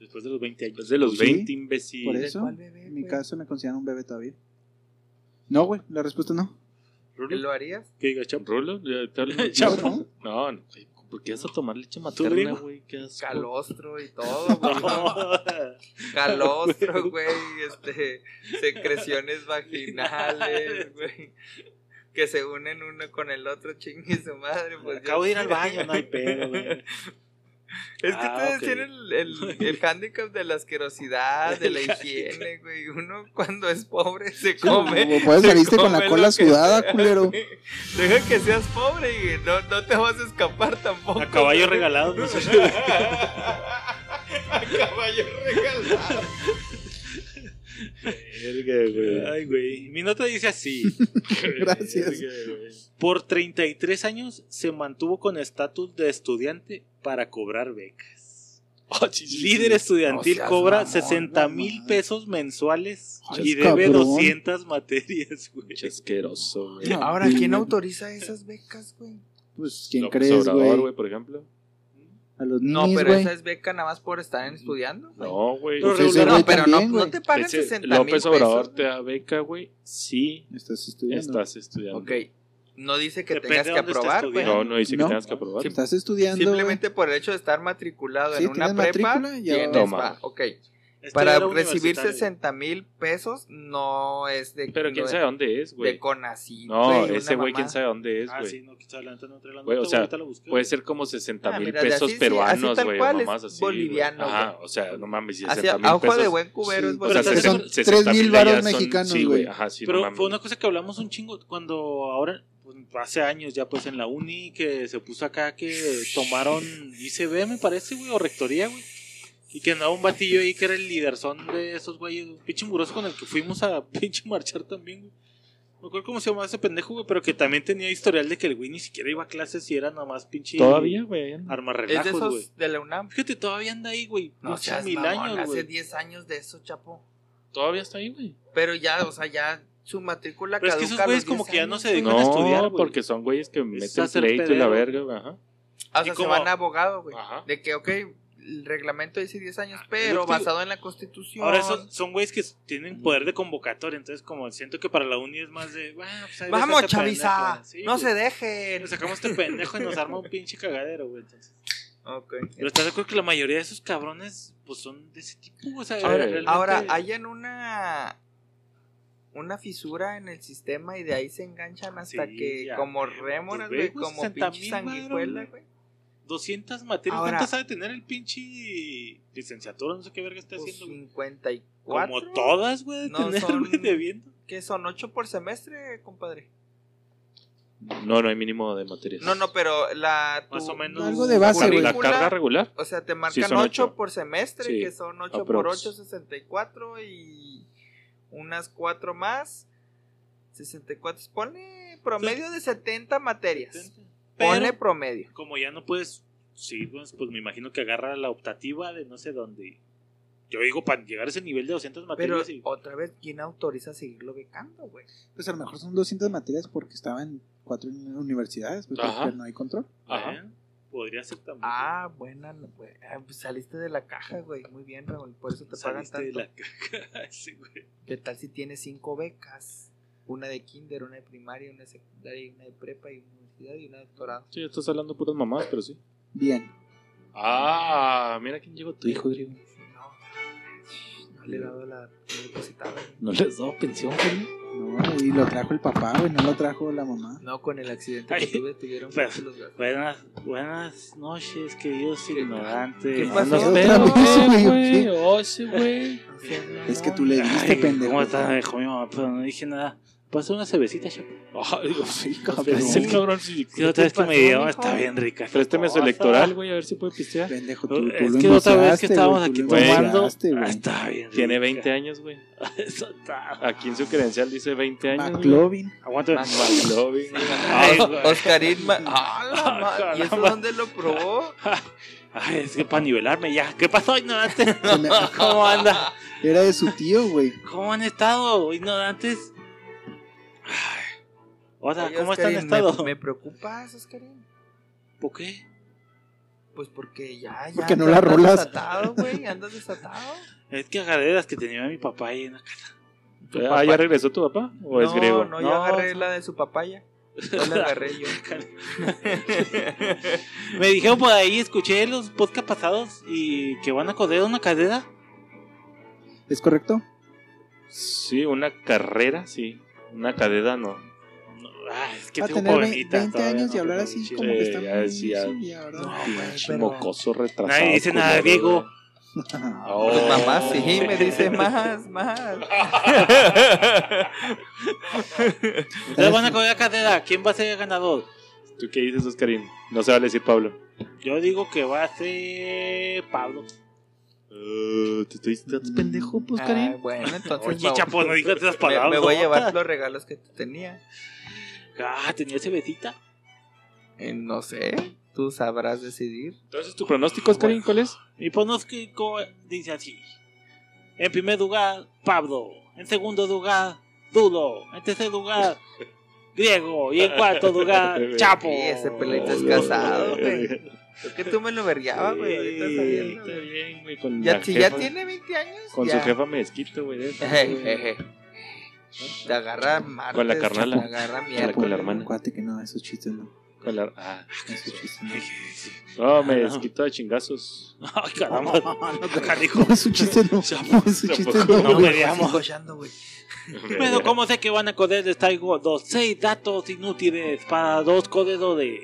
[SPEAKER 4] Después de los 20 años.
[SPEAKER 3] Es de los
[SPEAKER 2] Sí,
[SPEAKER 3] 20, imbécil.
[SPEAKER 2] Por
[SPEAKER 5] ¿De
[SPEAKER 2] eso,
[SPEAKER 5] cuál bebé,
[SPEAKER 2] en mi
[SPEAKER 5] güey?
[SPEAKER 2] caso me consideran un bebé todavía. No, güey, la respuesta no.
[SPEAKER 4] Rulo,
[SPEAKER 5] ¿Lo harías?
[SPEAKER 4] ¿Qué diga, champ?
[SPEAKER 3] ¿Rulo? ¿Ya te hablo?
[SPEAKER 4] Chavo.
[SPEAKER 2] No, no.
[SPEAKER 3] No, no. güey, ¿Por qué vas a tomar leche
[SPEAKER 4] ¿Tú,
[SPEAKER 3] materna,
[SPEAKER 4] Gringo?
[SPEAKER 3] güey? Qué asco.
[SPEAKER 5] Calostro y todo, güey. ¿no? Calostro, güey. Este, secreciones vaginales, güey. Que se unen uno con el otro, chingue su madre. Pues ya
[SPEAKER 4] Acabo de ir al
[SPEAKER 5] sé.
[SPEAKER 4] baño, no hay pedo, güey.
[SPEAKER 5] Es que
[SPEAKER 4] Ah,
[SPEAKER 5] ustedes
[SPEAKER 4] ok.
[SPEAKER 5] tienen el, el, el hándicap de la asquerosidad, de la higiene, güey. Uno cuando es pobre se come.
[SPEAKER 2] Como puedes
[SPEAKER 5] se
[SPEAKER 2] saliste con la
[SPEAKER 5] come
[SPEAKER 2] cola
[SPEAKER 5] lo que
[SPEAKER 2] sudada,
[SPEAKER 5] sea,
[SPEAKER 2] culero.
[SPEAKER 5] güey. Deja que seas pobre y no, no te vas a escapar tampoco.
[SPEAKER 4] A caballo
[SPEAKER 5] güey.
[SPEAKER 4] regalado, no sé.
[SPEAKER 5] A caballo regalado.
[SPEAKER 3] Verga, güey.
[SPEAKER 4] Ay, güey. Mi nota dice así.
[SPEAKER 2] Gracias.
[SPEAKER 3] Verga, güey.
[SPEAKER 4] Por 33 años se mantuvo con estatus de estudiante para cobrar becas.
[SPEAKER 3] Ah, sí, sí, sí.
[SPEAKER 4] Líder estudiantil
[SPEAKER 5] No seas
[SPEAKER 4] cobra
[SPEAKER 5] mamón,
[SPEAKER 2] no
[SPEAKER 4] 60 mil
[SPEAKER 2] mames.
[SPEAKER 4] pesos mensuales
[SPEAKER 2] Ay,
[SPEAKER 4] y
[SPEAKER 2] es
[SPEAKER 4] debe
[SPEAKER 2] cabrón.
[SPEAKER 4] 200 materias, güey.
[SPEAKER 3] Pinche asqueroso, güey.
[SPEAKER 2] No,
[SPEAKER 5] Ahora, ¿quién
[SPEAKER 2] güey,
[SPEAKER 5] autoriza esas becas, güey?
[SPEAKER 2] Pues, ¿quién
[SPEAKER 3] López
[SPEAKER 2] crees,
[SPEAKER 3] Obrador,
[SPEAKER 2] güey?
[SPEAKER 3] güey, por ejemplo.
[SPEAKER 2] A los niños,
[SPEAKER 5] No, pero
[SPEAKER 2] güey.
[SPEAKER 5] esa es beca nada más por estar en- estudiando. güey.
[SPEAKER 8] No, güey.
[SPEAKER 4] Pero
[SPEAKER 2] Pues ese
[SPEAKER 5] Pero,
[SPEAKER 2] güey
[SPEAKER 5] pero
[SPEAKER 2] también,
[SPEAKER 5] no,
[SPEAKER 2] güey.
[SPEAKER 5] no te pagan
[SPEAKER 8] Ese
[SPEAKER 5] 60 mil
[SPEAKER 8] López Obrador
[SPEAKER 5] pesos.
[SPEAKER 8] te da beca, güey, si
[SPEAKER 2] Estás estudiando.
[SPEAKER 8] estás estudiando.
[SPEAKER 5] Ok, no dice que
[SPEAKER 4] Depende
[SPEAKER 5] tengas
[SPEAKER 4] de
[SPEAKER 5] que
[SPEAKER 4] dónde estés
[SPEAKER 5] aprobar, güey.
[SPEAKER 8] No, no dice
[SPEAKER 2] No. pues,
[SPEAKER 8] que tengas que aprobar.
[SPEAKER 5] Sí.
[SPEAKER 2] Estás estudiando.
[SPEAKER 5] Simplemente por el hecho de estar matriculado
[SPEAKER 2] Sí,
[SPEAKER 5] en una
[SPEAKER 2] tienes
[SPEAKER 5] prepa,
[SPEAKER 2] matrícula y ya
[SPEAKER 5] tienes
[SPEAKER 8] Toma.
[SPEAKER 5] va, ok.
[SPEAKER 4] Esto
[SPEAKER 5] Para
[SPEAKER 4] era
[SPEAKER 5] recibir
[SPEAKER 4] universitario.
[SPEAKER 5] 60 mil pesos no es de,
[SPEAKER 8] Pero quién
[SPEAKER 5] no
[SPEAKER 8] sabe
[SPEAKER 5] es
[SPEAKER 8] dónde es,
[SPEAKER 5] de
[SPEAKER 8] güey.
[SPEAKER 5] Conacit,
[SPEAKER 8] No,
[SPEAKER 5] una
[SPEAKER 8] ese güey, quién
[SPEAKER 5] mamá.
[SPEAKER 8] sabe dónde es,
[SPEAKER 4] Ah, sí,
[SPEAKER 8] güey.
[SPEAKER 4] no, quizá adelante no trae la
[SPEAKER 8] Güey, o
[SPEAKER 4] nota,
[SPEAKER 8] sea,
[SPEAKER 4] ahorita lo busqué.
[SPEAKER 3] pues,
[SPEAKER 8] Puede ser como 60
[SPEAKER 5] Ah,
[SPEAKER 8] mil
[SPEAKER 5] mira, de
[SPEAKER 8] pesos
[SPEAKER 5] así sí, así
[SPEAKER 8] peruanos,
[SPEAKER 5] tal
[SPEAKER 8] güey, o
[SPEAKER 5] cual es
[SPEAKER 8] mamás así.
[SPEAKER 5] boliviano,
[SPEAKER 8] güey. Ajá,
[SPEAKER 5] güey.
[SPEAKER 8] o sea, no mames,
[SPEAKER 5] Así,
[SPEAKER 8] 60
[SPEAKER 5] a
[SPEAKER 8] mil
[SPEAKER 5] ojo de
[SPEAKER 8] pesos.
[SPEAKER 5] buen cubero
[SPEAKER 2] Sí,
[SPEAKER 5] es
[SPEAKER 2] pero
[SPEAKER 4] O sea,
[SPEAKER 5] bastante.
[SPEAKER 4] se-
[SPEAKER 2] son 3,000
[SPEAKER 8] mil
[SPEAKER 2] varos
[SPEAKER 8] ya son-
[SPEAKER 2] mexicanos,
[SPEAKER 8] Sí,
[SPEAKER 2] güey.
[SPEAKER 8] güey, ajá, sí,
[SPEAKER 4] Pero
[SPEAKER 8] no mames.
[SPEAKER 4] fue una cosa que hablamos un chingo cuando ahora, pues, hace años ya pues en la uni, que se puso acá que tomaron ICB, me parece, güey, o rectoría, güey. Y que andaba un batillo ahí que era el liderzón de esos güeyes, un pinche muroso con el que fuimos a pinche marchar también, güey. No acuerdo cómo se llamaba ese pendejo, güey, pero que también tenía historial de que el güey ni siquiera iba a clases y era nada más pinche.
[SPEAKER 8] Todavía, güey.
[SPEAKER 2] Ah.
[SPEAKER 4] Arma
[SPEAKER 5] Es de
[SPEAKER 4] relajos, güey.
[SPEAKER 5] esos de la UNAM.
[SPEAKER 4] Fíjate, todavía anda ahí, güey.
[SPEAKER 5] No
[SPEAKER 4] Pinches
[SPEAKER 5] seas
[SPEAKER 4] mil
[SPEAKER 5] mamón,
[SPEAKER 4] años,
[SPEAKER 5] hace
[SPEAKER 4] güey.
[SPEAKER 5] 10 años de eso, chapo.
[SPEAKER 8] Todavía está ahí, güey.
[SPEAKER 5] Pero ya, o sea, ya su matrícula
[SPEAKER 4] Pero es que
[SPEAKER 5] caduca
[SPEAKER 4] esos
[SPEAKER 5] a los
[SPEAKER 4] güeyes como
[SPEAKER 5] 10
[SPEAKER 4] que ya no
[SPEAKER 5] años,
[SPEAKER 4] se dedican
[SPEAKER 5] güey.
[SPEAKER 8] No,
[SPEAKER 4] a estudiar, güey.
[SPEAKER 8] porque son güeyes que meten
[SPEAKER 4] hacer
[SPEAKER 8] pleito y
[SPEAKER 4] pedero.
[SPEAKER 8] la verga, güey, ajá.
[SPEAKER 5] O sea,
[SPEAKER 4] Y
[SPEAKER 5] se
[SPEAKER 4] como- Ah.
[SPEAKER 5] van a abogado, güey.
[SPEAKER 8] Ajá.
[SPEAKER 5] De que, ok, el reglamento dice 10 años,
[SPEAKER 4] es lo
[SPEAKER 5] pero
[SPEAKER 4] que te digo.
[SPEAKER 5] basado en la constitución.
[SPEAKER 4] Ahora esos son güeyes que tienen poder de convocatoria, entonces como siento que para la uni es más de... "Ah, pues ahí ves a
[SPEAKER 5] Vamos,
[SPEAKER 4] este
[SPEAKER 5] chaviza,
[SPEAKER 4] pendejo". Sí,
[SPEAKER 5] no
[SPEAKER 4] güey.
[SPEAKER 5] se dejen.
[SPEAKER 4] Nos sacamos este pendejo y nos arma un pinche cagadero, güey. entonces.
[SPEAKER 5] Ok.
[SPEAKER 4] Pero estás de acuerdo que la mayoría de esos cabrones pues son de ese tipo, o sea,
[SPEAKER 8] Ahora-
[SPEAKER 4] realmente-
[SPEAKER 5] Ahora, hayan una una fisura en el sistema y de ahí se enganchan hasta
[SPEAKER 4] Ah, Sí,
[SPEAKER 5] que
[SPEAKER 4] ya,
[SPEAKER 5] como
[SPEAKER 4] güey,
[SPEAKER 5] rémoras,
[SPEAKER 4] pues,
[SPEAKER 5] güey,
[SPEAKER 4] güey,
[SPEAKER 5] como
[SPEAKER 4] 60,000
[SPEAKER 5] pinche sanguijuela,
[SPEAKER 4] varos,
[SPEAKER 5] güey.
[SPEAKER 4] 200 materias,
[SPEAKER 5] Ahora-
[SPEAKER 4] ¿cuántas sabe tener el pinche licenciatura? No sé qué verga está
[SPEAKER 5] Pues,
[SPEAKER 4] haciendo, güey.
[SPEAKER 5] 54.
[SPEAKER 4] Como todas, güey, de
[SPEAKER 5] No,
[SPEAKER 4] tener,
[SPEAKER 5] son-
[SPEAKER 4] güey, debiendo.
[SPEAKER 5] que son 8 por semestre, compadre.
[SPEAKER 8] No, no hay mínimo de materias.
[SPEAKER 5] No, no, pero la
[SPEAKER 4] Más
[SPEAKER 5] tu-
[SPEAKER 4] o menos.
[SPEAKER 2] algo de base,
[SPEAKER 8] La-
[SPEAKER 2] güey.
[SPEAKER 8] La carga regular.
[SPEAKER 5] O sea, te marcan
[SPEAKER 8] son
[SPEAKER 5] 8,
[SPEAKER 8] ocho.
[SPEAKER 5] por semestre,
[SPEAKER 8] Sí,
[SPEAKER 5] que son 8 por
[SPEAKER 8] aprox.
[SPEAKER 5] 8, 64 y unas 4 más. 64, pone promedio de 70 materias. Pone
[SPEAKER 4] Pero
[SPEAKER 5] promedio.
[SPEAKER 4] como ya no puedes, sí, pues, pues me imagino que agarra la optativa de no sé dónde. Yo digo, para llegar a ese nivel de 200
[SPEAKER 5] Pero
[SPEAKER 4] materias y-
[SPEAKER 5] otra vez, ¿quién autoriza seguirlo becando, güey?
[SPEAKER 2] Pues a lo mejor son 200 materias porque estaban en cuatro universidades, pues,
[SPEAKER 8] Ajá.
[SPEAKER 2] pero no hay control.
[SPEAKER 8] Ajá.
[SPEAKER 4] Eh, Podría ser también.
[SPEAKER 5] Ah, buena, güey. Ah, pues saliste de la caja, güey. Muy bien, Raúl. Por eso te pagan
[SPEAKER 4] Saliste
[SPEAKER 5] tanto.
[SPEAKER 4] de la caja. ese güey.
[SPEAKER 5] ¿Qué tal si tienes 5 becas? Una de kinder, una de primaria, una de secundaria, una de prepa y una universidad y una de doctorado.
[SPEAKER 8] Sí, estás hablando puras mamás, pero sí.
[SPEAKER 2] Bien.
[SPEAKER 8] Ah, mira quién llegó tu hijo, Griego.
[SPEAKER 5] No, no le he dado la la depositada. güey.
[SPEAKER 8] No les doy pensión, güey.
[SPEAKER 2] No, y lo trajo el papá, güey, no lo trajo la mamá.
[SPEAKER 5] No, con el accidente que
[SPEAKER 4] Ay,
[SPEAKER 5] tuve tuvieron
[SPEAKER 4] pero-
[SPEAKER 5] muchos los gastos.
[SPEAKER 4] Buenas, buenas noches, queridos ignorantes.
[SPEAKER 5] ¿Qué
[SPEAKER 2] Ah,
[SPEAKER 4] Buenas
[SPEAKER 5] pasó?
[SPEAKER 4] noches.
[SPEAKER 2] Otra
[SPEAKER 8] Pero,
[SPEAKER 2] vez, güey, sí.
[SPEAKER 8] güey. Oh, sí, güey.
[SPEAKER 2] Es que tú le diste,
[SPEAKER 4] Ay,
[SPEAKER 2] pendejo.
[SPEAKER 4] ¿Cómo estás? Me dijo mi mamá, pero no dije nada. Pasa una cervecita, chapo.
[SPEAKER 8] Ah, digo, sí,
[SPEAKER 2] cabrón.
[SPEAKER 8] cabrón. Sí, cabrón, sí.
[SPEAKER 4] Sí, otra vez que me
[SPEAKER 5] pasó,
[SPEAKER 4] dio,
[SPEAKER 5] mijo?
[SPEAKER 4] está bien rica.
[SPEAKER 8] Présteme su
[SPEAKER 4] Cosa.
[SPEAKER 8] electoral, güey, a ver si puede pistear.
[SPEAKER 2] Pendejo, tú, tú
[SPEAKER 4] Es
[SPEAKER 2] lo
[SPEAKER 4] que otra vez
[SPEAKER 2] embociaste,
[SPEAKER 4] que
[SPEAKER 2] güey,
[SPEAKER 4] estábamos
[SPEAKER 2] tú
[SPEAKER 4] aquí
[SPEAKER 2] lo
[SPEAKER 4] tomando.
[SPEAKER 2] embociaste,
[SPEAKER 4] Ah,
[SPEAKER 2] güey.
[SPEAKER 4] está bien.
[SPEAKER 8] Tiene
[SPEAKER 4] rica.
[SPEAKER 8] 20 años, güey.
[SPEAKER 4] Eso está.
[SPEAKER 8] Aquí en su credencial dice 20 años. güey.
[SPEAKER 2] McLovin.
[SPEAKER 4] Aguanta.
[SPEAKER 8] McLovin, güey.
[SPEAKER 4] Ay, güey.
[SPEAKER 5] Oscarín, ma- ¡Ah, la ma- ¿y eso
[SPEAKER 4] Caramba.
[SPEAKER 5] dónde lo probó?
[SPEAKER 4] Ay, es que para nivelarme ya. ¿Qué pasó, ignorantes?
[SPEAKER 2] Se me-
[SPEAKER 4] ¿Cómo anda?
[SPEAKER 2] Era de su tío, güey.
[SPEAKER 4] ¿Cómo han estado, ignorantes? Ay. Hola,
[SPEAKER 5] Oye,
[SPEAKER 4] ¿cómo están
[SPEAKER 5] Oscarín,
[SPEAKER 4] estado?
[SPEAKER 5] Me, me preocupas, Oscarín.
[SPEAKER 4] ¿Por qué?
[SPEAKER 5] Pues porque ya, ya.
[SPEAKER 2] Porque no
[SPEAKER 5] andas-
[SPEAKER 2] la
[SPEAKER 5] andas
[SPEAKER 2] rolas.
[SPEAKER 5] desatado, güey, andas desatado.
[SPEAKER 4] Es que agarré las que tenía mi papá ahí en la casa.
[SPEAKER 8] Ah, ¿ya regresó tu papá? ¿O es
[SPEAKER 5] no,
[SPEAKER 8] griego?
[SPEAKER 5] No, yo
[SPEAKER 4] No,
[SPEAKER 5] agarré
[SPEAKER 4] no.
[SPEAKER 5] la de su papaya. No la agarré yo.
[SPEAKER 4] Me dijeron por ahí, escuché los podcast pasados y que van a correr una carrera.
[SPEAKER 2] ¿Es correcto?
[SPEAKER 8] Sí, una carrera, sí. Una cadena, no.
[SPEAKER 4] No, ay, Ah, es que
[SPEAKER 2] Va a
[SPEAKER 4] tengo
[SPEAKER 2] tener ve-
[SPEAKER 4] pobrecitas,
[SPEAKER 2] 20
[SPEAKER 4] todavía
[SPEAKER 2] años
[SPEAKER 4] no
[SPEAKER 2] y hablar
[SPEAKER 4] tengo
[SPEAKER 2] así
[SPEAKER 4] chile.
[SPEAKER 2] como que está
[SPEAKER 8] Sí,
[SPEAKER 2] muy...
[SPEAKER 8] ya decía.
[SPEAKER 2] sí, ya, ¿verdad?
[SPEAKER 5] pero-
[SPEAKER 8] Mocoso retrasado.
[SPEAKER 4] Nadie dice nada,
[SPEAKER 8] culero,
[SPEAKER 4] Diego.
[SPEAKER 8] güey.
[SPEAKER 2] No,
[SPEAKER 8] Oh.
[SPEAKER 5] Pues mamá sí, me dice más, más.
[SPEAKER 4] Ustedes van a correr la carrera. ¿Quién va a ser el ganador?
[SPEAKER 8] ¿Tú qué dices, Oscarín? No se vale decir Pablo.
[SPEAKER 4] Yo digo que va a ser Pablo.
[SPEAKER 8] Eh, te estoy estás pendejo, pues,
[SPEAKER 5] Ah,
[SPEAKER 8] Karim.
[SPEAKER 5] bueno, entonces.
[SPEAKER 4] Oye,
[SPEAKER 5] me-
[SPEAKER 4] chapo, no digas esas
[SPEAKER 5] me,
[SPEAKER 4] palabras.
[SPEAKER 5] me voy a llevar los regalos que tú tenías.
[SPEAKER 4] Ah, tenía cervecita.
[SPEAKER 5] Eh, no sé, tú sabrás decidir.
[SPEAKER 8] Entonces, ¿tu pronóstico, Oscarín, Pues, cuál es?
[SPEAKER 4] Mi pronóstico dice así. En primer lugar, Pablo. En segundo lugar, Dulo. En tercer lugar, Griego. Y en cuarto lugar, Chapo.
[SPEAKER 5] Sí, ese pelito pues, es
[SPEAKER 8] Oh,
[SPEAKER 5] casado, güey.
[SPEAKER 8] güey.
[SPEAKER 5] Creo que tú me lo vergueaba, güey. ahorita
[SPEAKER 3] Sí,
[SPEAKER 5] sabiendo,
[SPEAKER 3] está
[SPEAKER 5] güey.
[SPEAKER 3] bien, güey. Con
[SPEAKER 5] Ya,
[SPEAKER 3] la
[SPEAKER 5] si ya
[SPEAKER 3] jefa-
[SPEAKER 5] tiene 20 años.
[SPEAKER 3] Con
[SPEAKER 5] ya.
[SPEAKER 3] su jefa me desquito, güey. de eso,
[SPEAKER 5] Eje,
[SPEAKER 3] güey.
[SPEAKER 5] eje. Te agarra martes,
[SPEAKER 3] Con la carnala.
[SPEAKER 5] Te agarra
[SPEAKER 3] la-
[SPEAKER 5] mierda.
[SPEAKER 3] con la
[SPEAKER 5] güey.
[SPEAKER 3] hermana.
[SPEAKER 2] Acuérdate que no, esos chistes no.
[SPEAKER 3] Con la- ah.
[SPEAKER 2] Esos chistes no.
[SPEAKER 5] Ah,
[SPEAKER 3] No, me desquito a chingazos.
[SPEAKER 4] Ay, caramba. Canijo.
[SPEAKER 2] Esos chistes no. Esos chistes
[SPEAKER 4] Tampoco,
[SPEAKER 2] no.
[SPEAKER 4] no
[SPEAKER 5] Así
[SPEAKER 4] veríamos.
[SPEAKER 5] cochando, güey.
[SPEAKER 4] Pero ¿cómo sé que van a coder? Les traigo dos, seis datos inútiles para dos codedores.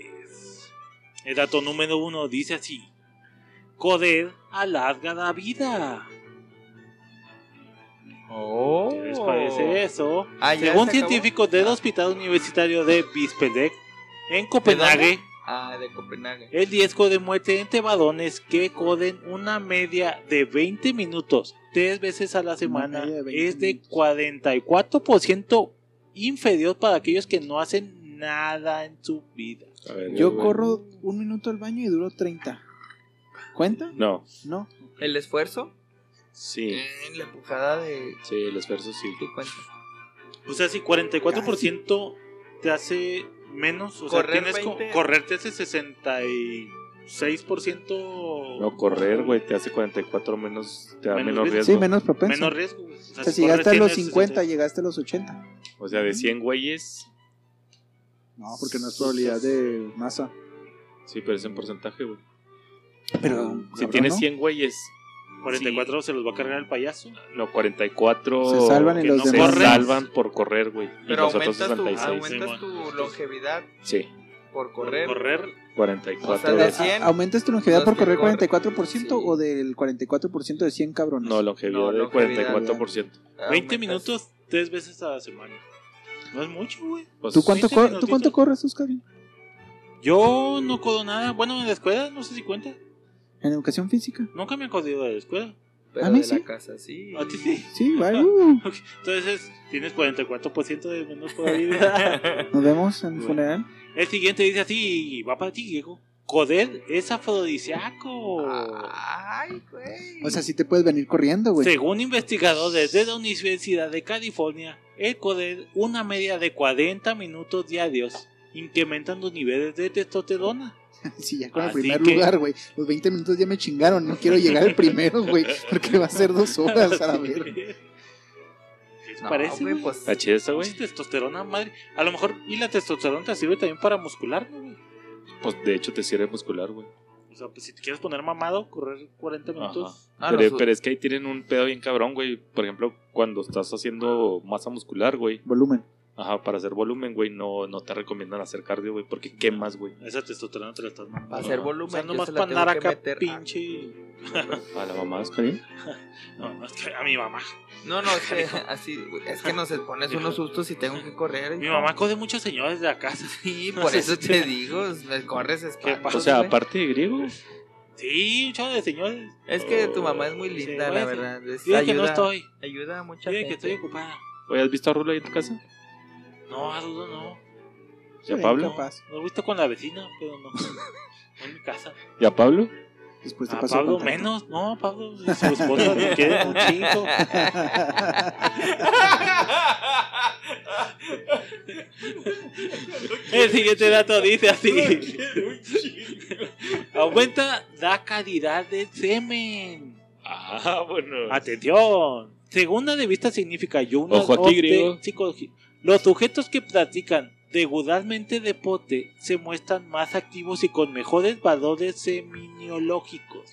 [SPEAKER 4] El dato número uno dice así. Coder alarga la vida.
[SPEAKER 5] Oh.
[SPEAKER 4] ¿Qué les parece eso?
[SPEAKER 5] Ah, ¿ya
[SPEAKER 4] Según
[SPEAKER 5] se acabó?
[SPEAKER 4] científicos del Hospital Universitario de Bispedec, en Copenhague,
[SPEAKER 5] Ah, de Copenhague.
[SPEAKER 4] el riesgo de muerte entre varones que coden una media de 20 minutos tres veces a la semana
[SPEAKER 2] media de 20
[SPEAKER 4] es de
[SPEAKER 2] minutos.
[SPEAKER 4] 44% inferior para aquellos que no hacen nada en su vida.
[SPEAKER 3] A ver,
[SPEAKER 2] Yo
[SPEAKER 3] güey.
[SPEAKER 2] corro un minuto al baño y duro 30. ¿Cuenta?
[SPEAKER 3] No,
[SPEAKER 2] No.
[SPEAKER 5] El esfuerzo.
[SPEAKER 3] sí.
[SPEAKER 5] Mm, La empujada de.
[SPEAKER 3] Sí, el esfuerzo sí.
[SPEAKER 5] ¿Qué cuenta?
[SPEAKER 4] O sea, si 44% te hace menos, o
[SPEAKER 5] Correr
[SPEAKER 4] sea, tienes co-
[SPEAKER 5] 20.
[SPEAKER 4] correr te hace 66%.
[SPEAKER 3] No, correr, güey, te hace 44 menos, te da
[SPEAKER 4] Menos
[SPEAKER 3] menos
[SPEAKER 4] riesgo.
[SPEAKER 3] riesgo.
[SPEAKER 2] Sí, menos propenso.
[SPEAKER 4] Menos riesgo. güey.
[SPEAKER 2] o sea,
[SPEAKER 4] sea, si
[SPEAKER 2] si llegaste a
[SPEAKER 4] corres
[SPEAKER 2] los
[SPEAKER 4] tienes
[SPEAKER 2] 50,
[SPEAKER 4] 60.
[SPEAKER 2] llegaste a los 80.
[SPEAKER 3] O sea, de 100 güeyes,
[SPEAKER 2] No, porque no es probabilidad de masa.
[SPEAKER 3] sí, pero es en porcentaje, güey.
[SPEAKER 2] Pero
[SPEAKER 3] Si
[SPEAKER 2] cabrón,
[SPEAKER 3] tienes
[SPEAKER 2] ¿no?
[SPEAKER 3] 100 güeyes,
[SPEAKER 4] 44 se los va a cargar el payaso.
[SPEAKER 3] no, 44
[SPEAKER 2] Se salvan y
[SPEAKER 3] que
[SPEAKER 2] los
[SPEAKER 3] no se
[SPEAKER 2] demás-
[SPEAKER 3] salvan por correr, güey. Y
[SPEAKER 5] Pero
[SPEAKER 3] los otros
[SPEAKER 5] aumentas tu,
[SPEAKER 3] 66.
[SPEAKER 5] aumentas tu longevidad
[SPEAKER 3] Sí,
[SPEAKER 5] por
[SPEAKER 4] Correr.
[SPEAKER 5] correr. O
[SPEAKER 3] 44.
[SPEAKER 5] sea, de
[SPEAKER 3] veces.
[SPEAKER 5] 100.
[SPEAKER 2] ¿Aumentas tu longevidad
[SPEAKER 5] Los
[SPEAKER 2] por
[SPEAKER 5] que
[SPEAKER 2] correr
[SPEAKER 5] corren.
[SPEAKER 2] 44%
[SPEAKER 5] Sí.
[SPEAKER 2] o del 44% de 100 cabrones?
[SPEAKER 3] No, longevidad
[SPEAKER 5] No,
[SPEAKER 3] del
[SPEAKER 5] longevidad.
[SPEAKER 3] 44%.
[SPEAKER 4] 20
[SPEAKER 5] aumentas-
[SPEAKER 4] minutos, tres veces a la semana. No es mucho, güey.
[SPEAKER 3] Pues,
[SPEAKER 2] ¿Tú cuánto,
[SPEAKER 4] 20
[SPEAKER 2] cor- ¿Tú
[SPEAKER 4] minutitos.
[SPEAKER 2] cuánto corres, Oscar?
[SPEAKER 4] Yo no codo nada. Bueno, en la escuela, no sé si cuenta.
[SPEAKER 2] En educación física.
[SPEAKER 4] Nunca me han codido de la escuela.
[SPEAKER 5] Pero
[SPEAKER 2] A mí
[SPEAKER 5] de
[SPEAKER 2] sí.
[SPEAKER 5] la casa, sí.
[SPEAKER 4] A ti sí.
[SPEAKER 2] Sí, vale. uh.
[SPEAKER 4] Entonces, tienes 44% de menos probabilidad.
[SPEAKER 2] Nos vemos en el
[SPEAKER 4] Bueno.
[SPEAKER 2] funeral.
[SPEAKER 4] El siguiente dice así, y va para ti, Diego. Coder es afrodisiaco.
[SPEAKER 5] Ah. Ay, güey.
[SPEAKER 2] O sea, sí te puedes venir corriendo, güey.
[SPEAKER 4] Según investigadores de la Universidad de California, el coder una media de 40 minutos diarios incrementan los niveles de testosterona.
[SPEAKER 2] Sí, ya con el
[SPEAKER 4] Así
[SPEAKER 2] primer
[SPEAKER 4] que-
[SPEAKER 2] lugar, güey. Los 20 minutos ya me chingaron. No quiero llegar al primero, güey. Porque va a ser dos horas, a ver.
[SPEAKER 4] ¿Qué te
[SPEAKER 5] No,
[SPEAKER 4] parece,
[SPEAKER 5] güey,
[SPEAKER 4] güey?
[SPEAKER 5] pues,
[SPEAKER 3] Está chida esa, güey.
[SPEAKER 4] Pinche testosterona, madre. A lo mejor, y la testosterona te sirve también para muscular, ¿no, güey?
[SPEAKER 3] Pues de hecho te sirve muscular, güey.
[SPEAKER 4] O sea, pues si te quieres poner mamado, correr 40 minutos.
[SPEAKER 3] Ajá.
[SPEAKER 5] Ah,
[SPEAKER 3] pero,
[SPEAKER 5] no, su-
[SPEAKER 3] pero es que ahí tienen un pedo bien cabrón, güey. Por ejemplo, cuando estás haciendo masa muscular, güey.
[SPEAKER 2] Volumen.
[SPEAKER 3] Ajá, para hacer volumen, güey, no, no te recomiendan hacer cardio, güey, porque quemas, güey.
[SPEAKER 4] Esa testosterona te la estás mamando.
[SPEAKER 5] Para hacer
[SPEAKER 3] Ajá.
[SPEAKER 4] O
[SPEAKER 5] volumen,
[SPEAKER 4] sea,
[SPEAKER 5] yo
[SPEAKER 4] nomás
[SPEAKER 5] se la
[SPEAKER 4] para
[SPEAKER 5] tengo
[SPEAKER 4] andar
[SPEAKER 5] que
[SPEAKER 4] acá
[SPEAKER 5] meter ah, a-
[SPEAKER 4] pinche.
[SPEAKER 3] A la mamá, ¿está bien?
[SPEAKER 4] No, no, es que a mi mamá.
[SPEAKER 5] No, no, es que así, güey, es que nos pones unos sustos y tengo que correr.
[SPEAKER 4] Mi
[SPEAKER 5] hijo.
[SPEAKER 4] mamá code muchos señores de la casa.
[SPEAKER 5] Sí, por eso te digo, me corres espantos,
[SPEAKER 3] O sea,
[SPEAKER 5] güey.
[SPEAKER 3] aparte de griego,
[SPEAKER 4] Sí, un chavo de señores.
[SPEAKER 5] Es que tu mamá es muy linda,
[SPEAKER 4] Sí,
[SPEAKER 5] la
[SPEAKER 4] güey, sí.
[SPEAKER 5] verdad. les
[SPEAKER 4] Dile
[SPEAKER 5] ayuda,
[SPEAKER 4] que no estoy.
[SPEAKER 5] ayuda a mucha
[SPEAKER 4] Dile que
[SPEAKER 5] gente.
[SPEAKER 4] estoy ocupada.
[SPEAKER 3] güey, ¿has visto a Rulo ahí en tu casa?
[SPEAKER 4] No, a dudo no.
[SPEAKER 3] ¿Y a
[SPEAKER 2] Sí,
[SPEAKER 3] Pablo?
[SPEAKER 4] No, no he visto con la vecina, pero no. No en mi casa.
[SPEAKER 3] ¿Y a Pablo?
[SPEAKER 2] Después Pues te
[SPEAKER 4] A
[SPEAKER 2] paso el
[SPEAKER 4] Ah, Pablo
[SPEAKER 2] contacto.
[SPEAKER 4] menos. No, Pablo, su esposa lo quiere muchito. El siguiente dato dice así. Aumenta la calidad del semen.
[SPEAKER 3] Ah, bueno.
[SPEAKER 4] Pues, Atención. Según la revista significa una
[SPEAKER 3] Ojo aquí,
[SPEAKER 4] of the
[SPEAKER 3] griego.
[SPEAKER 4] Psychology, los sujetos que practican regularmente deporte se muestran más activos y con mejores valores seminiológicos,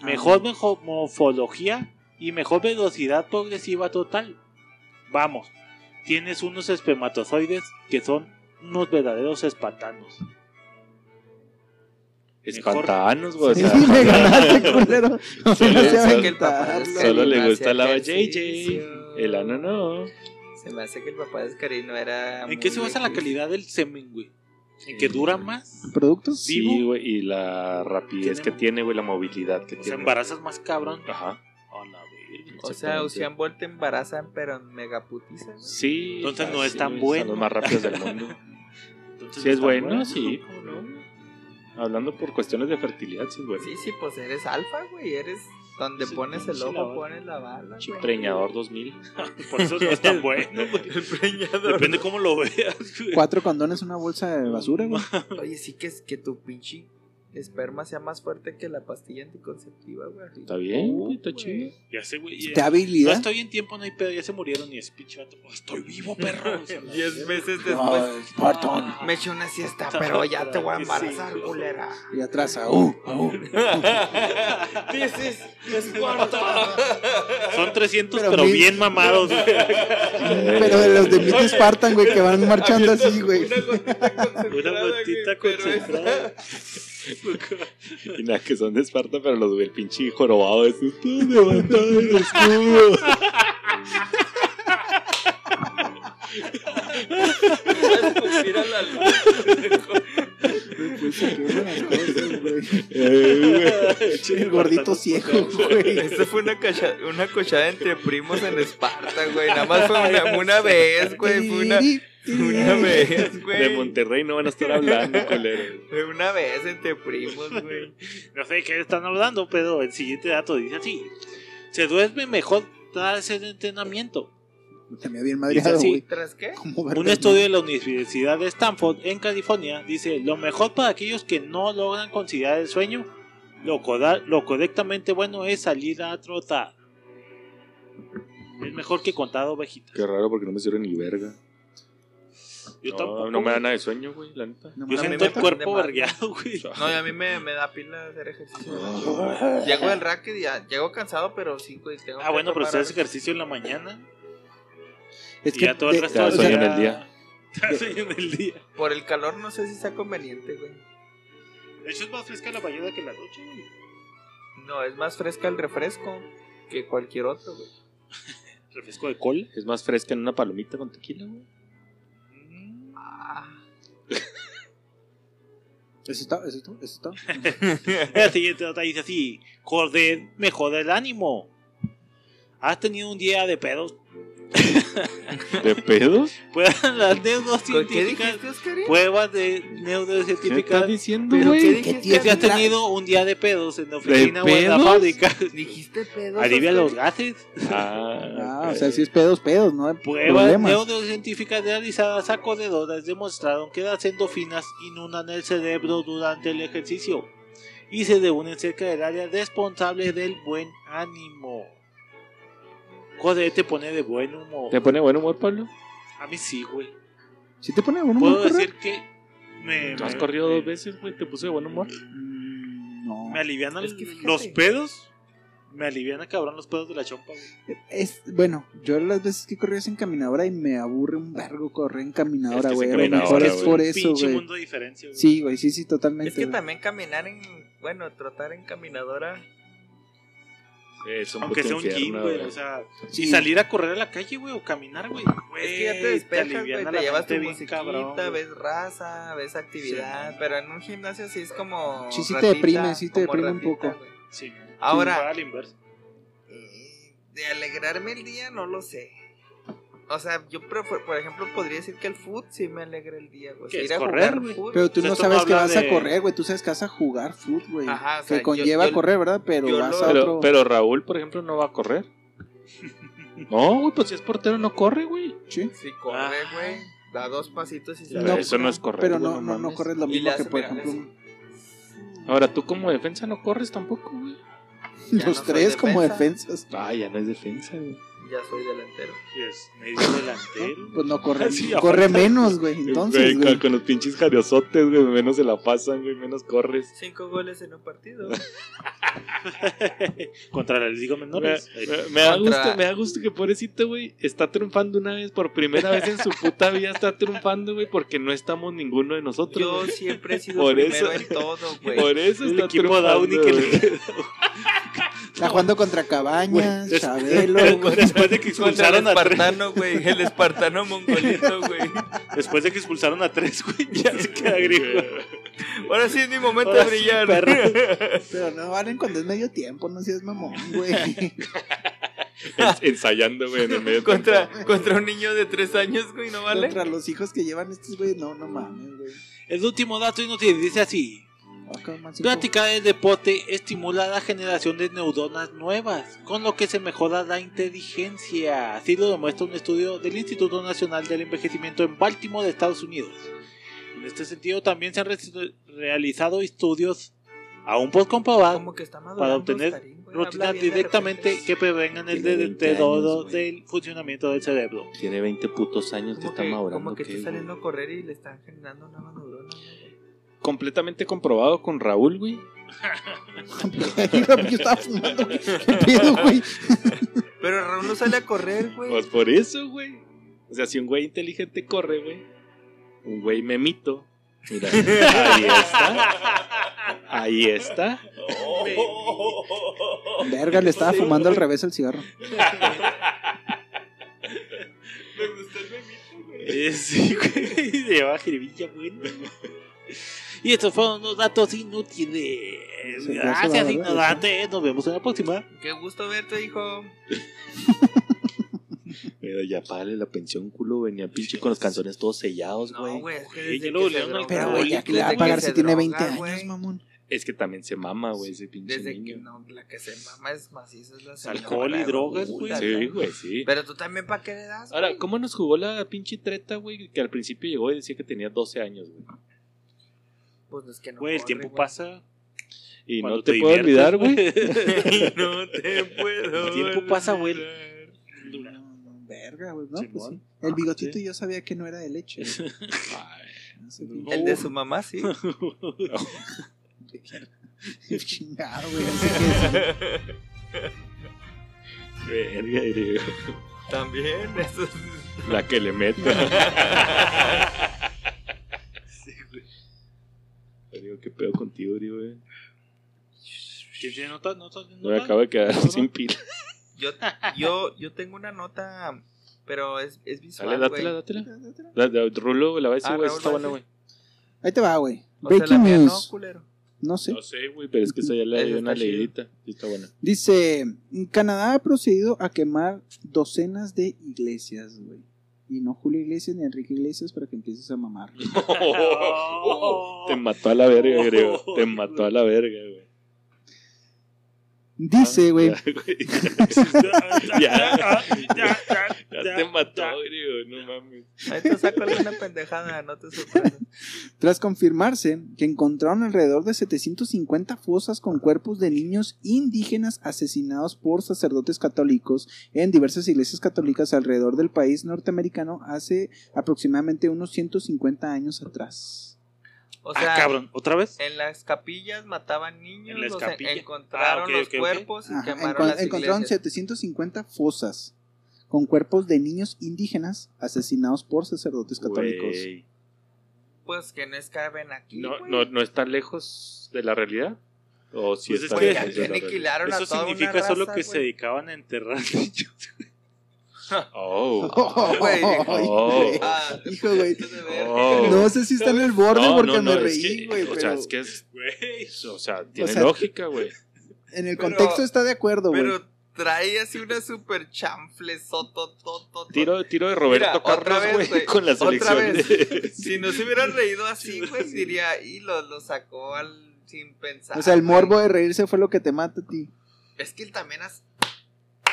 [SPEAKER 2] Ah,
[SPEAKER 4] mejor mejo- morfología y mejor velocidad progresiva total. Vamos, tienes unos espermatozoides que son unos verdaderos espatanos.
[SPEAKER 3] Espantanos, güey. O sea,
[SPEAKER 2] Sí, me ganaste, culero. No
[SPEAKER 3] Se le-
[SPEAKER 2] sé
[SPEAKER 3] se-
[SPEAKER 5] que el papá se-
[SPEAKER 2] aventarlo.
[SPEAKER 3] solo le
[SPEAKER 5] Hacía
[SPEAKER 3] gusta la
[SPEAKER 5] ejercicio.
[SPEAKER 3] JJ. El ano no.
[SPEAKER 5] Se me hace que el papá de Oscarín no era. muy
[SPEAKER 4] ¿En qué se basa la
[SPEAKER 5] X.
[SPEAKER 4] calidad del semen, güey? ¿En que dura más?
[SPEAKER 2] ¿Productos?
[SPEAKER 3] Sí,
[SPEAKER 4] ¿Vivo?
[SPEAKER 3] güey, y la rapidez que
[SPEAKER 4] Tiene-
[SPEAKER 3] tiene, güey, la movilidad que
[SPEAKER 4] ¿O sea,
[SPEAKER 3] tiene.
[SPEAKER 4] embarazas más cabrón?
[SPEAKER 3] Ajá.
[SPEAKER 4] A la verga.
[SPEAKER 5] O sea,
[SPEAKER 3] Exactamente.
[SPEAKER 5] Usain Bolt te embarazan, pero en megaputiza. güey.
[SPEAKER 3] Sí.
[SPEAKER 4] Entonces no
[SPEAKER 3] ah,
[SPEAKER 4] es
[SPEAKER 3] sí,
[SPEAKER 4] tan
[SPEAKER 3] güey,
[SPEAKER 4] bueno.
[SPEAKER 3] Son los más rápidos del mundo.
[SPEAKER 4] Entonces,
[SPEAKER 3] Sí es
[SPEAKER 4] ¿está
[SPEAKER 3] bueno, sí. ¿cómo no? Hablando por cuestiones de fertilidad, sí es bueno.
[SPEAKER 5] Sí, sí, pues eres alfa, güey. Eres donde
[SPEAKER 4] Sí,
[SPEAKER 5] pones el
[SPEAKER 4] sí, la bala.
[SPEAKER 5] ojo, pones la bala.
[SPEAKER 3] Pinche
[SPEAKER 5] güey.
[SPEAKER 3] Preñador 2000.
[SPEAKER 4] Por eso no es tan bueno, güey. Depende cómo lo veas, güey.
[SPEAKER 2] Cuatro condones, una bolsa de basura, güey.
[SPEAKER 5] Oye, sí que es que tu pinche esperma sea más fuerte que la pastilla anticonceptiva, güey.
[SPEAKER 8] Está bien, güey, está chido.
[SPEAKER 4] Ya sé, Uh, güey.
[SPEAKER 2] Si
[SPEAKER 4] ya-
[SPEAKER 2] te da
[SPEAKER 4] No
[SPEAKER 2] habilidad.
[SPEAKER 4] estoy en tiempo, no hay pedo. Ya se murieron y es pinche vato. "Oh, Estoy vivo, perro. O sea, la-
[SPEAKER 5] Diez meses después
[SPEAKER 2] Ay, Spartan.
[SPEAKER 5] me eché una siesta, pero ya te voy a embarazar, culera.
[SPEAKER 2] Y atrás, aú, aú.
[SPEAKER 5] This is Sparta.
[SPEAKER 4] Son 300,
[SPEAKER 2] Pero
[SPEAKER 4] pero,
[SPEAKER 2] mil-
[SPEAKER 4] bien mamados. güey.
[SPEAKER 2] Pero de los de Meet Spartan, güey, que van marchando así, güey.
[SPEAKER 5] Una gotita
[SPEAKER 4] Una
[SPEAKER 5] concentrada,
[SPEAKER 4] gotita
[SPEAKER 5] güey, pero esa-
[SPEAKER 4] concentrada.
[SPEAKER 3] Y nada, que son de Esparta, pero los ve el pinche jorobado de sus "Tú levanta el escudo.
[SPEAKER 5] Voy a escupir a la luz.
[SPEAKER 2] Pues, se quedan las cosas, güey.
[SPEAKER 3] Eh,
[SPEAKER 2] El gordito ciego, güey.
[SPEAKER 5] Esta fue una, cacha- una cochada entre primos en Esparta, güey. Nada más fue una, una vez, güey. Fue una, una vez,
[SPEAKER 3] güey. De
[SPEAKER 5] güey.
[SPEAKER 3] Monterrey no van a estar hablando, colero.
[SPEAKER 5] Fue una vez entre primos, güey.
[SPEAKER 4] No sé de qué están hablando, pero el siguiente dato dice así: Se duerme mejor tras el entrenamiento.
[SPEAKER 2] También bien
[SPEAKER 4] Dice
[SPEAKER 2] madreado,
[SPEAKER 4] así,
[SPEAKER 2] güey.
[SPEAKER 5] ¿Tras qué?
[SPEAKER 2] ¿Cómo
[SPEAKER 4] Un
[SPEAKER 2] verga?
[SPEAKER 4] estudio de la Universidad de Stanford en California dice lo mejor para aquellos que no logran conciliar el sueño, lo, coda- lo correctamente bueno es salir a trotar. Es mejor que contar ovejitas.
[SPEAKER 3] Qué raro porque no me sirve ni verga.
[SPEAKER 4] Yo
[SPEAKER 3] no,
[SPEAKER 4] tampoco,
[SPEAKER 3] no me da
[SPEAKER 4] güey.
[SPEAKER 3] nada de sueño, güey, la neta.
[SPEAKER 2] No
[SPEAKER 4] Yo
[SPEAKER 5] A mí
[SPEAKER 2] mames,
[SPEAKER 4] siento
[SPEAKER 5] me
[SPEAKER 4] el
[SPEAKER 5] prende
[SPEAKER 4] cuerpo
[SPEAKER 5] mal.
[SPEAKER 4] vergueado, güey.
[SPEAKER 5] No, y a mí me, me da pila hacer ejercicio. Llego del rack y ya llego cansado, pero cinco y tengo
[SPEAKER 4] Ah, bueno, pero si
[SPEAKER 5] usted
[SPEAKER 4] haces ejercicio en la mañana
[SPEAKER 2] Es
[SPEAKER 4] y
[SPEAKER 2] que
[SPEAKER 4] ya todo el
[SPEAKER 2] de-
[SPEAKER 4] resto
[SPEAKER 3] Te da
[SPEAKER 4] del
[SPEAKER 2] o sea,
[SPEAKER 3] sueño
[SPEAKER 4] día-
[SPEAKER 3] en el día.
[SPEAKER 4] Te da sueño en el día.
[SPEAKER 5] Por el calor no sé si sea conveniente, güey.
[SPEAKER 4] De hecho, es más fresca la mañana que la noche, güey.
[SPEAKER 5] No, es más fresca el refresco que cualquier otro, güey.
[SPEAKER 4] Refresco de cola.
[SPEAKER 3] Es más fresca en una palomita con tequila, güey.
[SPEAKER 5] Ah,
[SPEAKER 2] Eso está, eso está, eso está.
[SPEAKER 4] El siguiente nota dice así: Joder, mejora el ánimo. ¿Has tenido un día de pedos?
[SPEAKER 3] ¿De pedos?
[SPEAKER 4] Pruebas las
[SPEAKER 5] ¿Con ¿Qué
[SPEAKER 4] neurocientíficas.
[SPEAKER 5] dijiste, Oscarín?
[SPEAKER 4] Pruebas de
[SPEAKER 3] ¿Qué me estás
[SPEAKER 4] neurocientíficas.
[SPEAKER 3] diciendo,
[SPEAKER 5] ¿Pero
[SPEAKER 3] güey?
[SPEAKER 5] qué
[SPEAKER 2] ¿Qué
[SPEAKER 5] dijiste?
[SPEAKER 2] tienes?
[SPEAKER 4] Si has
[SPEAKER 2] La-
[SPEAKER 4] tenido un día de pedos en la oficina o en la
[SPEAKER 3] pedos?
[SPEAKER 4] fábrica,
[SPEAKER 5] Dijiste pedos.
[SPEAKER 4] alivia
[SPEAKER 5] Oscarín?
[SPEAKER 4] los gases.
[SPEAKER 3] Ah,
[SPEAKER 2] Ah, o sea, si es pedos, pedos, no hay
[SPEAKER 4] Pruebas
[SPEAKER 2] problemas.
[SPEAKER 4] neurocientíficas realizadas a corredoras demostraron que las endorfinas inundan el cerebro durante el ejercicio y se reúnen cerca del área responsable del buen ánimo. Joder, te pone de buen humor.
[SPEAKER 3] ¿Te pone buen humor, Pablo?
[SPEAKER 4] A mí sí, güey.
[SPEAKER 2] Si te pone uno
[SPEAKER 4] Puedo
[SPEAKER 2] muy
[SPEAKER 4] decir que me,
[SPEAKER 3] ¿Tú has
[SPEAKER 4] me-
[SPEAKER 3] corrido
[SPEAKER 4] me-
[SPEAKER 3] dos veces, güey? ¿Te puse de buen humor?
[SPEAKER 2] mm, No.
[SPEAKER 4] Me alivian
[SPEAKER 5] Es que fíjate.
[SPEAKER 4] los pedos. Me alivian, cabrón, los pedos de la chompa, güey.
[SPEAKER 2] Es, bueno, yo las veces que he corrido es en caminadora y me aburre un vergo correr en
[SPEAKER 4] Es
[SPEAKER 2] caminadora,
[SPEAKER 4] que
[SPEAKER 2] güey.
[SPEAKER 4] se
[SPEAKER 2] A lo
[SPEAKER 4] camina
[SPEAKER 2] mejor
[SPEAKER 3] ahora,
[SPEAKER 2] es
[SPEAKER 3] güey.
[SPEAKER 2] por eso,
[SPEAKER 4] Pinche
[SPEAKER 2] güey.
[SPEAKER 4] mundo de diferencia, güey.
[SPEAKER 2] Sí, güey, sí, sí, totalmente.
[SPEAKER 5] Es que
[SPEAKER 2] güey.
[SPEAKER 5] también caminar en. Bueno, trotar en caminadora.
[SPEAKER 3] Es
[SPEAKER 4] Aunque sea un gym, güey. O sea,
[SPEAKER 2] Sí.
[SPEAKER 4] Y salir a correr a la calle, güey, o caminar, güey.
[SPEAKER 5] Es que ya te
[SPEAKER 4] aliviana
[SPEAKER 5] despejas, güey.
[SPEAKER 4] la
[SPEAKER 5] Te llevas tu
[SPEAKER 4] mente bien
[SPEAKER 5] musiquita,
[SPEAKER 4] cabrón, güey.
[SPEAKER 5] ves raza, ves actividad. Pero en un gimnasio sí es como.
[SPEAKER 2] Sí, sí te
[SPEAKER 5] ratita,
[SPEAKER 2] deprime, sí te
[SPEAKER 5] como
[SPEAKER 2] deprime un
[SPEAKER 5] ratita,
[SPEAKER 2] poco.
[SPEAKER 5] güey.
[SPEAKER 4] Sí.
[SPEAKER 5] Ahora,
[SPEAKER 4] Igual a la inversa.
[SPEAKER 5] Eh, De alegrarme el día, no lo sé. O sea, yo, prefer- por ejemplo, podría decir que el foot sí me alegra el día, güey.
[SPEAKER 4] Que
[SPEAKER 5] Ir
[SPEAKER 4] es
[SPEAKER 5] a
[SPEAKER 4] correr,
[SPEAKER 5] jugar
[SPEAKER 4] güey.
[SPEAKER 5] fut.
[SPEAKER 2] Pero tú
[SPEAKER 4] O sea,
[SPEAKER 2] no
[SPEAKER 4] esto
[SPEAKER 2] sabes
[SPEAKER 4] no
[SPEAKER 2] que
[SPEAKER 4] habla
[SPEAKER 2] vas a
[SPEAKER 4] de-
[SPEAKER 2] correr, güey. Tú sabes que vas a jugar foot, güey.
[SPEAKER 5] Ajá, o sea,
[SPEAKER 2] que
[SPEAKER 5] yo-
[SPEAKER 2] conlleva
[SPEAKER 5] yo-
[SPEAKER 2] correr, ¿verdad? Pero
[SPEAKER 5] yo
[SPEAKER 2] vas
[SPEAKER 5] lo-
[SPEAKER 2] a
[SPEAKER 3] Pero,
[SPEAKER 2] otro.
[SPEAKER 3] pero Raúl, por ejemplo, no va a correr. No, güey, pues si es portero no corre, güey.
[SPEAKER 2] Sí.
[SPEAKER 5] Sí, corre,
[SPEAKER 4] Ah.
[SPEAKER 5] güey. Da dos pasitos y se
[SPEAKER 2] No,
[SPEAKER 3] Eso no es correr.
[SPEAKER 2] Pero
[SPEAKER 3] güey,
[SPEAKER 2] no, no, no
[SPEAKER 3] mames.
[SPEAKER 2] corres lo
[SPEAKER 5] Y
[SPEAKER 2] mismo
[SPEAKER 5] le
[SPEAKER 2] que,
[SPEAKER 5] hace
[SPEAKER 2] por
[SPEAKER 5] mirar
[SPEAKER 2] ejemplo,
[SPEAKER 5] así.
[SPEAKER 3] Ahora, tú como defensa no corres tampoco, güey.
[SPEAKER 5] Ya
[SPEAKER 2] los
[SPEAKER 5] no soy
[SPEAKER 2] tres como
[SPEAKER 5] defensa.
[SPEAKER 2] defensas.
[SPEAKER 3] Ah, ya no es defensa, güey.
[SPEAKER 5] Ya soy delantero.
[SPEAKER 4] Yes, me dice delantero.
[SPEAKER 2] Pues no corre,
[SPEAKER 4] Sí,
[SPEAKER 2] corre menos, güey. Entonces,
[SPEAKER 3] Güey,
[SPEAKER 2] güey.
[SPEAKER 3] con, con los pinches jadiosotes, güey, menos se la pasan, güey, menos corres.
[SPEAKER 5] Cinco goles en un partido.
[SPEAKER 4] Contra la Liga
[SPEAKER 3] Me,
[SPEAKER 5] Pues,
[SPEAKER 4] Menores.
[SPEAKER 3] me- me da
[SPEAKER 5] Contra-
[SPEAKER 3] gusto, me da gusto que pobrecito, güey, está triunfando una vez, por primera vez en su puta vida está triunfando, güey, porque no estamos ninguno de nosotros.
[SPEAKER 5] Yo
[SPEAKER 3] güey.
[SPEAKER 5] siempre he sido
[SPEAKER 3] Por
[SPEAKER 5] primero
[SPEAKER 3] eso-
[SPEAKER 5] en todo, güey.
[SPEAKER 3] Por eso
[SPEAKER 4] Es el
[SPEAKER 3] está
[SPEAKER 4] equipo
[SPEAKER 3] triunfando,
[SPEAKER 4] Downey que
[SPEAKER 3] güey.
[SPEAKER 4] le
[SPEAKER 2] Está jugando contra Cabañas,
[SPEAKER 4] Güey, es-
[SPEAKER 2] Chabelo, güey.
[SPEAKER 4] después de que
[SPEAKER 5] pues, Contra el
[SPEAKER 4] expulsaron a tres.
[SPEAKER 5] espartano, güey. El espartano mongolito, güey.
[SPEAKER 4] Después de que expulsaron a tres, güey, ya se queda gringo.
[SPEAKER 5] Ahora sí es mi momento
[SPEAKER 4] Ahora
[SPEAKER 5] de
[SPEAKER 4] sí,
[SPEAKER 5] brillar.
[SPEAKER 4] perro.
[SPEAKER 2] Pero no valen cuando es medio tiempo, no seas mamón, güey.
[SPEAKER 3] Ens- ensayando, güey, en el medio.
[SPEAKER 5] contra, contra un niño de tres años, güey, ¿no vale?
[SPEAKER 2] Contra los hijos que llevan estos, güey. No, no mames, güey.
[SPEAKER 4] El último dato inútil dice así:
[SPEAKER 2] Acá, man, cinco.
[SPEAKER 4] Practicar el deporte estimula la generación de neuronas nuevas, con lo que se mejora la inteligencia. Así lo demuestra un estudio del Instituto Nacional del Envejecimiento en Baltimore, de Estados Unidos. En este sentido, también se han re- realizado estudios a un postcompa va
[SPEAKER 5] Como que está madurando
[SPEAKER 4] Ah, obtener
[SPEAKER 5] Karim, güey, habla
[SPEAKER 4] rutinas
[SPEAKER 5] bien de
[SPEAKER 4] directamente
[SPEAKER 5] repente.
[SPEAKER 4] que prevengan el
[SPEAKER 10] Tiene 20
[SPEAKER 4] deterioro
[SPEAKER 10] años, güey.
[SPEAKER 4] del funcionamiento del cerebro.
[SPEAKER 10] Tiene 20 putos
[SPEAKER 2] Este
[SPEAKER 10] años que
[SPEAKER 5] Como
[SPEAKER 10] está
[SPEAKER 5] que,
[SPEAKER 10] madurando.
[SPEAKER 5] como que
[SPEAKER 10] ¿qué,
[SPEAKER 5] está
[SPEAKER 10] güey?
[SPEAKER 5] saliendo a correr y le están generando una neurona.
[SPEAKER 3] Completamente comprobado con Raúl, güey.
[SPEAKER 2] Yo estaba fumando, güey. ¿Qué pedo, güey?
[SPEAKER 5] Pero Raúl no sale a correr, güey.
[SPEAKER 3] Pues por eso, güey. O sea, si un güey inteligente corre, güey. Un güey memito. Mira, ahí está. Ahí está.
[SPEAKER 2] Verga, le estaba fumando al revés el cigarro.
[SPEAKER 4] Eh, Sí, güey, lleva jiribilla, güey. Y estos fueron los datos inútiles.
[SPEAKER 2] Sí, ya se va,
[SPEAKER 4] Gracias,
[SPEAKER 2] ¿verdad?
[SPEAKER 4] ignorantes. Nos vemos en la próxima.
[SPEAKER 5] Qué gusto verte, hijo.
[SPEAKER 4] pues,
[SPEAKER 10] Pero ya págale la pensión, culo, venía pinche con los canciones todos sellados,
[SPEAKER 5] No,
[SPEAKER 10] güey.
[SPEAKER 5] güey, es que
[SPEAKER 4] Güey,
[SPEAKER 5] desde
[SPEAKER 4] ya
[SPEAKER 5] que
[SPEAKER 4] luego
[SPEAKER 5] se
[SPEAKER 4] le dan
[SPEAKER 5] droga,
[SPEAKER 2] Pero, güey, ya que le va
[SPEAKER 5] desde
[SPEAKER 2] a pagar
[SPEAKER 5] se
[SPEAKER 2] si tiene
[SPEAKER 5] droga,
[SPEAKER 2] 20 años,
[SPEAKER 5] güey,
[SPEAKER 2] mamón.
[SPEAKER 3] Es que también se mama, güey, ese pinche
[SPEAKER 5] Desde que
[SPEAKER 3] niño.
[SPEAKER 5] no, la que se mama es maciza es la señora,
[SPEAKER 4] Alcohol y
[SPEAKER 5] güey,
[SPEAKER 4] drogas, güey. Ah,
[SPEAKER 5] puta,
[SPEAKER 3] Sí,
[SPEAKER 5] ¿no?
[SPEAKER 3] güey, sí.
[SPEAKER 5] Pero tú también, ¿para qué le das?
[SPEAKER 3] Ahora,
[SPEAKER 5] güey?
[SPEAKER 3] ¿cómo nos jugó la pinche treta, güey? Que al principio llegó y decía que tenía 12 años, güey.
[SPEAKER 5] Pues es que no
[SPEAKER 4] Güey, el
[SPEAKER 5] corre,
[SPEAKER 4] tiempo
[SPEAKER 5] güey.
[SPEAKER 4] pasa.
[SPEAKER 3] Y
[SPEAKER 4] cuando
[SPEAKER 3] no te, puedo
[SPEAKER 4] diviertes,
[SPEAKER 3] olvidar, güey.
[SPEAKER 5] no te puedo.
[SPEAKER 4] El tiempo pasa, güey.
[SPEAKER 2] Verga, güey, ¿no? Pues sí.
[SPEAKER 4] Simón.
[SPEAKER 2] El bigotito yo sabía que no era de leche. güey. No sé, güey.
[SPEAKER 5] El de su mamá, sí.
[SPEAKER 2] Chingado, güey. así que sí.
[SPEAKER 3] Verga, diría yo.
[SPEAKER 5] También, eso es-
[SPEAKER 3] La que le meto. Digo, ¿qué pedo contigo, Uri, güey?
[SPEAKER 4] ¿Quién tiene notas? ¿Notas?
[SPEAKER 3] No me acabo de quedar
[SPEAKER 4] No, no.
[SPEAKER 3] sin pila.
[SPEAKER 5] Yo, yo, yo tengo una nota, pero es, es
[SPEAKER 3] Dale,
[SPEAKER 5] visual,
[SPEAKER 3] dátela,
[SPEAKER 5] güey.
[SPEAKER 3] dátela. La, la- Rulo, güey, la va a decir,
[SPEAKER 5] Ah,
[SPEAKER 3] güey,
[SPEAKER 5] Raúl
[SPEAKER 3] está
[SPEAKER 5] va a
[SPEAKER 3] buena, güey.
[SPEAKER 5] decir.
[SPEAKER 2] Ahí te va, güey.
[SPEAKER 5] O sea, la
[SPEAKER 2] Breaking
[SPEAKER 5] mía no,
[SPEAKER 2] news.
[SPEAKER 5] culero.
[SPEAKER 2] No sé.
[SPEAKER 3] No sé, güey, pero es que esa ya la
[SPEAKER 5] Esa
[SPEAKER 3] dio
[SPEAKER 5] está
[SPEAKER 3] una
[SPEAKER 5] chida.
[SPEAKER 3] leidita. Sí, está buena.
[SPEAKER 2] Dice, Canadá ha procedido a quemar docenas de iglesias, güey. Y no Julio Iglesias ni Enrique Iglesias para que empieces a mamar.
[SPEAKER 3] Oh, Te mató a la verga, creo. Te mató a la verga, güey.
[SPEAKER 2] Dice, güey.
[SPEAKER 5] Ah,
[SPEAKER 3] Ya.
[SPEAKER 4] Ya,
[SPEAKER 3] Ya
[SPEAKER 4] ya,
[SPEAKER 3] te mató,
[SPEAKER 4] ya.
[SPEAKER 3] güey, no mames.
[SPEAKER 5] Ahí te saco alguna pendejada, no te sorprendas.
[SPEAKER 2] Tras confirmarse que encontraron alrededor de 750 fosas con cuerpos de niños indígenas asesinados por sacerdotes católicos en diversas iglesias católicas alrededor del país norteamericano hace aproximadamente unos 150 años atrás.
[SPEAKER 5] O
[SPEAKER 4] Ah,
[SPEAKER 5] sea,
[SPEAKER 4] cabrón, ¿otra vez?
[SPEAKER 5] en las capillas mataban niños,
[SPEAKER 4] En las
[SPEAKER 5] los en-
[SPEAKER 4] capillas.
[SPEAKER 5] encontraron
[SPEAKER 4] Ah, ok,
[SPEAKER 5] los
[SPEAKER 4] ok, ok.
[SPEAKER 5] cuerpos y
[SPEAKER 2] Ajá,
[SPEAKER 5] quemaron
[SPEAKER 2] encon-
[SPEAKER 5] las
[SPEAKER 2] encontraron
[SPEAKER 5] iglesias.
[SPEAKER 2] 750 fosas con cuerpos de niños indígenas asesinados por sacerdotes católicos.
[SPEAKER 3] Güey.
[SPEAKER 5] Pues que no escaben aquí,
[SPEAKER 3] No,
[SPEAKER 5] güey.
[SPEAKER 3] no, no está lejos de la realidad. O si
[SPEAKER 4] Pues es
[SPEAKER 3] está
[SPEAKER 4] que-
[SPEAKER 5] Güey,
[SPEAKER 3] lejos
[SPEAKER 5] aquí
[SPEAKER 3] de la realidad.
[SPEAKER 5] aniquilaron a
[SPEAKER 4] Eso
[SPEAKER 5] toda una
[SPEAKER 4] significa solo
[SPEAKER 5] raza,
[SPEAKER 4] que se
[SPEAKER 5] güey.
[SPEAKER 4] dedicaban a enterrar niños.
[SPEAKER 3] Oh.
[SPEAKER 5] güey.
[SPEAKER 3] Oh.
[SPEAKER 5] Ah,
[SPEAKER 2] Hijo, güey.
[SPEAKER 5] de ver.
[SPEAKER 3] Oh.
[SPEAKER 2] No sé si está en el borde
[SPEAKER 3] No,
[SPEAKER 2] porque
[SPEAKER 3] no, no,
[SPEAKER 2] me
[SPEAKER 3] es
[SPEAKER 2] reí,
[SPEAKER 3] que-
[SPEAKER 2] güey.
[SPEAKER 3] O
[SPEAKER 2] pero
[SPEAKER 3] sea, es que es.
[SPEAKER 4] Güey.
[SPEAKER 3] O sea, tiene
[SPEAKER 2] sea-
[SPEAKER 3] lógica, güey.
[SPEAKER 2] en el
[SPEAKER 5] pero-
[SPEAKER 2] contexto está de acuerdo, güey.
[SPEAKER 5] Pero trae así una super chanfle soto
[SPEAKER 3] Tiro, tiro de Roberto
[SPEAKER 5] Mira, otra
[SPEAKER 3] Carlos,
[SPEAKER 5] vez,
[SPEAKER 3] güey,
[SPEAKER 5] güey,
[SPEAKER 3] con la
[SPEAKER 5] otra
[SPEAKER 3] selección.
[SPEAKER 5] vez.
[SPEAKER 3] de-
[SPEAKER 5] Si no se hubieran reído así, güey, diría, y lo, lo sacó al, sin pensar.
[SPEAKER 2] O sea, el
[SPEAKER 5] güey.
[SPEAKER 2] morbo de reírse fue lo que te mata a ti.
[SPEAKER 5] Es que él también hace.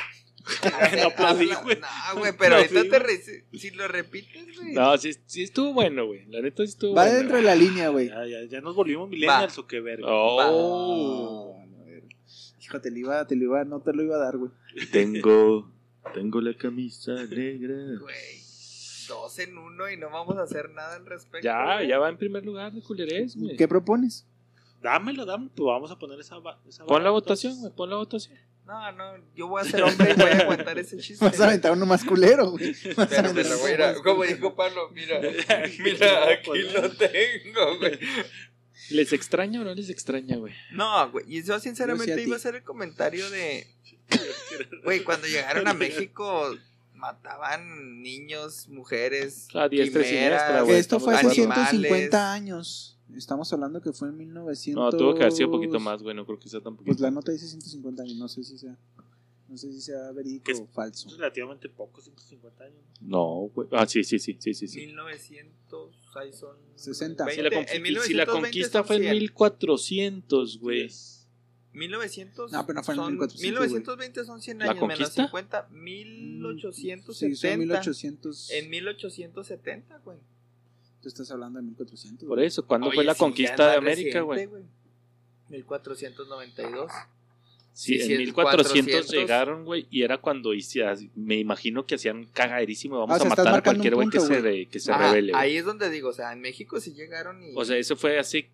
[SPEAKER 4] No aplaudí,
[SPEAKER 5] habla-
[SPEAKER 4] güey.
[SPEAKER 5] No, güey, pero
[SPEAKER 4] No
[SPEAKER 5] ahorita
[SPEAKER 4] aplaudí,
[SPEAKER 5] te re- si- Si lo repites, güey.
[SPEAKER 3] No, sí, sí estuvo bueno, güey. La neta sí estuvo
[SPEAKER 2] Va
[SPEAKER 3] bueno. Ah,
[SPEAKER 2] dentro de la línea, güey.
[SPEAKER 4] Ya, ya, ya nos volvimos millennials o qué verga.
[SPEAKER 3] Oh.
[SPEAKER 2] Ah, a ver. Hijo, te lo iba, te lo iba, no te lo iba a dar, güey.
[SPEAKER 10] Tengo, tengo la camisa negra.
[SPEAKER 5] Güey. Dos en uno y no vamos a hacer nada al respecto.
[SPEAKER 3] Ya,
[SPEAKER 5] güey.
[SPEAKER 3] ya va en primer lugar de culerés, güey.
[SPEAKER 2] ¿Qué propones?
[SPEAKER 4] Dámelo, dámelo. Pues vamos a poner esa. va- esa
[SPEAKER 3] Pon la
[SPEAKER 4] vara,
[SPEAKER 3] votación,
[SPEAKER 4] entonces.
[SPEAKER 3] güey, pon la votación.
[SPEAKER 5] No, no, yo voy a ser hombre y voy a aguantar ese chiste.
[SPEAKER 2] Vas a aventar uno más culero, güey. Vas a
[SPEAKER 5] Pero me
[SPEAKER 2] aventar
[SPEAKER 5] lo
[SPEAKER 2] uno
[SPEAKER 5] voy a ir a-
[SPEAKER 2] más
[SPEAKER 5] Como
[SPEAKER 2] culero.
[SPEAKER 5] dijo Pablo, mira, mira, aquí lo tengo, güey.
[SPEAKER 3] ¿Les extraña o no les extraña, güey?
[SPEAKER 5] No, güey, y yo sinceramente
[SPEAKER 2] Yo sí a
[SPEAKER 5] iba a
[SPEAKER 2] ti.
[SPEAKER 5] hacer el comentario de, güey, cuando llegaron a México mataban niños, mujeres,
[SPEAKER 3] A diestra y
[SPEAKER 5] quimeras,
[SPEAKER 3] siniestra, güey.
[SPEAKER 2] Esto fue hace
[SPEAKER 5] Estamos de acuerdo.
[SPEAKER 2] 150 años. Estamos hablando que fue en 1900.
[SPEAKER 3] No, tuvo que haber sido un poquito más, güey. No creo que sea tan poquito.
[SPEAKER 2] Pues la nota dice 150 años, no sé si sea, no sé si sea verídico
[SPEAKER 4] Es-
[SPEAKER 2] o falso.
[SPEAKER 4] Relativamente poco, 150 años. ¿no?
[SPEAKER 3] No, güey. Ah, sí, sí, sí, sí, sí. sí.
[SPEAKER 5] 1900, ahí son
[SPEAKER 2] 60.
[SPEAKER 3] Si la,
[SPEAKER 5] 20,
[SPEAKER 3] conqui-
[SPEAKER 5] en
[SPEAKER 3] si la
[SPEAKER 5] 1920
[SPEAKER 3] conquista
[SPEAKER 5] son
[SPEAKER 3] fue en
[SPEAKER 5] 100.
[SPEAKER 3] 1400, güey.
[SPEAKER 5] 1900
[SPEAKER 2] No, pero no fue en
[SPEAKER 5] son-
[SPEAKER 2] 1400,
[SPEAKER 5] 1920 son 100
[SPEAKER 3] ¿La
[SPEAKER 5] años menos
[SPEAKER 3] conquista?
[SPEAKER 5] 50,
[SPEAKER 2] Sí,
[SPEAKER 5] 1870.
[SPEAKER 2] son 1800.
[SPEAKER 5] en 1870, güey.
[SPEAKER 2] Tú estás hablando de 1400.
[SPEAKER 3] Por eso, ¿cuándo
[SPEAKER 5] Oye,
[SPEAKER 3] fue la
[SPEAKER 5] sí, ya
[SPEAKER 3] conquista
[SPEAKER 5] es
[SPEAKER 3] de
[SPEAKER 5] más
[SPEAKER 3] América, güey?
[SPEAKER 5] reciente, 1492.
[SPEAKER 3] Sí,
[SPEAKER 5] Sí, sí,
[SPEAKER 3] en 1400
[SPEAKER 5] 400.
[SPEAKER 3] llegaron, güey, y era cuando hicieron, me imagino que hacían cagaderísimo, vamos
[SPEAKER 2] Ah, o sea,
[SPEAKER 3] a
[SPEAKER 2] estás
[SPEAKER 3] matar a
[SPEAKER 2] marcando
[SPEAKER 3] cualquier
[SPEAKER 2] un
[SPEAKER 3] güey que
[SPEAKER 2] punto,
[SPEAKER 3] se,
[SPEAKER 2] güey.
[SPEAKER 3] re- que se
[SPEAKER 5] Ajá,
[SPEAKER 3] rebele. güey.
[SPEAKER 5] ahí es donde digo, o sea, en México sí llegaron y.
[SPEAKER 3] O sea, eso fue hace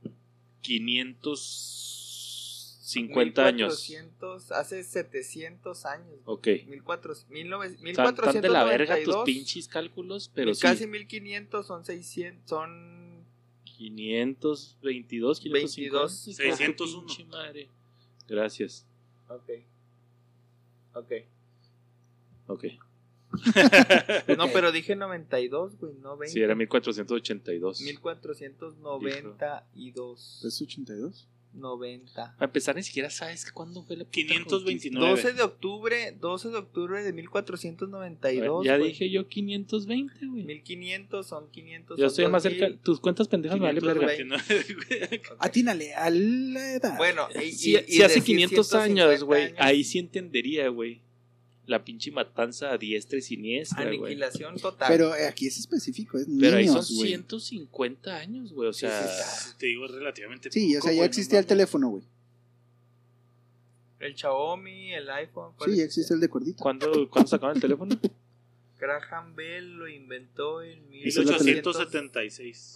[SPEAKER 3] 550 años.
[SPEAKER 5] 1400, hace 700 años.
[SPEAKER 3] Ok.
[SPEAKER 5] 1400, 1900,
[SPEAKER 3] Tan, tan de la verga tus
[SPEAKER 5] 1492,
[SPEAKER 3] pinches cálculos, pero sí.
[SPEAKER 5] Casi 1500 son 600, son
[SPEAKER 3] 522, 552,
[SPEAKER 4] 601.
[SPEAKER 3] madre. Gracias.
[SPEAKER 5] Ok. Ok.
[SPEAKER 3] Ok.
[SPEAKER 5] No, pero dije 92, güey, no 20.
[SPEAKER 3] Sí, era 1482.
[SPEAKER 5] 1492.
[SPEAKER 3] Pues,
[SPEAKER 2] ¿Es 82?
[SPEAKER 5] 90.
[SPEAKER 3] Para empezar, ni siquiera sabes cuándo fue la puta
[SPEAKER 4] 529.
[SPEAKER 5] 12 de octubre, 12 de octubre de 1492.
[SPEAKER 3] conquista. Ya
[SPEAKER 5] güey.
[SPEAKER 3] dije yo 520, güey.
[SPEAKER 5] 1500 son 500.
[SPEAKER 3] Yo
[SPEAKER 5] son
[SPEAKER 3] estoy más
[SPEAKER 5] 2000.
[SPEAKER 3] cerca. Tus cuentas pendejas me valen verga.
[SPEAKER 4] 529, güey.
[SPEAKER 2] Atínale a la edad.
[SPEAKER 5] Bueno, y,
[SPEAKER 3] Si,
[SPEAKER 5] y- y
[SPEAKER 3] si hace
[SPEAKER 5] decir
[SPEAKER 3] 500 años,
[SPEAKER 5] 150
[SPEAKER 3] güey,
[SPEAKER 5] años,
[SPEAKER 3] ahí sí entendería, güey. La pinche matanza a diestra y siniestra, güey.
[SPEAKER 5] Aniquilación total.
[SPEAKER 2] Pero eh, aquí es específico, es
[SPEAKER 3] Pero ahí son
[SPEAKER 2] niños, güey.
[SPEAKER 3] 150 años, güey. O sea,
[SPEAKER 4] Te digo es relativamente
[SPEAKER 2] Sí, o
[SPEAKER 4] poco,
[SPEAKER 2] sea, ya
[SPEAKER 4] güey, no
[SPEAKER 2] existía el
[SPEAKER 4] mames.
[SPEAKER 2] teléfono, güey.
[SPEAKER 5] El Xiaomi, el iPhone. ¿cuál
[SPEAKER 2] Sí,
[SPEAKER 5] es?
[SPEAKER 2] ya existe el de cordito.
[SPEAKER 3] ¿cuándo, ¿cuándo sacaron el teléfono?
[SPEAKER 5] Graham Bell lo inventó en 1870.
[SPEAKER 4] 1876.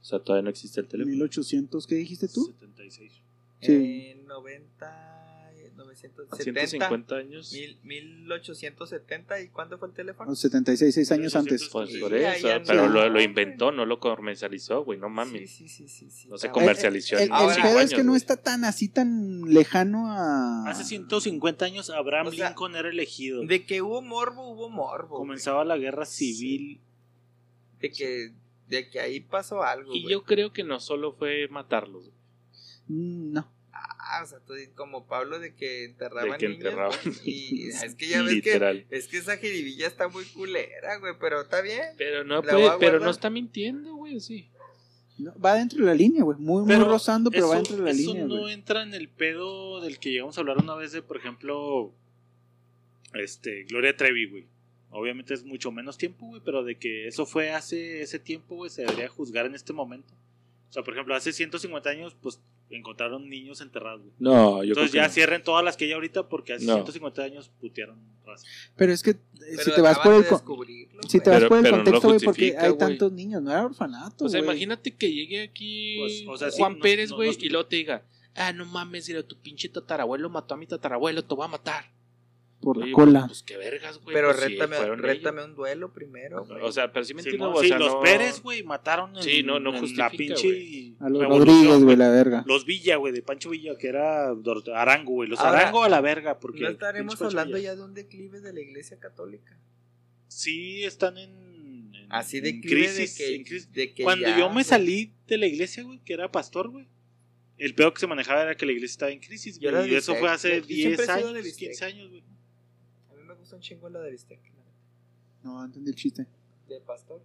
[SPEAKER 3] O sea, todavía no existe el teléfono.
[SPEAKER 2] 1800, ¿qué dijiste tú?
[SPEAKER 4] 76.
[SPEAKER 2] Sí.
[SPEAKER 5] En 90, 970.
[SPEAKER 3] 150 años.
[SPEAKER 5] mil- 1870. ¿Y cuándo fue el teléfono?
[SPEAKER 2] O 76, 6 años antes.
[SPEAKER 3] Pues
[SPEAKER 5] Sí,
[SPEAKER 3] por
[SPEAKER 5] ya,
[SPEAKER 3] eso,
[SPEAKER 5] ya no.
[SPEAKER 3] pero lo, lo inventó, no lo comercializó, güey, no mames.
[SPEAKER 5] Sí, sí, sí, sí, sí,
[SPEAKER 3] No se
[SPEAKER 5] está
[SPEAKER 3] come. comercializó
[SPEAKER 2] Eh, El, el-
[SPEAKER 3] en
[SPEAKER 2] el
[SPEAKER 5] cinco
[SPEAKER 2] pedo es
[SPEAKER 3] años,
[SPEAKER 2] que no
[SPEAKER 3] güey.
[SPEAKER 2] está tan así, tan lejano a.
[SPEAKER 4] Hace 150 años Abraham
[SPEAKER 5] O sea,
[SPEAKER 4] Lincoln era elegido.
[SPEAKER 5] bueno. De que hubo morbo, hubo morbo.
[SPEAKER 4] Comenzaba la guerra civil.
[SPEAKER 5] güey. De que, de que ahí pasó algo.
[SPEAKER 3] Y
[SPEAKER 5] güey.
[SPEAKER 3] yo creo que no solo fue matarlos, güey.
[SPEAKER 2] Mm, No.
[SPEAKER 5] Ah, o sea, tú dices, como Pablo de que enterraban
[SPEAKER 3] De que
[SPEAKER 5] niños,
[SPEAKER 3] enterraban.
[SPEAKER 5] güey, Y es que ya ves que.
[SPEAKER 3] literal.
[SPEAKER 5] Es que esa jiribilla está muy culera, güey. Pero está bien.
[SPEAKER 3] Pero no
[SPEAKER 5] La voy a
[SPEAKER 3] puede, pero
[SPEAKER 5] guardar.
[SPEAKER 3] no está mintiendo, güey, sí.
[SPEAKER 2] No, va dentro de la línea, güey. Muy, muy
[SPEAKER 4] Pero
[SPEAKER 2] rozando, pero
[SPEAKER 4] eso
[SPEAKER 2] va dentro de la
[SPEAKER 4] eso
[SPEAKER 2] línea,
[SPEAKER 4] no
[SPEAKER 2] güey.
[SPEAKER 4] entra en el pedo del que llegamos a hablar una vez de, por ejemplo, este Gloria Trevi, güey. Obviamente es mucho menos tiempo, güey, pero de que eso fue hace ese tiempo, güey, se debería juzgar en este momento. O sea, por ejemplo, hace 150 años, pues encontraron niños enterrados, güey.
[SPEAKER 3] No, yo
[SPEAKER 4] Entonces
[SPEAKER 3] creo
[SPEAKER 4] ya
[SPEAKER 3] que
[SPEAKER 4] cierren todas las que hay ahorita porque hace
[SPEAKER 3] No.
[SPEAKER 4] 150 años putearon raza.
[SPEAKER 2] Pero es que eh,
[SPEAKER 5] Pero
[SPEAKER 2] si te vas por
[SPEAKER 5] acaban
[SPEAKER 2] el.
[SPEAKER 5] de
[SPEAKER 2] con-
[SPEAKER 5] descubrirlo,
[SPEAKER 2] Si
[SPEAKER 5] güey.
[SPEAKER 2] te vas
[SPEAKER 3] Pero-
[SPEAKER 2] por el
[SPEAKER 3] pero no lo
[SPEAKER 2] contexto, güey, porque
[SPEAKER 3] justifica,
[SPEAKER 2] hay
[SPEAKER 3] güey.
[SPEAKER 2] tantos niños, no era orfanato,
[SPEAKER 3] O sea,
[SPEAKER 2] güey.
[SPEAKER 3] imagínate que llegue aquí
[SPEAKER 4] Pues, o sea, sí,
[SPEAKER 3] Juan
[SPEAKER 4] no-
[SPEAKER 3] Pérez,
[SPEAKER 4] no-
[SPEAKER 3] güey,
[SPEAKER 4] no-
[SPEAKER 3] y luego te diga, ah, no mames, era tu pinche tatarabuelo mató a mi tatarabuelo, te voy a matar.
[SPEAKER 2] Por
[SPEAKER 3] Oye,
[SPEAKER 2] la cola.
[SPEAKER 3] Pues qué vergas, güey.
[SPEAKER 5] Pero
[SPEAKER 3] pues, sí,
[SPEAKER 5] rétame,
[SPEAKER 3] fueron
[SPEAKER 5] rétame un duelo primero,
[SPEAKER 3] ellos.
[SPEAKER 5] güey.
[SPEAKER 3] O sea, pero sí me
[SPEAKER 4] Sí,
[SPEAKER 3] entiendo,
[SPEAKER 4] no,
[SPEAKER 3] güey, o
[SPEAKER 4] sí,
[SPEAKER 3] sea,
[SPEAKER 4] los
[SPEAKER 3] no-
[SPEAKER 4] Pérez, güey, mataron en,
[SPEAKER 3] Sí, no, no
[SPEAKER 4] en
[SPEAKER 3] justifica,
[SPEAKER 4] la pinche
[SPEAKER 2] A los
[SPEAKER 4] revolución,
[SPEAKER 2] Rodríguez, güey,
[SPEAKER 4] güey.
[SPEAKER 2] la verga.
[SPEAKER 4] Los Villa, güey, de Pancho Villa, que era Dor- Arango, güey. Los
[SPEAKER 5] Ahora,
[SPEAKER 4] Arango a la verga, porque.
[SPEAKER 5] no estaremos
[SPEAKER 4] pinche Pancho
[SPEAKER 5] hablando
[SPEAKER 4] Villa.
[SPEAKER 5] ya de un declive de la iglesia católica.
[SPEAKER 4] Sí, están en. en-
[SPEAKER 5] Así
[SPEAKER 4] en
[SPEAKER 5] declive
[SPEAKER 4] crisis,
[SPEAKER 5] de que,
[SPEAKER 4] en crisis.
[SPEAKER 5] de que
[SPEAKER 4] Cuando
[SPEAKER 5] ya,
[SPEAKER 4] yo me
[SPEAKER 5] güey.
[SPEAKER 4] salí de la iglesia, güey, que era pastor, güey. El peor que se manejaba era que la iglesia estaba en crisis,
[SPEAKER 5] Yo
[SPEAKER 4] güey.
[SPEAKER 5] era
[SPEAKER 4] Y eso
[SPEAKER 5] bistec,
[SPEAKER 4] fue
[SPEAKER 5] yo-
[SPEAKER 4] hace
[SPEAKER 5] yo siempre he
[SPEAKER 4] 10
[SPEAKER 5] sido de
[SPEAKER 4] años,
[SPEAKER 5] bistec.
[SPEAKER 4] 15 años, güey.
[SPEAKER 5] A mí me gusta un chingo la de bistec, la neta.
[SPEAKER 2] No, entendí el chiste.
[SPEAKER 5] de pastor,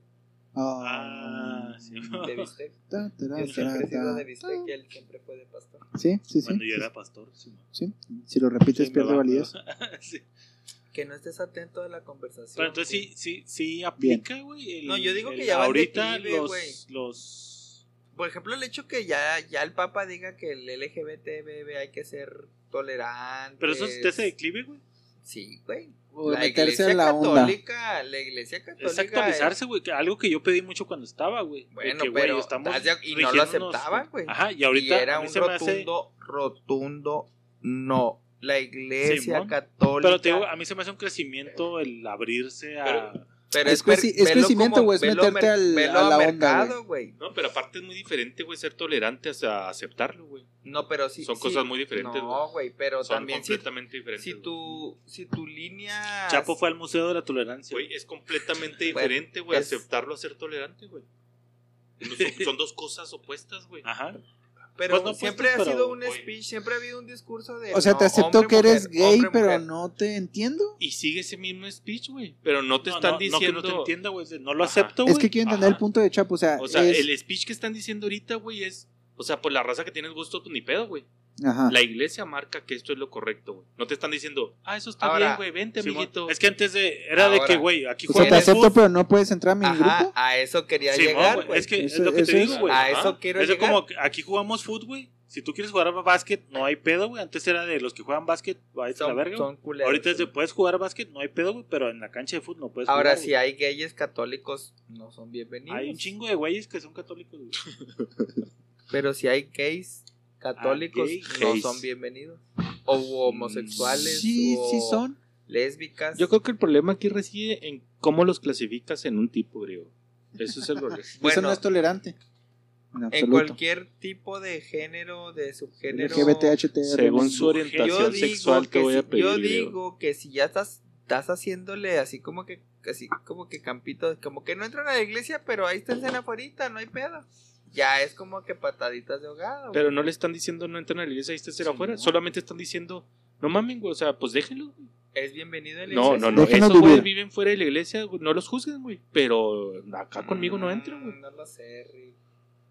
[SPEAKER 2] Ah.
[SPEAKER 4] Ah, sí.
[SPEAKER 5] de bistec.
[SPEAKER 2] Ta, ta,
[SPEAKER 5] Yo siempre he sido
[SPEAKER 2] ta,
[SPEAKER 5] de
[SPEAKER 2] ta.
[SPEAKER 5] bistec y él siempre fue de pastor.
[SPEAKER 2] Sí, sí, sí.
[SPEAKER 4] Cuando yo era pastor, sí, güey.
[SPEAKER 2] Sí. Si lo repites,
[SPEAKER 4] Sí, me
[SPEAKER 2] pierde
[SPEAKER 4] va,
[SPEAKER 2] validez.
[SPEAKER 4] Sí.
[SPEAKER 5] Que no estés atento a la conversación.
[SPEAKER 4] Pero entonces
[SPEAKER 5] güey.
[SPEAKER 4] sí, sí, sí aplica, güey. el-
[SPEAKER 5] No, yo digo
[SPEAKER 4] el-
[SPEAKER 5] que ya va en
[SPEAKER 4] Ahorita
[SPEAKER 5] declive, güey.
[SPEAKER 4] los, los.
[SPEAKER 5] Por ejemplo, el hecho que ya, ya el Papa diga que el LGBT bebé hay que ser tolerante.
[SPEAKER 4] Pero eso es te hace declive, güey.
[SPEAKER 5] Sí, güey.
[SPEAKER 2] O
[SPEAKER 5] la
[SPEAKER 2] meterse
[SPEAKER 5] iglesia
[SPEAKER 2] en la onda.
[SPEAKER 5] católica, la iglesia católica.
[SPEAKER 4] Es actualizarse, güey. que Algo que yo pedí mucho cuando estaba, güey. de
[SPEAKER 5] Bueno,
[SPEAKER 4] que, güey,
[SPEAKER 5] pero estás de- y no lo
[SPEAKER 4] rigiéndonos-
[SPEAKER 5] aceptaban, güey.
[SPEAKER 4] Ajá, y
[SPEAKER 5] Y
[SPEAKER 4] ahorita
[SPEAKER 5] era
[SPEAKER 4] a mí
[SPEAKER 5] un
[SPEAKER 4] se me hace.
[SPEAKER 5] rotundo, rotundo no. La iglesia
[SPEAKER 4] Simón.
[SPEAKER 5] católica.
[SPEAKER 4] Pero te digo, a mí se me hace un crecimiento el abrirse a.
[SPEAKER 5] Pero
[SPEAKER 2] Es
[SPEAKER 5] per-
[SPEAKER 2] creci- es
[SPEAKER 5] velo
[SPEAKER 2] crecimiento,
[SPEAKER 5] como-
[SPEAKER 2] güey, es
[SPEAKER 5] velo
[SPEAKER 2] meterte
[SPEAKER 5] mer-
[SPEAKER 2] al-
[SPEAKER 5] velo
[SPEAKER 2] a la onda,
[SPEAKER 5] mercado, güey.
[SPEAKER 3] No, pero aparte es muy diferente, güey, ser tolerante a aceptarlo, güey.
[SPEAKER 5] No, pero sí.
[SPEAKER 3] Son
[SPEAKER 5] sí.
[SPEAKER 3] cosas muy diferentes,
[SPEAKER 5] No, güey, pero
[SPEAKER 3] Son
[SPEAKER 5] también si,
[SPEAKER 3] completamente diferentes.
[SPEAKER 5] si,
[SPEAKER 3] güey.
[SPEAKER 5] tu, si tu línea.
[SPEAKER 4] Chapo fue al Museo de la Tolerancia.
[SPEAKER 3] Güey, es completamente
[SPEAKER 5] Bueno,
[SPEAKER 3] diferente, güey,
[SPEAKER 5] es-
[SPEAKER 3] aceptarlo a ser tolerante, güey. No, son, son dos cosas opuestas, güey.
[SPEAKER 4] Ajá.
[SPEAKER 5] Pero
[SPEAKER 4] Pues no, pues,
[SPEAKER 5] siempre ha
[SPEAKER 4] pero,
[SPEAKER 5] sido un
[SPEAKER 3] oye.
[SPEAKER 5] speech, siempre ha habido un discurso de.
[SPEAKER 2] O sea, te
[SPEAKER 5] no,
[SPEAKER 2] acepto
[SPEAKER 5] hombre,
[SPEAKER 2] que eres
[SPEAKER 5] mujer,
[SPEAKER 2] gay,
[SPEAKER 5] hombre,
[SPEAKER 2] pero
[SPEAKER 5] mujer.
[SPEAKER 2] no te entiendo.
[SPEAKER 3] Y sigue ese mismo speech, güey. Pero no te
[SPEAKER 4] No,
[SPEAKER 3] están
[SPEAKER 4] no, no que
[SPEAKER 3] diciendo.
[SPEAKER 4] No, te entienda, güey. de- No lo
[SPEAKER 3] Ajá.
[SPEAKER 4] acepto, güey.
[SPEAKER 2] Es que quiero entender
[SPEAKER 3] Ajá.
[SPEAKER 2] el punto de Chapo. O sea,
[SPEAKER 3] o sea,
[SPEAKER 2] es-
[SPEAKER 3] el speech que están diciendo ahorita, güey, es. O sea, por la raza que tienes gusto, pues ni pedo, güey.
[SPEAKER 5] Ah.
[SPEAKER 2] Ajá.
[SPEAKER 3] La iglesia marca que esto es lo correcto, güey. No te están diciendo, ah, eso está
[SPEAKER 5] Ahora,
[SPEAKER 3] bien, güey, vente,
[SPEAKER 4] Simón.
[SPEAKER 3] amiguito.
[SPEAKER 4] Es que antes de. Era de
[SPEAKER 5] Ahora.
[SPEAKER 4] que, güey, aquí
[SPEAKER 2] O sea, te
[SPEAKER 5] ¿Eres
[SPEAKER 2] acepto,
[SPEAKER 4] fútbol.
[SPEAKER 2] pero no puedes entrar a mi
[SPEAKER 5] Ajá,
[SPEAKER 2] grupo.
[SPEAKER 5] a eso quería
[SPEAKER 4] Simón,
[SPEAKER 5] llegar,
[SPEAKER 4] güey,
[SPEAKER 5] güey.
[SPEAKER 4] Es que es
[SPEAKER 2] Eso-
[SPEAKER 4] lo que
[SPEAKER 2] eso
[SPEAKER 4] te
[SPEAKER 2] es-
[SPEAKER 4] digo, güey.
[SPEAKER 5] a
[SPEAKER 4] Ajá.
[SPEAKER 5] eso quiero
[SPEAKER 4] Es de
[SPEAKER 5] llegar.
[SPEAKER 4] como que aquí jugamos fútbol, güey. Si tú quieres jugar a básquet, no hay pedo, güey. Antes era de los que juegan básquet, ahí está la
[SPEAKER 5] Son,
[SPEAKER 4] verga. güey.
[SPEAKER 5] son culeros.
[SPEAKER 4] Ahorita es de puedes jugar a básquet, no hay pedo, güey, pero en la cancha de fútbol no puedes
[SPEAKER 5] Ahora,
[SPEAKER 4] jugar.
[SPEAKER 5] si hay gays católicos, no son bienvenidos.
[SPEAKER 4] güey. Hay un chingo de güeyes que son católicos, güey.
[SPEAKER 5] Pero si hay gays católicos,
[SPEAKER 4] Ah, gay,
[SPEAKER 5] no
[SPEAKER 4] gays.
[SPEAKER 5] son bienvenidos. O homosexuales.
[SPEAKER 7] Sí,
[SPEAKER 5] o
[SPEAKER 7] sí son.
[SPEAKER 5] Lésbicas.
[SPEAKER 3] Yo creo que el problema aquí reside en cómo los clasificas en un tipo, griego. Eso es el problema.
[SPEAKER 2] Eso no
[SPEAKER 5] bueno,
[SPEAKER 2] es tolerante. En
[SPEAKER 5] en
[SPEAKER 2] absoluto.
[SPEAKER 5] cualquier tipo de género, de subgénero.
[SPEAKER 2] LGBTHT.
[SPEAKER 3] Según su
[SPEAKER 5] yo
[SPEAKER 3] orientación
[SPEAKER 5] digo
[SPEAKER 3] sexual te
[SPEAKER 5] que
[SPEAKER 3] voy
[SPEAKER 5] si-
[SPEAKER 3] a pedir.
[SPEAKER 5] yo
[SPEAKER 3] griego.
[SPEAKER 5] digo que si ya estás, estás haciéndole así como que así como que campito, como que no entran a la iglesia, pero ahí está en cena afuera, no hay pedo. Ya es como que pataditas de ahogado. güey.
[SPEAKER 3] Pero no le están diciendo no entren a la iglesia y este será afuera. Solamente están diciendo, no mamen, güey. O sea, pues déjenlo. güey.
[SPEAKER 5] Es bienvenido en la
[SPEAKER 3] No,
[SPEAKER 5] iglesia.
[SPEAKER 3] no, eh. no.
[SPEAKER 2] Déjenlos
[SPEAKER 3] Esos güeyes
[SPEAKER 2] vivir.
[SPEAKER 3] viven fuera de la iglesia, güey, no los juzguen, güey. Pero acá conmigo no entran, güey.
[SPEAKER 5] Mm, No lo sé, Rick.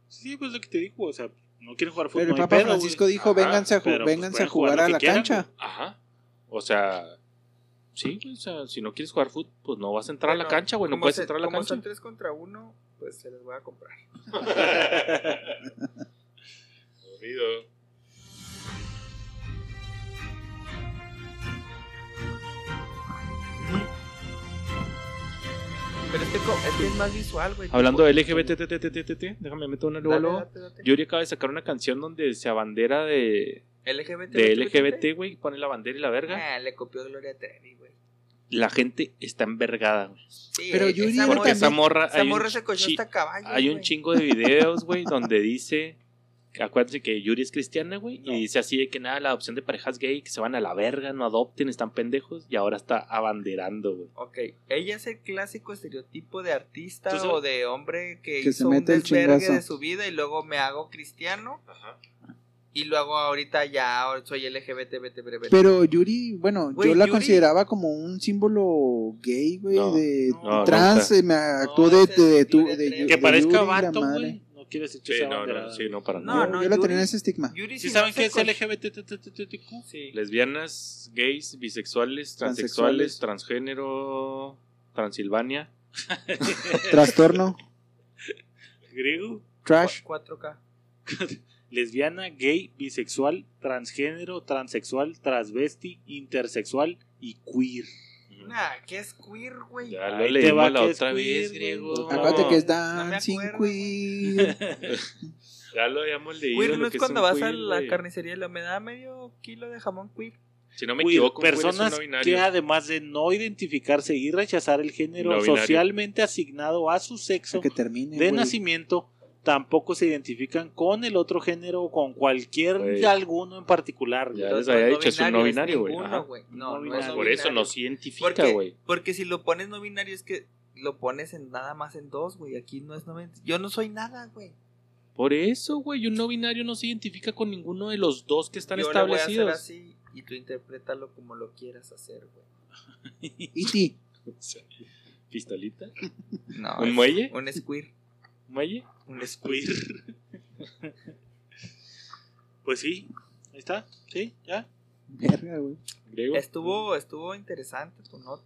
[SPEAKER 4] Sí, pues lo que te digo, o sea, no quieren jugar fútbol.
[SPEAKER 2] Pero el
[SPEAKER 4] no hay
[SPEAKER 2] Papa
[SPEAKER 4] pedo,
[SPEAKER 2] Francisco
[SPEAKER 4] güey.
[SPEAKER 2] dijo,
[SPEAKER 4] Ajá,
[SPEAKER 2] vénganse, a, ju-
[SPEAKER 4] pero, pues,
[SPEAKER 2] vénganse a
[SPEAKER 4] pueden
[SPEAKER 2] jugar
[SPEAKER 4] lo
[SPEAKER 2] a
[SPEAKER 4] que
[SPEAKER 2] la
[SPEAKER 4] quieran,
[SPEAKER 2] cancha.
[SPEAKER 3] Ajá. O sea, sí, güey, o sea, si no quieres jugar fútbol, pues no vas a entrar a la
[SPEAKER 5] Bueno,
[SPEAKER 3] cancha, güey. No
[SPEAKER 5] como
[SPEAKER 3] puedes
[SPEAKER 5] se-
[SPEAKER 3] entrar a la
[SPEAKER 5] como
[SPEAKER 3] cancha.
[SPEAKER 5] son tres contra uno, pues se les voy a comprar. Pero es que, co- es, que es más visual, güey.
[SPEAKER 3] Hablando de
[SPEAKER 5] Tipo,
[SPEAKER 3] LGBTTTTT, déjame meter una luego.
[SPEAKER 5] dale,
[SPEAKER 3] luego.
[SPEAKER 5] date, date.
[SPEAKER 3] Yuri acaba de sacar una canción donde se abandera de,
[SPEAKER 5] LGBT.
[SPEAKER 3] de LGBT, güey. Pone la bandera y la verga.
[SPEAKER 5] Ah, le copió Gloria Trevi, güey.
[SPEAKER 3] La gente está envergada, güey.
[SPEAKER 5] Sí,
[SPEAKER 2] Pero
[SPEAKER 5] eh,
[SPEAKER 2] Yuri
[SPEAKER 5] esa
[SPEAKER 2] era
[SPEAKER 5] morra-
[SPEAKER 3] Porque esa morra.
[SPEAKER 5] esa
[SPEAKER 3] Hay un,
[SPEAKER 5] morra se cogió
[SPEAKER 3] chi-
[SPEAKER 5] hasta caballo.
[SPEAKER 3] hay un
[SPEAKER 5] güey.
[SPEAKER 3] chingo de videos, güey, donde dice. Acuérdense que Yuri es cristiana, güey.
[SPEAKER 4] No.
[SPEAKER 3] Y dice así de que nada, la adopción de parejas gay, que se van a la verga, no adopten, están pendejos. Y ahora está abanderando, güey.
[SPEAKER 5] Ok, ella es el clásico estereotipo de artista
[SPEAKER 4] ¿Tú sabes?
[SPEAKER 5] o de hombre que,
[SPEAKER 2] Que se
[SPEAKER 5] hizo
[SPEAKER 2] mete
[SPEAKER 5] un
[SPEAKER 2] el
[SPEAKER 5] desvergue
[SPEAKER 2] chingazo.
[SPEAKER 5] de su vida y luego me hago cristiano. Y luego ahorita ya soy LGBT, BT, BT, BT.
[SPEAKER 2] Pero Yuri, bueno,
[SPEAKER 5] Güey,
[SPEAKER 2] yo la
[SPEAKER 5] Yuri-
[SPEAKER 2] consideraba como un símbolo gay, güey,
[SPEAKER 3] No,
[SPEAKER 2] de
[SPEAKER 4] no,
[SPEAKER 3] no,
[SPEAKER 2] trans,
[SPEAKER 3] no.
[SPEAKER 2] eh, me actuó de,
[SPEAKER 5] ese
[SPEAKER 2] de, de,
[SPEAKER 5] es
[SPEAKER 2] tu-
[SPEAKER 5] Yuri
[SPEAKER 2] de-
[SPEAKER 5] Andrea.
[SPEAKER 2] de
[SPEAKER 4] Que parezca
[SPEAKER 2] Yuri, la
[SPEAKER 4] vato,
[SPEAKER 2] madre.
[SPEAKER 4] güey. No quieres echar esa bandera.
[SPEAKER 3] sí, no, para
[SPEAKER 5] No,
[SPEAKER 3] nada.
[SPEAKER 2] yo yo la
[SPEAKER 5] Yuri-
[SPEAKER 2] tenía en ese estigma.
[SPEAKER 5] Yuri
[SPEAKER 4] ¿Sí
[SPEAKER 5] si
[SPEAKER 4] saben
[SPEAKER 5] no
[SPEAKER 4] qué
[SPEAKER 5] se
[SPEAKER 4] es
[SPEAKER 5] cogió-
[SPEAKER 4] LGBTQ?
[SPEAKER 5] Sí.
[SPEAKER 3] Lesbianas, gays, bisexuales,
[SPEAKER 2] Transexuales.
[SPEAKER 3] transexuales, transgénero, Transilvania.
[SPEAKER 2] Trastorno,
[SPEAKER 4] Griego,
[SPEAKER 2] trash,
[SPEAKER 5] 4K.
[SPEAKER 4] lesbiana, gay, bisexual, transgénero, transexual, transvesti, intersexual y queer.
[SPEAKER 5] Nah, ¿qué es queer, güey?
[SPEAKER 3] Mm. Ya lo
[SPEAKER 4] Ahí te
[SPEAKER 3] leímos
[SPEAKER 4] va
[SPEAKER 3] la
[SPEAKER 4] que es
[SPEAKER 3] otra
[SPEAKER 4] queer,
[SPEAKER 3] vez,
[SPEAKER 4] güey.
[SPEAKER 3] griego.
[SPEAKER 2] acuérdate que es
[SPEAKER 5] no me
[SPEAKER 2] dancing
[SPEAKER 5] acuerdo,
[SPEAKER 2] queen.
[SPEAKER 3] Ya lo habíamos leído.
[SPEAKER 5] Queer
[SPEAKER 3] lo
[SPEAKER 5] no es
[SPEAKER 3] que
[SPEAKER 5] cuando
[SPEAKER 3] un
[SPEAKER 5] vas a
[SPEAKER 3] queer,
[SPEAKER 5] la
[SPEAKER 3] güey.
[SPEAKER 5] carnicería y le me da medio kilo de jamón queer.
[SPEAKER 3] Si no me
[SPEAKER 4] Queer,
[SPEAKER 3] equivoco, queer es un
[SPEAKER 4] personas
[SPEAKER 3] no binario.
[SPEAKER 4] que además de no identificarse y rechazar el género
[SPEAKER 3] No binario.
[SPEAKER 4] socialmente asignado a su
[SPEAKER 2] A
[SPEAKER 4] sexo
[SPEAKER 2] que termine,
[SPEAKER 4] de
[SPEAKER 2] güey.
[SPEAKER 4] nacimiento, tampoco se identifican con el otro género o con cualquier
[SPEAKER 3] Güey.
[SPEAKER 4] de alguno en particular.
[SPEAKER 3] Ya
[SPEAKER 4] güey.
[SPEAKER 3] les había
[SPEAKER 5] pues, No
[SPEAKER 3] dicho, es un no binario, güey.
[SPEAKER 5] ninguno,
[SPEAKER 3] Ajá.
[SPEAKER 5] No, no
[SPEAKER 4] No
[SPEAKER 3] Pues
[SPEAKER 5] es
[SPEAKER 4] binario.
[SPEAKER 3] por eso
[SPEAKER 5] no
[SPEAKER 3] nos identifica,
[SPEAKER 5] porque,
[SPEAKER 3] güey.
[SPEAKER 5] porque si lo pones no binario es que lo pones en nada más en dos, güey. Aquí no es no bin- Yo no soy nada, güey.
[SPEAKER 3] Por eso, güey, un no binario no se identifica con ninguno de los dos que están
[SPEAKER 5] Yo le voy a hacer
[SPEAKER 3] establecidos.
[SPEAKER 5] así y tú interprétalo como lo quieras hacer, güey.
[SPEAKER 2] E E.T.
[SPEAKER 3] ¿Pistolita?
[SPEAKER 5] No,
[SPEAKER 3] ¿Un
[SPEAKER 5] es-
[SPEAKER 3] muelle?
[SPEAKER 5] Un squir.
[SPEAKER 3] ¿Muelle?
[SPEAKER 5] Un squir.
[SPEAKER 4] Queer. pues sí, ahí está. Sí, ya.
[SPEAKER 2] Verga, güey.
[SPEAKER 3] ¿Griego?
[SPEAKER 5] Estuvo, estuvo interesante tu nota.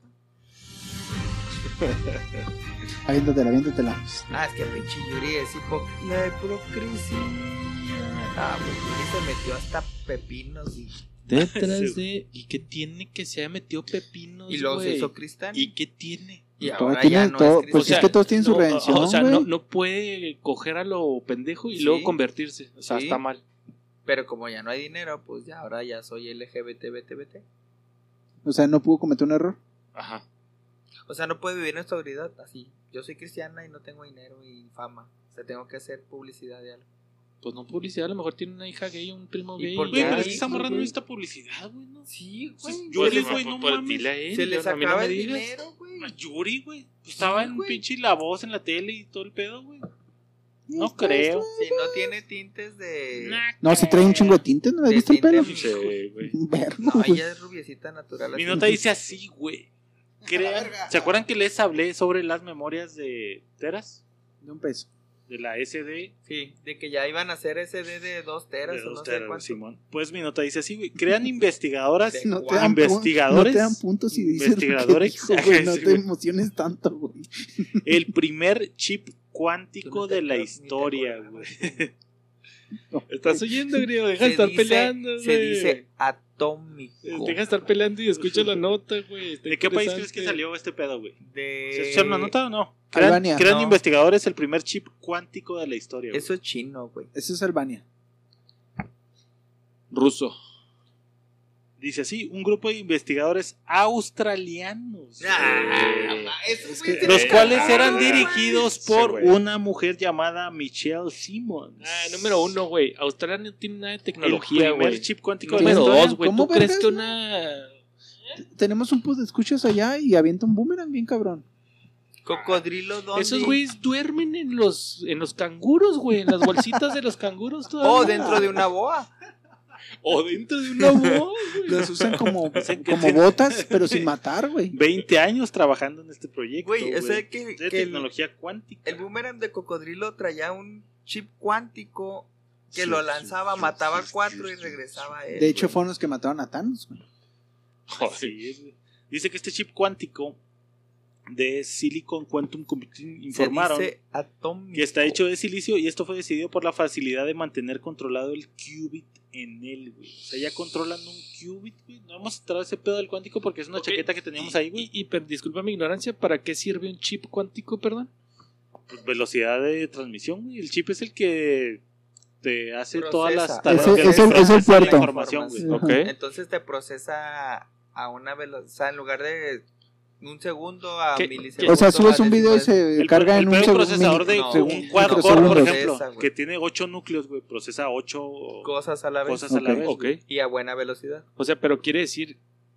[SPEAKER 2] Aviéntatela, aviéntatela.
[SPEAKER 5] Ah, es que pinche Yuri es hipo... La hipocresía. Ah, pues Yuri se metió hasta pepinos y,
[SPEAKER 3] Detrás de... ¿Y qué tiene que se haya metido pepinos,
[SPEAKER 5] y luego se
[SPEAKER 3] güey?
[SPEAKER 5] hizo cristiano.
[SPEAKER 3] ¿Y qué tiene?
[SPEAKER 5] Y
[SPEAKER 2] Todo
[SPEAKER 5] ahora
[SPEAKER 2] tiene-
[SPEAKER 5] ya no
[SPEAKER 2] todo-
[SPEAKER 5] es
[SPEAKER 2] pues
[SPEAKER 5] cristiano.
[SPEAKER 2] es que todos tienen su
[SPEAKER 3] No,
[SPEAKER 2] redención,
[SPEAKER 3] O sea, no,
[SPEAKER 2] güey.
[SPEAKER 3] no puede coger a lo pendejo y
[SPEAKER 5] Sí.
[SPEAKER 3] luego convertirse. O sea,
[SPEAKER 5] Sí.
[SPEAKER 3] está mal.
[SPEAKER 5] Pero como ya no hay dinero, pues ya ahora ya soy LGBT, BT, BT.
[SPEAKER 2] O sea, no pudo cometer un error.
[SPEAKER 3] Ajá.
[SPEAKER 5] O sea, no puedo vivir en esta autoridad así. Yo soy cristiana y no tengo dinero y fama. O sea, tengo que hacer publicidad de algo.
[SPEAKER 3] Pues no publicidad, a lo mejor tiene una hija gay, un primo
[SPEAKER 5] ¿Y
[SPEAKER 3] gay.
[SPEAKER 5] por
[SPEAKER 4] Güey,
[SPEAKER 5] Ya,
[SPEAKER 4] pero es que
[SPEAKER 5] hijo,
[SPEAKER 4] esa morra no
[SPEAKER 5] güey.
[SPEAKER 4] necesita publicidad, güey, ¿no?
[SPEAKER 5] Sí,
[SPEAKER 4] güey.
[SPEAKER 3] Pues,
[SPEAKER 4] Yuri,
[SPEAKER 3] no,
[SPEAKER 4] güey,
[SPEAKER 3] pues,
[SPEAKER 4] no
[SPEAKER 3] pues,
[SPEAKER 4] mames.
[SPEAKER 3] dile a él,
[SPEAKER 5] Se le
[SPEAKER 3] yo- a mí no
[SPEAKER 5] sacaba
[SPEAKER 3] me
[SPEAKER 5] el
[SPEAKER 3] digas.
[SPEAKER 5] dinero, güey.
[SPEAKER 4] Yuri, güey. Pues estaba en
[SPEAKER 5] güey.
[SPEAKER 4] pinche la voz en la tele y todo el pedo, güey. No creo.
[SPEAKER 5] Si no tiene tintes de...
[SPEAKER 2] No, si trae un chingo de tinte, ¿no le
[SPEAKER 5] De
[SPEAKER 2] viste el
[SPEAKER 5] tinte,
[SPEAKER 2] pelo?
[SPEAKER 5] mi-
[SPEAKER 3] Sí, güey.
[SPEAKER 2] Verga,
[SPEAKER 5] No,
[SPEAKER 2] güey.
[SPEAKER 5] ella es rubiecita natural.
[SPEAKER 4] pues. Mi
[SPEAKER 5] así.
[SPEAKER 4] nota dice así, güey. Crean- ¿Se acuerdan que les hablé sobre las memorias de Teras?
[SPEAKER 2] De un peso.
[SPEAKER 4] de la SD
[SPEAKER 5] Sí, de que ya iban a hacer SD de 2 teras
[SPEAKER 4] de
[SPEAKER 5] o
[SPEAKER 4] dos
[SPEAKER 5] no sé
[SPEAKER 4] teras,
[SPEAKER 5] cuánto.
[SPEAKER 4] Simón. Pues mi nota dice así, güey. Crean investigadoras
[SPEAKER 5] De
[SPEAKER 2] No te,
[SPEAKER 5] Guau.
[SPEAKER 2] dan pu-
[SPEAKER 4] Investigadores.
[SPEAKER 2] no te dan puntos si dices lo que
[SPEAKER 4] Investigadores.
[SPEAKER 2] dijo, güey, no
[SPEAKER 4] Sí,
[SPEAKER 2] te
[SPEAKER 4] güey.
[SPEAKER 2] emociones tanto, güey.
[SPEAKER 4] el primer chip
[SPEAKER 5] Tú
[SPEAKER 4] cuántico
[SPEAKER 5] no te
[SPEAKER 4] de la
[SPEAKER 5] acuerdas, ni te
[SPEAKER 4] historia,
[SPEAKER 5] acuerdas.
[SPEAKER 4] güey.
[SPEAKER 8] Estás oyendo, griego. Deja
[SPEAKER 5] Se
[SPEAKER 8] de estar
[SPEAKER 5] dice-
[SPEAKER 8] peleando, güey.
[SPEAKER 5] Se dice atómico.
[SPEAKER 8] Deja de estar peleando y escucha la nota, güey. Está
[SPEAKER 4] ¿De qué país crees
[SPEAKER 8] interesante.
[SPEAKER 4] que salió este pedo, güey? ¿Se
[SPEAKER 5] De...
[SPEAKER 4] echaron una nota o no? Crean,
[SPEAKER 2] Albania.
[SPEAKER 4] crean
[SPEAKER 5] No.
[SPEAKER 4] investigadores el primer chip cuántico de la historia, güey.
[SPEAKER 5] Eso es chino, güey.
[SPEAKER 2] Eso es Albania.
[SPEAKER 8] Ruso.
[SPEAKER 4] Dice así, un grupo de investigadores australianos.
[SPEAKER 5] Ah,
[SPEAKER 2] que-
[SPEAKER 4] Los cuales eran
[SPEAKER 3] Ah,
[SPEAKER 4] dirigidos
[SPEAKER 3] sí,
[SPEAKER 4] por
[SPEAKER 3] güey.
[SPEAKER 4] una mujer llamada Michelle Simmons.
[SPEAKER 8] Ah, número uno, güey. Australia no tiene nada de
[SPEAKER 4] El
[SPEAKER 8] tecnología,
[SPEAKER 4] primer
[SPEAKER 8] güey.
[SPEAKER 4] chip cuántico de la
[SPEAKER 8] Número
[SPEAKER 4] historia.
[SPEAKER 8] dos, güey.
[SPEAKER 2] ¿Cómo
[SPEAKER 8] ¿Tú crees
[SPEAKER 2] vergas,
[SPEAKER 8] que
[SPEAKER 2] no?
[SPEAKER 8] una.
[SPEAKER 2] Tenemos un post de escuchas allá y avienta un boomerang bien cabrón.
[SPEAKER 5] Cocodrilo donde.
[SPEAKER 8] Esos güeyes duermen en los, en los canguros, güey. En las bolsitas de los canguros todavía.
[SPEAKER 5] Oh, dentro de una boa.
[SPEAKER 8] O dentro de una voz,
[SPEAKER 2] Los usan como,
[SPEAKER 4] Dicen que
[SPEAKER 2] como
[SPEAKER 4] tiene-
[SPEAKER 2] botas, pero sin matar, güey.
[SPEAKER 4] 20 años trabajando en este proyecto.
[SPEAKER 5] Güey, o sea
[SPEAKER 4] güey.
[SPEAKER 5] que,
[SPEAKER 4] de
[SPEAKER 5] que el,
[SPEAKER 4] tecnología cuántica.
[SPEAKER 5] el boomerang de cocodrilo traía un chip cuántico que lo lanzaba, mataba cuatro y regresaba a él.
[SPEAKER 2] De hecho, fueron los que mataron a Thanos, güey.
[SPEAKER 4] Así es, güey. Dice que este chip cuántico de Silicon Quantum Computing informaron
[SPEAKER 5] Se dice atómico.
[SPEAKER 4] que está hecho de silicio y esto fue decidido por la facilidad de mantener controlado el qubit en él, güey. O sea, ya controlan un qubit, güey. No vamos a entrar a ese pedo del cuántico porque es una
[SPEAKER 8] Ok,
[SPEAKER 4] chaqueta que teníamos ahí, güey.
[SPEAKER 8] Y, y per- disculpa mi ignorancia, ¿para qué sirve un chip cuántico, perdón?
[SPEAKER 4] Pues, velocidad de transmisión, güey. El chip es el que te hace
[SPEAKER 5] Procesa.
[SPEAKER 4] todas las tareas.
[SPEAKER 2] Ese-
[SPEAKER 4] que
[SPEAKER 2] ese-
[SPEAKER 4] procesa
[SPEAKER 2] ese es el
[SPEAKER 4] la
[SPEAKER 2] puerto.
[SPEAKER 4] información, güey.
[SPEAKER 2] Ajá.
[SPEAKER 5] Entonces te procesa a una velocidad, o sea, en lugar de un segundo a
[SPEAKER 8] ¿Qué-
[SPEAKER 5] milisegundos.
[SPEAKER 2] O sea, subes
[SPEAKER 5] a
[SPEAKER 2] un video y
[SPEAKER 5] décimas.
[SPEAKER 2] se
[SPEAKER 4] El,
[SPEAKER 2] carga en
[SPEAKER 4] el
[SPEAKER 2] un
[SPEAKER 4] peor
[SPEAKER 2] segundo.
[SPEAKER 4] procesador de
[SPEAKER 5] mini- segun-
[SPEAKER 4] un quad core, por
[SPEAKER 2] microsegundos.
[SPEAKER 4] ejemplo,
[SPEAKER 5] Procesa, güey.
[SPEAKER 4] que tiene 8 núcleos, güey, procesa 8
[SPEAKER 5] cosas a la vez
[SPEAKER 4] cosas a la
[SPEAKER 2] Ok,
[SPEAKER 4] vez.
[SPEAKER 8] Ok.
[SPEAKER 4] güey.
[SPEAKER 5] y a buena velocidad.
[SPEAKER 8] O sea, pero quiere decir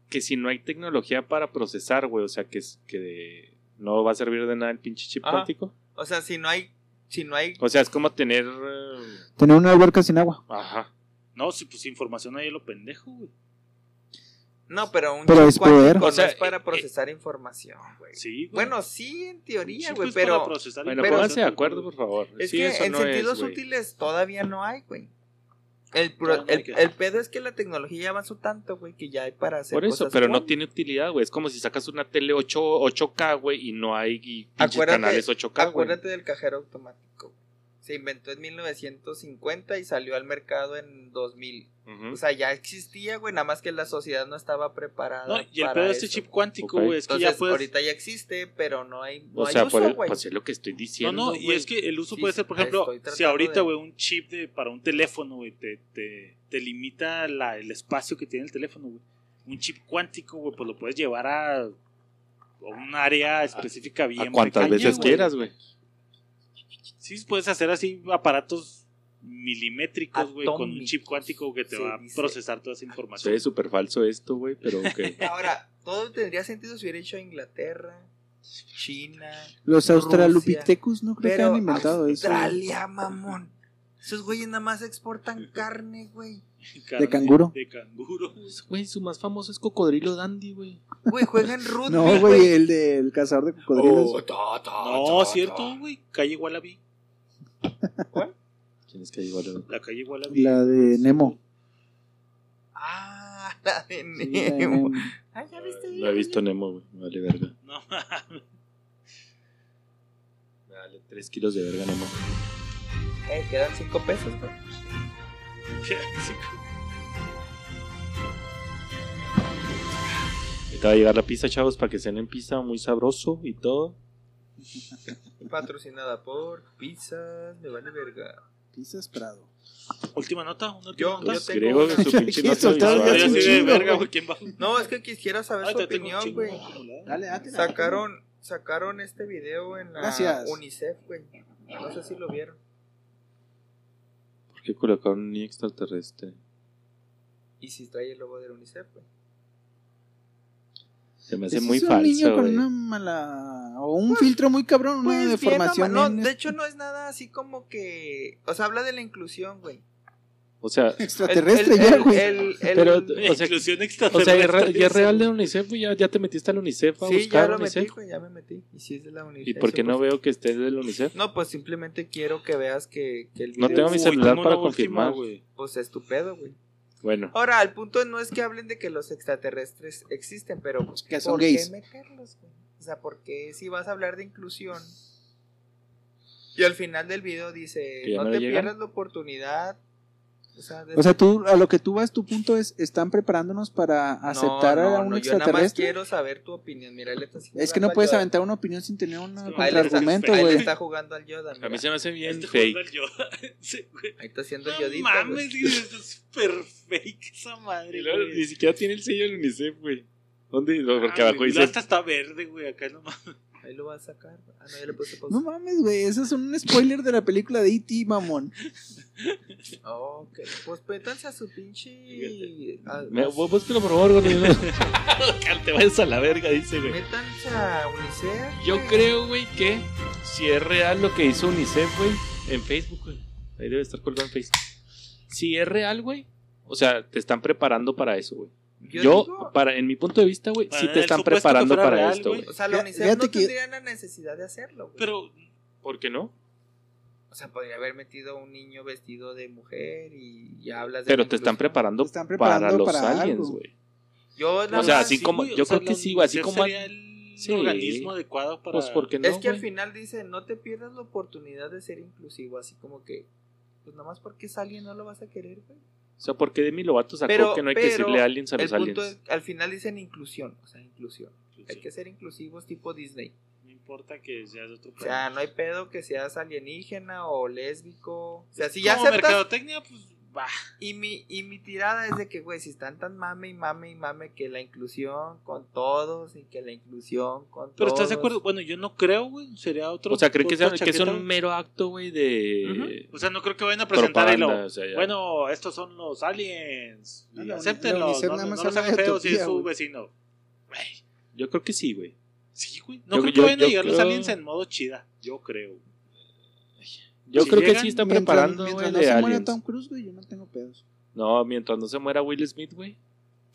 [SPEAKER 8] que si no hay tecnología para procesar, güey, o sea, que, es- que no va a servir de nada el pinche chip
[SPEAKER 5] Ajá.
[SPEAKER 8] cuántico.
[SPEAKER 5] O sea, si no hay si no hay
[SPEAKER 8] O sea, es como tener... eh,
[SPEAKER 2] Tener una alberca sin agua.
[SPEAKER 8] ajá.
[SPEAKER 4] No, si pues información ahí lo pendejo, güey.
[SPEAKER 5] no, pero un
[SPEAKER 2] Pero
[SPEAKER 5] chip
[SPEAKER 2] es poder.
[SPEAKER 5] cuántico
[SPEAKER 8] O sea,
[SPEAKER 5] no es para
[SPEAKER 8] eh,
[SPEAKER 5] procesar información, güey.
[SPEAKER 4] Sí, güey.
[SPEAKER 5] Bueno, sí en teoría,
[SPEAKER 4] Sí,
[SPEAKER 5] güey,
[SPEAKER 4] pues, para
[SPEAKER 5] pero
[SPEAKER 4] procesar
[SPEAKER 8] Bueno,
[SPEAKER 5] Pero-
[SPEAKER 8] pónganse de
[SPEAKER 4] información,
[SPEAKER 8] acuerdo, por
[SPEAKER 4] güey.
[SPEAKER 8] favor.
[SPEAKER 5] Es
[SPEAKER 8] Sí,
[SPEAKER 5] que
[SPEAKER 8] eso
[SPEAKER 5] en
[SPEAKER 8] no
[SPEAKER 5] sentidos
[SPEAKER 8] es, güey.
[SPEAKER 5] útiles todavía no hay, güey. El, pro-
[SPEAKER 4] Todavía no hay
[SPEAKER 5] el-
[SPEAKER 4] que-
[SPEAKER 5] el pedo es que la tecnología ya avanzó tanto, güey, que ya hay para hacer
[SPEAKER 8] Por eso,
[SPEAKER 5] cosas
[SPEAKER 8] pero no
[SPEAKER 5] cuánticas.
[SPEAKER 8] tiene utilidad, güey. Es como si sacas una tele 8, 8K, güey, y no hay y pinches
[SPEAKER 5] Acuérdate-
[SPEAKER 8] canales 8K, güey.
[SPEAKER 5] Acuérdate del cajero automático. güey. Se inventó en 1950 y salió al mercado en 2000.
[SPEAKER 8] Ujú.
[SPEAKER 5] O sea, ya existía, güey, nada más que la sociedad no estaba preparada.
[SPEAKER 4] No, y el
[SPEAKER 5] para
[SPEAKER 4] pedo de este
[SPEAKER 5] eso.
[SPEAKER 4] chip cuántico,
[SPEAKER 8] Ok.
[SPEAKER 4] güey, es que
[SPEAKER 5] Entonces,
[SPEAKER 4] ya puedes.
[SPEAKER 5] ahorita ya existe, pero no hay, no
[SPEAKER 8] O
[SPEAKER 5] hay
[SPEAKER 8] sea, por
[SPEAKER 5] uso,
[SPEAKER 8] el-
[SPEAKER 5] güey.
[SPEAKER 8] pues es lo que estoy
[SPEAKER 4] No,
[SPEAKER 8] diciendo.
[SPEAKER 4] no, y
[SPEAKER 8] güey.
[SPEAKER 4] es que el uso
[SPEAKER 5] Sí,
[SPEAKER 4] puede ser, por ejemplo,
[SPEAKER 5] estoy
[SPEAKER 4] si
[SPEAKER 5] tratando
[SPEAKER 4] ahorita,
[SPEAKER 5] de-
[SPEAKER 4] güey, un chip de, para un teléfono, güey, te, te, te limita la, el espacio que tiene el teléfono, güey. Un chip cuántico, güey, pues lo puedes llevar a, a un área específica bien.
[SPEAKER 8] A cuantas
[SPEAKER 4] pequeña,
[SPEAKER 8] veces
[SPEAKER 4] güey.
[SPEAKER 8] quieras, güey.
[SPEAKER 4] Sí, puedes hacer así aparatos milimétricos, güey, con un chip
[SPEAKER 5] Atómicos,
[SPEAKER 4] cuántico que te
[SPEAKER 5] se
[SPEAKER 4] va a
[SPEAKER 5] dice.
[SPEAKER 4] procesar toda esa
[SPEAKER 8] Se
[SPEAKER 4] información.
[SPEAKER 8] ve súper falso esto, güey, pero ok.
[SPEAKER 5] Ahora, todo tendría sentido si hubiera hecho Inglaterra, China,
[SPEAKER 2] Los
[SPEAKER 5] Rusia.
[SPEAKER 2] australopithecus no creo que
[SPEAKER 5] Pero
[SPEAKER 2] hayan inventado eso.
[SPEAKER 5] Australia, mamón. Esos güeyes nada más exportan carne, güey.
[SPEAKER 4] Carne
[SPEAKER 2] canguro.
[SPEAKER 4] De canguro.
[SPEAKER 8] Güey, su más famoso es Cocodrilo Dandy, güey.
[SPEAKER 5] Güey, juegan rugby,
[SPEAKER 2] No, güey, el del cazador de cocodrilos.
[SPEAKER 5] Oh, ta, ta,
[SPEAKER 4] No,
[SPEAKER 5] ta,
[SPEAKER 4] cierto,
[SPEAKER 5] ta.
[SPEAKER 4] güey. Calle Wallaby.
[SPEAKER 8] ¿Quién es que llegó a
[SPEAKER 4] La calle
[SPEAKER 5] Oh.
[SPEAKER 4] Wallaby.
[SPEAKER 2] la de Nemo.
[SPEAKER 5] Ah, la de
[SPEAKER 2] Sí, la de
[SPEAKER 5] Nemo.
[SPEAKER 2] Nemo.
[SPEAKER 5] Ah, ya viste.
[SPEAKER 8] No he visto Nemo, güey. Me vale verga.
[SPEAKER 4] No,
[SPEAKER 8] Me vale 3 kilos de verga Nemo.
[SPEAKER 5] Eh, quedan cinco pesos, güey.
[SPEAKER 8] Ahorita va a llegar la pizza, chavos, para que cenen pizza muy sabroso y todo.
[SPEAKER 5] Patrocinada por pizzas, me vale verga.
[SPEAKER 2] Pisas Prado.
[SPEAKER 4] última nota. Una última
[SPEAKER 5] Yo-
[SPEAKER 4] nota.
[SPEAKER 8] Pues,
[SPEAKER 5] tengo
[SPEAKER 8] griego,
[SPEAKER 5] una-
[SPEAKER 8] su pinche
[SPEAKER 2] Aquí
[SPEAKER 8] nota
[SPEAKER 2] soltaron
[SPEAKER 8] visual,
[SPEAKER 2] ya
[SPEAKER 4] Ahora
[SPEAKER 2] un
[SPEAKER 4] sí
[SPEAKER 8] güey.
[SPEAKER 4] de
[SPEAKER 2] chingo,
[SPEAKER 4] verga,
[SPEAKER 2] güey.
[SPEAKER 4] güey. ¿Quién va?
[SPEAKER 5] No, es que quisiera saber
[SPEAKER 4] Ah,
[SPEAKER 5] su
[SPEAKER 4] te tengo un
[SPEAKER 5] opinión,
[SPEAKER 4] chingo
[SPEAKER 5] güey.
[SPEAKER 4] acumulado.
[SPEAKER 2] Dale, date.
[SPEAKER 5] Sacaron, sacaron este video en la
[SPEAKER 2] Gracias.
[SPEAKER 5] UNICEF, güey. No sé si lo vieron.
[SPEAKER 8] ¿Por qué colocaron un niño extraterrestre?
[SPEAKER 5] Y si trae el logo del UNICEF, güey.
[SPEAKER 8] Se me hace
[SPEAKER 2] Ese
[SPEAKER 8] muy
[SPEAKER 2] es un
[SPEAKER 8] falso,
[SPEAKER 2] niño con
[SPEAKER 8] güey.
[SPEAKER 2] una mala. O un filtro muy cabrón, una
[SPEAKER 5] Pues bien,
[SPEAKER 2] deformación. este
[SPEAKER 5] mamá, no,
[SPEAKER 2] en-
[SPEAKER 5] de hecho no es nada así como que, o sea, habla de la inclusión, güey.
[SPEAKER 3] O sea,
[SPEAKER 2] Extraterrestre ya, güey.
[SPEAKER 3] Pero, eh,
[SPEAKER 5] Pero,
[SPEAKER 3] o sea,
[SPEAKER 4] Inclusión
[SPEAKER 3] o sea, ya, re- ya
[SPEAKER 4] extraterrestre.
[SPEAKER 3] es real de UNICEF, güey, ya, ya te metiste al UNICEF a
[SPEAKER 5] sí, ya
[SPEAKER 3] buscar
[SPEAKER 5] lo metí,
[SPEAKER 3] UNICEF.
[SPEAKER 5] güey, ya me metí. Y sí es de la UNICEF.
[SPEAKER 3] ¿Y por qué no
[SPEAKER 5] pues.
[SPEAKER 3] veo que estés del UNICEF?
[SPEAKER 5] No, pues simplemente quiero que veas que, que el
[SPEAKER 3] No
[SPEAKER 5] video
[SPEAKER 3] tengo mi
[SPEAKER 4] Uy,
[SPEAKER 3] celular
[SPEAKER 4] cómo
[SPEAKER 3] para
[SPEAKER 4] no,
[SPEAKER 3] confirmar.
[SPEAKER 4] último, güey.
[SPEAKER 5] pues es tu pedo, güey.
[SPEAKER 3] Bueno,
[SPEAKER 5] Ahora, el punto no es que hablen de que los extraterrestres existen, pero pues,
[SPEAKER 2] Que son
[SPEAKER 5] ¿por
[SPEAKER 2] gays.
[SPEAKER 5] qué meterlos, güey? O sea, porque si vas a hablar de inclusión y al final del video dice,
[SPEAKER 3] Que ya
[SPEAKER 5] no
[SPEAKER 3] no
[SPEAKER 5] te
[SPEAKER 3] llegan.
[SPEAKER 5] pierdas la oportunidad. O sea, de-
[SPEAKER 2] O sea, tú, a lo que tú vas, tu punto es, ¿están preparándonos para
[SPEAKER 5] No,
[SPEAKER 2] aceptar
[SPEAKER 5] no,
[SPEAKER 2] a un
[SPEAKER 5] no, Yo nada más
[SPEAKER 2] extraterrestre?
[SPEAKER 5] quiero saber tu opinión. Mira, él está
[SPEAKER 2] Es que no puedes
[SPEAKER 5] aventar
[SPEAKER 2] aventar una opinión sin tener un
[SPEAKER 5] Ahí le está,
[SPEAKER 2] contraargumento,
[SPEAKER 5] ahí le
[SPEAKER 2] güey.
[SPEAKER 5] está jugando al Yoda.
[SPEAKER 3] a
[SPEAKER 5] mira.
[SPEAKER 3] mí se me hace bien
[SPEAKER 4] Este
[SPEAKER 3] fake.
[SPEAKER 4] jugando al Yoda. Sí, güey.
[SPEAKER 5] Ahí está haciendo el pues,
[SPEAKER 4] No
[SPEAKER 5] Yodita. güey.
[SPEAKER 4] mames, güey, esto es super fake esa madre.
[SPEAKER 3] Y luego
[SPEAKER 4] güey.
[SPEAKER 3] Ni siquiera tiene el sello del UNICEF, güey. ¿Dónde? No, Porque
[SPEAKER 4] Ah,
[SPEAKER 3] abajo
[SPEAKER 4] güey,
[SPEAKER 3] dice.
[SPEAKER 4] luego hasta está verde, güey, acá nomás.
[SPEAKER 5] Ahí lo va a sacar. Ah, no, ya le puse pausa.
[SPEAKER 2] No mames, güey, eso es un spoiler de la película de E.T., mamón.
[SPEAKER 5] Oh, ok. Pues pétanse a su pinche. a-
[SPEAKER 3] Me- bú- Búsquelo, por favor, güey.
[SPEAKER 8] Te vayas a la verga, dice, güey.
[SPEAKER 5] Métanse a UNICEF.
[SPEAKER 3] Yo
[SPEAKER 5] güey.
[SPEAKER 3] creo, güey, que si es real lo que hizo UNICEF, güey, en Facebook, güey. Ahí debe estar colgado en Facebook. Si es real, güey. O sea, te están preparando para eso, güey. Yo,
[SPEAKER 5] Yo, digo,
[SPEAKER 3] para, en mi punto de vista, güey,
[SPEAKER 4] Para
[SPEAKER 3] sí te
[SPEAKER 4] el
[SPEAKER 3] están
[SPEAKER 4] supuesto que
[SPEAKER 3] preparando
[SPEAKER 4] fuera
[SPEAKER 3] para
[SPEAKER 4] real,
[SPEAKER 3] esto,
[SPEAKER 4] güey.
[SPEAKER 3] güey.
[SPEAKER 5] O sea, la
[SPEAKER 2] Fíjate
[SPEAKER 5] UNICEF no
[SPEAKER 2] que-
[SPEAKER 5] tendría la necesidad de hacerlo, güey.
[SPEAKER 4] Pero
[SPEAKER 3] ¿Por qué no?
[SPEAKER 5] O sea, podría haber metido a un niño vestido de mujer y ya hablas de.
[SPEAKER 3] Pero
[SPEAKER 5] la
[SPEAKER 3] te están
[SPEAKER 5] inclusión.
[SPEAKER 3] preparando,
[SPEAKER 2] Te están
[SPEAKER 3] para
[SPEAKER 2] preparando
[SPEAKER 3] los
[SPEAKER 2] para
[SPEAKER 3] aliens,
[SPEAKER 2] algo.
[SPEAKER 3] güey.
[SPEAKER 5] Yo, la
[SPEAKER 3] O sea,
[SPEAKER 5] verdad,
[SPEAKER 3] así como-
[SPEAKER 4] güey,
[SPEAKER 3] yo
[SPEAKER 4] o sea,
[SPEAKER 3] creo que
[SPEAKER 4] la
[SPEAKER 3] sí, güey, así
[SPEAKER 4] UNICEF
[SPEAKER 3] como-
[SPEAKER 4] sería el
[SPEAKER 3] Sí.
[SPEAKER 4] organismo adecuado para.
[SPEAKER 3] Pues porque no.
[SPEAKER 5] es que al
[SPEAKER 3] güey?
[SPEAKER 5] final dice, no te pierdas la oportunidad de ser inclusivo, así como que, pues nada más porque es alguien no lo vas a querer, güey.
[SPEAKER 3] O sea, porque Demi Lovato sacó
[SPEAKER 5] Pero-
[SPEAKER 3] que no hay que
[SPEAKER 5] pero
[SPEAKER 3] decirle aliens a
[SPEAKER 5] El
[SPEAKER 3] los aliens.
[SPEAKER 5] punto es, al final dicen inclusión, o sea, inclusión. Hay que ser inclusivos tipo Disney.
[SPEAKER 4] pues, No importa que seas de otro
[SPEAKER 5] O sea, no hay pedo que seas alienígena o lésbico. O sea, si ya
[SPEAKER 4] Como
[SPEAKER 5] aceptas...
[SPEAKER 4] mercadotecnia, pues va.
[SPEAKER 5] Y mi, y mi tirada es de que, güey, si están tan mame y mame y mame que la inclusión con todos y que la inclusión con
[SPEAKER 4] Pero
[SPEAKER 5] todos...
[SPEAKER 4] estás de acuerdo, bueno, yo no creo, güey, sería otro.
[SPEAKER 3] O sea, creo que,
[SPEAKER 4] otra
[SPEAKER 3] sea- que es
[SPEAKER 4] chaqueta,
[SPEAKER 3] un
[SPEAKER 4] güey.
[SPEAKER 3] mero acto, güey, de
[SPEAKER 4] Ujú. O sea, no creo que vayan a presentar y lo-
[SPEAKER 3] propaganda, o sea, ya.
[SPEAKER 4] Bueno, estos son los aliens.
[SPEAKER 2] No,
[SPEAKER 4] y
[SPEAKER 2] la uni- la
[SPEAKER 4] acéptenlos.
[SPEAKER 2] UNICEF
[SPEAKER 4] No,
[SPEAKER 2] nada
[SPEAKER 4] no,
[SPEAKER 2] más
[SPEAKER 4] no los
[SPEAKER 2] habla
[SPEAKER 4] hagan
[SPEAKER 2] de
[SPEAKER 4] feos si es
[SPEAKER 2] utopía,
[SPEAKER 4] su
[SPEAKER 2] güey.
[SPEAKER 4] vecino. Güey,
[SPEAKER 3] Yo creo que sí, güey.
[SPEAKER 4] Sí, güey. No
[SPEAKER 3] Yo-
[SPEAKER 4] creo que
[SPEAKER 3] yo-
[SPEAKER 4] vayan a
[SPEAKER 3] yo
[SPEAKER 4] llegar los
[SPEAKER 3] creo-
[SPEAKER 4] aliens en modo chida. Yo creo.
[SPEAKER 3] Yo
[SPEAKER 4] Si
[SPEAKER 3] creo que
[SPEAKER 4] llegan,
[SPEAKER 3] sí están
[SPEAKER 2] Mientras-
[SPEAKER 3] preparando, güey,
[SPEAKER 2] mientras
[SPEAKER 3] de
[SPEAKER 2] no se muera
[SPEAKER 3] aliens.
[SPEAKER 2] Tom Cruise, güey, yo no tengo pedos.
[SPEAKER 3] No, mientras no se muera Will Smith, güey.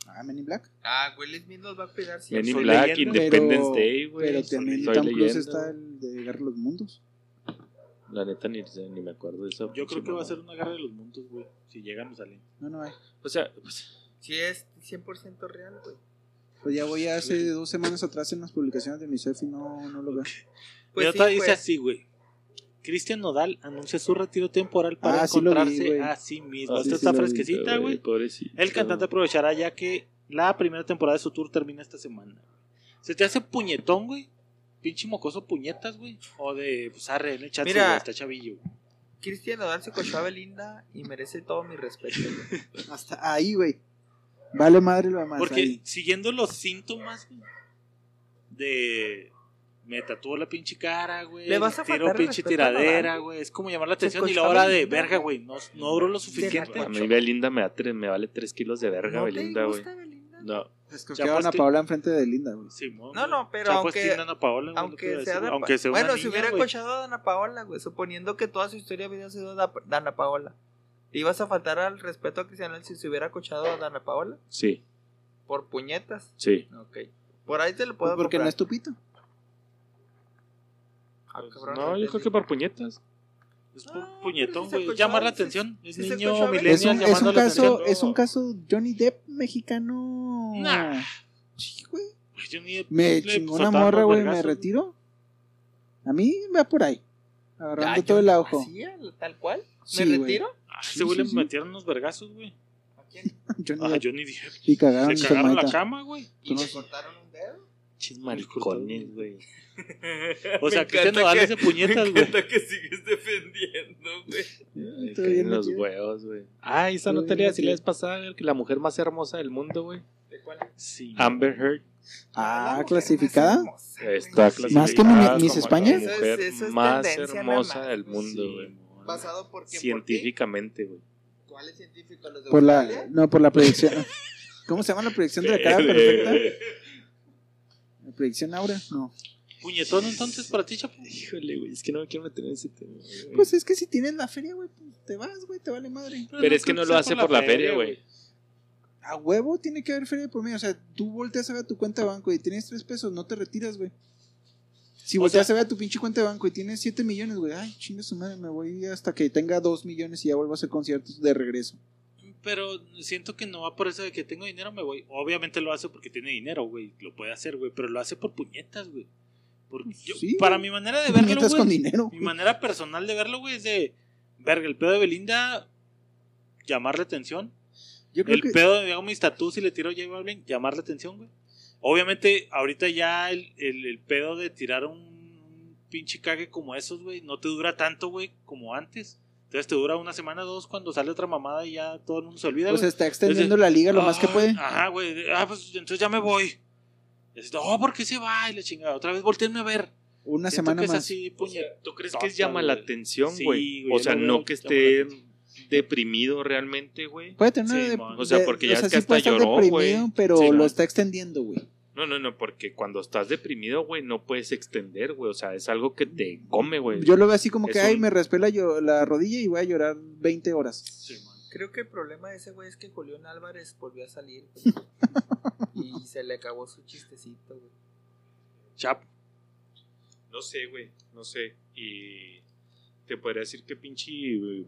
[SPEAKER 2] Ah, Men in Black.
[SPEAKER 5] Ah, Will Smith nos va a pegar si
[SPEAKER 3] Men in
[SPEAKER 4] soy
[SPEAKER 3] Black,
[SPEAKER 4] leyenda.
[SPEAKER 3] Independence
[SPEAKER 2] Pero-
[SPEAKER 3] Day, güey.
[SPEAKER 2] Pero
[SPEAKER 3] Soy-
[SPEAKER 2] también
[SPEAKER 3] soy
[SPEAKER 2] Tom Cruise
[SPEAKER 3] leyenda.
[SPEAKER 2] está el de Guerra de los Mundos.
[SPEAKER 3] La neta ni, ni me acuerdo de eso.
[SPEAKER 4] Yo creo que va a ser una guerra de los mundos, güey. Si llegan los aliens.
[SPEAKER 2] No, no hay.
[SPEAKER 3] O sea, pues,
[SPEAKER 5] Si es 100% real, güey.
[SPEAKER 2] Pues ya voy hace dos semanas atrás en las publicaciones de UNICEF y no, no lo veo.
[SPEAKER 5] Pues
[SPEAKER 4] Mira,
[SPEAKER 5] sí,
[SPEAKER 4] otra dice
[SPEAKER 5] güey.
[SPEAKER 4] así, güey. Cristian Nodal anuncia su retiro temporal para
[SPEAKER 2] Ah, sí lo vi,
[SPEAKER 4] encontrarse
[SPEAKER 2] güey.
[SPEAKER 4] a sí mismo.
[SPEAKER 2] Ah,
[SPEAKER 4] Esta
[SPEAKER 2] sí,
[SPEAKER 4] está
[SPEAKER 2] sí lo vi,
[SPEAKER 4] fresquecita, güey.
[SPEAKER 3] Pobrecito.
[SPEAKER 4] El cantante aprovechará ya que la primera temporada de su tour termina esta semana. ¿Se te hace puñetón, güey? Pinche mocoso puñetas, güey. O de, pues arre, no echarse,
[SPEAKER 5] Mira.
[SPEAKER 4] güey, está chavillo. güey.
[SPEAKER 5] Cristian Nodal se cochó a Belinda y merece todo mi respeto. güey.
[SPEAKER 2] Hasta ahí, güey. Vale madre lo demás.
[SPEAKER 4] Porque
[SPEAKER 2] ahí.
[SPEAKER 4] siguiendo los síntomas, güey, de... Me tatuó la pinche cara, güey.
[SPEAKER 5] Le vas a
[SPEAKER 4] Tiro
[SPEAKER 5] faltar el
[SPEAKER 4] pinche
[SPEAKER 5] respeto a Nodal,
[SPEAKER 4] tiradera,
[SPEAKER 5] güey.
[SPEAKER 4] güey. Es como llamar la
[SPEAKER 5] Se
[SPEAKER 4] atención y la
[SPEAKER 5] costaba
[SPEAKER 4] hora de
[SPEAKER 5] Belinda,
[SPEAKER 4] verga,
[SPEAKER 5] güey.
[SPEAKER 4] güey. No, no duró lo suficiente.
[SPEAKER 5] la
[SPEAKER 3] A mí Belinda me, da tres- me vale 3 kilos de verga,
[SPEAKER 5] ¿No
[SPEAKER 3] Belinda,
[SPEAKER 5] te
[SPEAKER 3] güey.
[SPEAKER 5] gusta Belinda? No,
[SPEAKER 3] No,
[SPEAKER 2] Escogiaron a Paola enfrente de Linda, güey.
[SPEAKER 4] Simón,
[SPEAKER 5] no,
[SPEAKER 4] güey.
[SPEAKER 5] pero
[SPEAKER 4] Chapo
[SPEAKER 5] aunque-
[SPEAKER 4] Estina, Ana Paola, güey, lo que iba
[SPEAKER 5] Aunque
[SPEAKER 4] a
[SPEAKER 5] sea,
[SPEAKER 4] decir.
[SPEAKER 5] Dana Pa-
[SPEAKER 4] aunque sea una
[SPEAKER 5] Bueno, si
[SPEAKER 4] niña,
[SPEAKER 5] hubiera
[SPEAKER 4] güey.
[SPEAKER 5] cochado a Dana Paola, güey. Suponiendo que toda su historia hubiera sido Da- Dana Paola. ¿Le ibas a faltar al respeto a Cristian Nodal si se hubiera cochado a Dana Paola?
[SPEAKER 3] sí,
[SPEAKER 5] Por puñetas.
[SPEAKER 3] sí.
[SPEAKER 5] Ok. Por ahí te lo puedo
[SPEAKER 2] Porque no
[SPEAKER 5] comprar.
[SPEAKER 2] es tupito.
[SPEAKER 5] Ah, cabrón,
[SPEAKER 3] No, yo creo
[SPEAKER 5] entendí.
[SPEAKER 3] que por puñetas.
[SPEAKER 4] Es
[SPEAKER 5] Ah,
[SPEAKER 4] pu- puñetón,
[SPEAKER 5] pero sí se
[SPEAKER 4] güey.
[SPEAKER 5] escuchaba,
[SPEAKER 4] Llamar la
[SPEAKER 5] sí se-
[SPEAKER 4] atención. Es
[SPEAKER 5] sí se
[SPEAKER 4] niño
[SPEAKER 5] escuchaba, güey.
[SPEAKER 2] Es
[SPEAKER 4] millennial
[SPEAKER 2] un, es
[SPEAKER 4] llamando
[SPEAKER 2] un
[SPEAKER 4] la
[SPEAKER 2] caso,
[SPEAKER 4] atención.
[SPEAKER 2] es un caso Johnny Depp mexicano.
[SPEAKER 4] Nah.
[SPEAKER 2] Sí, güey.
[SPEAKER 4] Güey, yo ni-
[SPEAKER 2] Me
[SPEAKER 4] le
[SPEAKER 2] chingó una
[SPEAKER 4] soltaban
[SPEAKER 2] morra,
[SPEAKER 4] los
[SPEAKER 2] güey, me
[SPEAKER 4] vergazos,
[SPEAKER 2] retiro. A mí me va por ahí. Agarrando
[SPEAKER 5] Ah,
[SPEAKER 2] todo
[SPEAKER 5] yo-
[SPEAKER 2] el ojo.
[SPEAKER 5] ¿Así, al- tal cual? ¿Me
[SPEAKER 2] Sí, güey.
[SPEAKER 5] retiro?
[SPEAKER 4] Ah,
[SPEAKER 2] Sí,
[SPEAKER 4] ese güey
[SPEAKER 2] sí,
[SPEAKER 4] le
[SPEAKER 2] sí.
[SPEAKER 4] metieron unos vergazos, güey.
[SPEAKER 2] Johnny
[SPEAKER 4] Ah,
[SPEAKER 2] Depp.
[SPEAKER 4] Johnny Depp.
[SPEAKER 2] Y cagaron
[SPEAKER 4] Se
[SPEAKER 2] su
[SPEAKER 4] cagaron la
[SPEAKER 2] maita.
[SPEAKER 4] cama, güey.
[SPEAKER 5] ¿Y
[SPEAKER 2] no
[SPEAKER 5] le
[SPEAKER 2] sé.
[SPEAKER 5] cortaron un dedo?
[SPEAKER 3] Chis
[SPEAKER 4] maricones,
[SPEAKER 3] güey.
[SPEAKER 4] O sea,
[SPEAKER 5] Me
[SPEAKER 4] Cristian
[SPEAKER 5] encanta
[SPEAKER 4] Nodal
[SPEAKER 5] que-
[SPEAKER 4] ese puñetas, güey.
[SPEAKER 5] que sigues defendiendo, güey.
[SPEAKER 2] Estoy bien
[SPEAKER 3] los
[SPEAKER 2] metido.
[SPEAKER 3] huevos, güey. Ah, esa
[SPEAKER 2] Estoy
[SPEAKER 3] no te
[SPEAKER 2] bien
[SPEAKER 3] leía si la
[SPEAKER 2] metido.
[SPEAKER 3] vez pasada, güey, que la mujer más hermosa del mundo, güey.
[SPEAKER 5] ¿De cuál?
[SPEAKER 4] Sí.
[SPEAKER 3] Amber Heard.
[SPEAKER 5] La
[SPEAKER 2] Ah,
[SPEAKER 5] mujer
[SPEAKER 2] clasificada.
[SPEAKER 5] más hermosa,
[SPEAKER 3] Está
[SPEAKER 5] güey.
[SPEAKER 3] clasificada
[SPEAKER 2] ¿Más que mi-
[SPEAKER 3] como
[SPEAKER 2] Miss
[SPEAKER 3] la
[SPEAKER 2] España?
[SPEAKER 5] Eso es-
[SPEAKER 3] mujer
[SPEAKER 5] eso es
[SPEAKER 3] más
[SPEAKER 5] tendencia
[SPEAKER 3] hermosa
[SPEAKER 5] nada más,
[SPEAKER 3] del
[SPEAKER 5] güey.
[SPEAKER 3] mundo, güey.
[SPEAKER 5] Basado por qué?
[SPEAKER 3] Científicamente, güey.
[SPEAKER 5] ¿Por qué? ¿Cuál es científico? ¿Los de
[SPEAKER 2] Por la,
[SPEAKER 5] Australia?
[SPEAKER 2] no, por la proyección. ¿Cómo se llama la proyección de la cara perfecta? ¿La proyección aura? No.
[SPEAKER 4] Puñetón entonces para ti, Chapo.
[SPEAKER 3] Híjole, güey, es que no me quiero meter en ese tema. güey.
[SPEAKER 7] Pues es que si tienes la feria, güey, pues te vas, güey, te vale madre.
[SPEAKER 3] Pero es que no lo hace por la feria, güey.
[SPEAKER 7] A huevo tiene que haber feria por medio. O sea, tú volteas a ver tu cuenta de banco y tienes tres pesos, no te retiras, güey. Si
[SPEAKER 3] O
[SPEAKER 7] volteas a ver tu pinche cuenta de banco y tienes 7 millones, güey, ay, chinga su madre, me voy hasta que tenga 2 millones y ya vuelvo a hacer conciertos de regreso.
[SPEAKER 4] Pero siento que no va por eso de que tengo dinero, me voy. Obviamente lo hace porque tiene dinero, güey. Lo puede hacer, güey. Pero lo hace por puñetas, güey. Porque
[SPEAKER 3] Pues
[SPEAKER 4] yo-
[SPEAKER 7] Sí,
[SPEAKER 4] para mi manera de verlo,
[SPEAKER 7] Metas
[SPEAKER 4] güey.
[SPEAKER 7] con dinero.
[SPEAKER 4] Mi manera personal de verlo, güey, es de. Verga, el pedo de Belinda. Llamar la atención.
[SPEAKER 7] Yo creo
[SPEAKER 4] El
[SPEAKER 7] que
[SPEAKER 4] pedo de hago mis tatuajes y le tiro a J Balvin. Llamar la atención, güey. Obviamente, ahorita ya el, el- el pedo de tirar un pinche cague como esos, güey, no te dura tanto, güey, como antes. Entonces te dura una semana, dos, cuando sale otra mamada y ya todo el mundo se olvida.
[SPEAKER 7] pues
[SPEAKER 4] güey.
[SPEAKER 7] está extendiendo la liga lo más que
[SPEAKER 4] Ay,
[SPEAKER 7] puede.
[SPEAKER 4] Ajá, güey. Ah, pues entonces ya me voy. Y así, No, ¿por qué se va? Y la chingada. Otra vez volteenme a ver.
[SPEAKER 7] Una
[SPEAKER 4] Siento
[SPEAKER 7] semana
[SPEAKER 4] que es
[SPEAKER 7] más.
[SPEAKER 4] así, puñet-
[SPEAKER 3] ¿Tú crees
[SPEAKER 4] Tota,
[SPEAKER 3] que es llama la
[SPEAKER 4] güey.
[SPEAKER 3] atención,
[SPEAKER 4] Sí,
[SPEAKER 3] güey?
[SPEAKER 4] güey,
[SPEAKER 3] o sea,
[SPEAKER 4] yo lo
[SPEAKER 3] no
[SPEAKER 4] veo
[SPEAKER 3] que
[SPEAKER 4] que llama la
[SPEAKER 3] esté deprimido realmente, güey.
[SPEAKER 7] Puede tener una
[SPEAKER 4] Sí,
[SPEAKER 7] de-
[SPEAKER 4] mon.
[SPEAKER 3] O sea,
[SPEAKER 7] de-
[SPEAKER 3] porque ya es que
[SPEAKER 7] sí
[SPEAKER 3] hasta
[SPEAKER 7] puede estar
[SPEAKER 3] lloró,
[SPEAKER 7] deprimido,
[SPEAKER 3] güey.
[SPEAKER 7] Pero
[SPEAKER 3] Sí,
[SPEAKER 7] lo
[SPEAKER 3] no.
[SPEAKER 7] está extendiendo, güey.
[SPEAKER 3] No, no, no, porque cuando estás deprimido, güey, no puedes extender, güey. O sea, es algo que te come, güey.
[SPEAKER 7] Yo lo veo así como
[SPEAKER 3] Es
[SPEAKER 7] que, ay,
[SPEAKER 3] un-
[SPEAKER 7] me raspela yo la rodilla y voy a llorar 20 horas.
[SPEAKER 5] Creo que el problema de ese güey es que Julián Álvarez volvió a salir. güey. y se le acabó su chistecito, güey.
[SPEAKER 4] Chap.
[SPEAKER 3] No sé, güey, no sé. Y te podría decir que pinche... eh,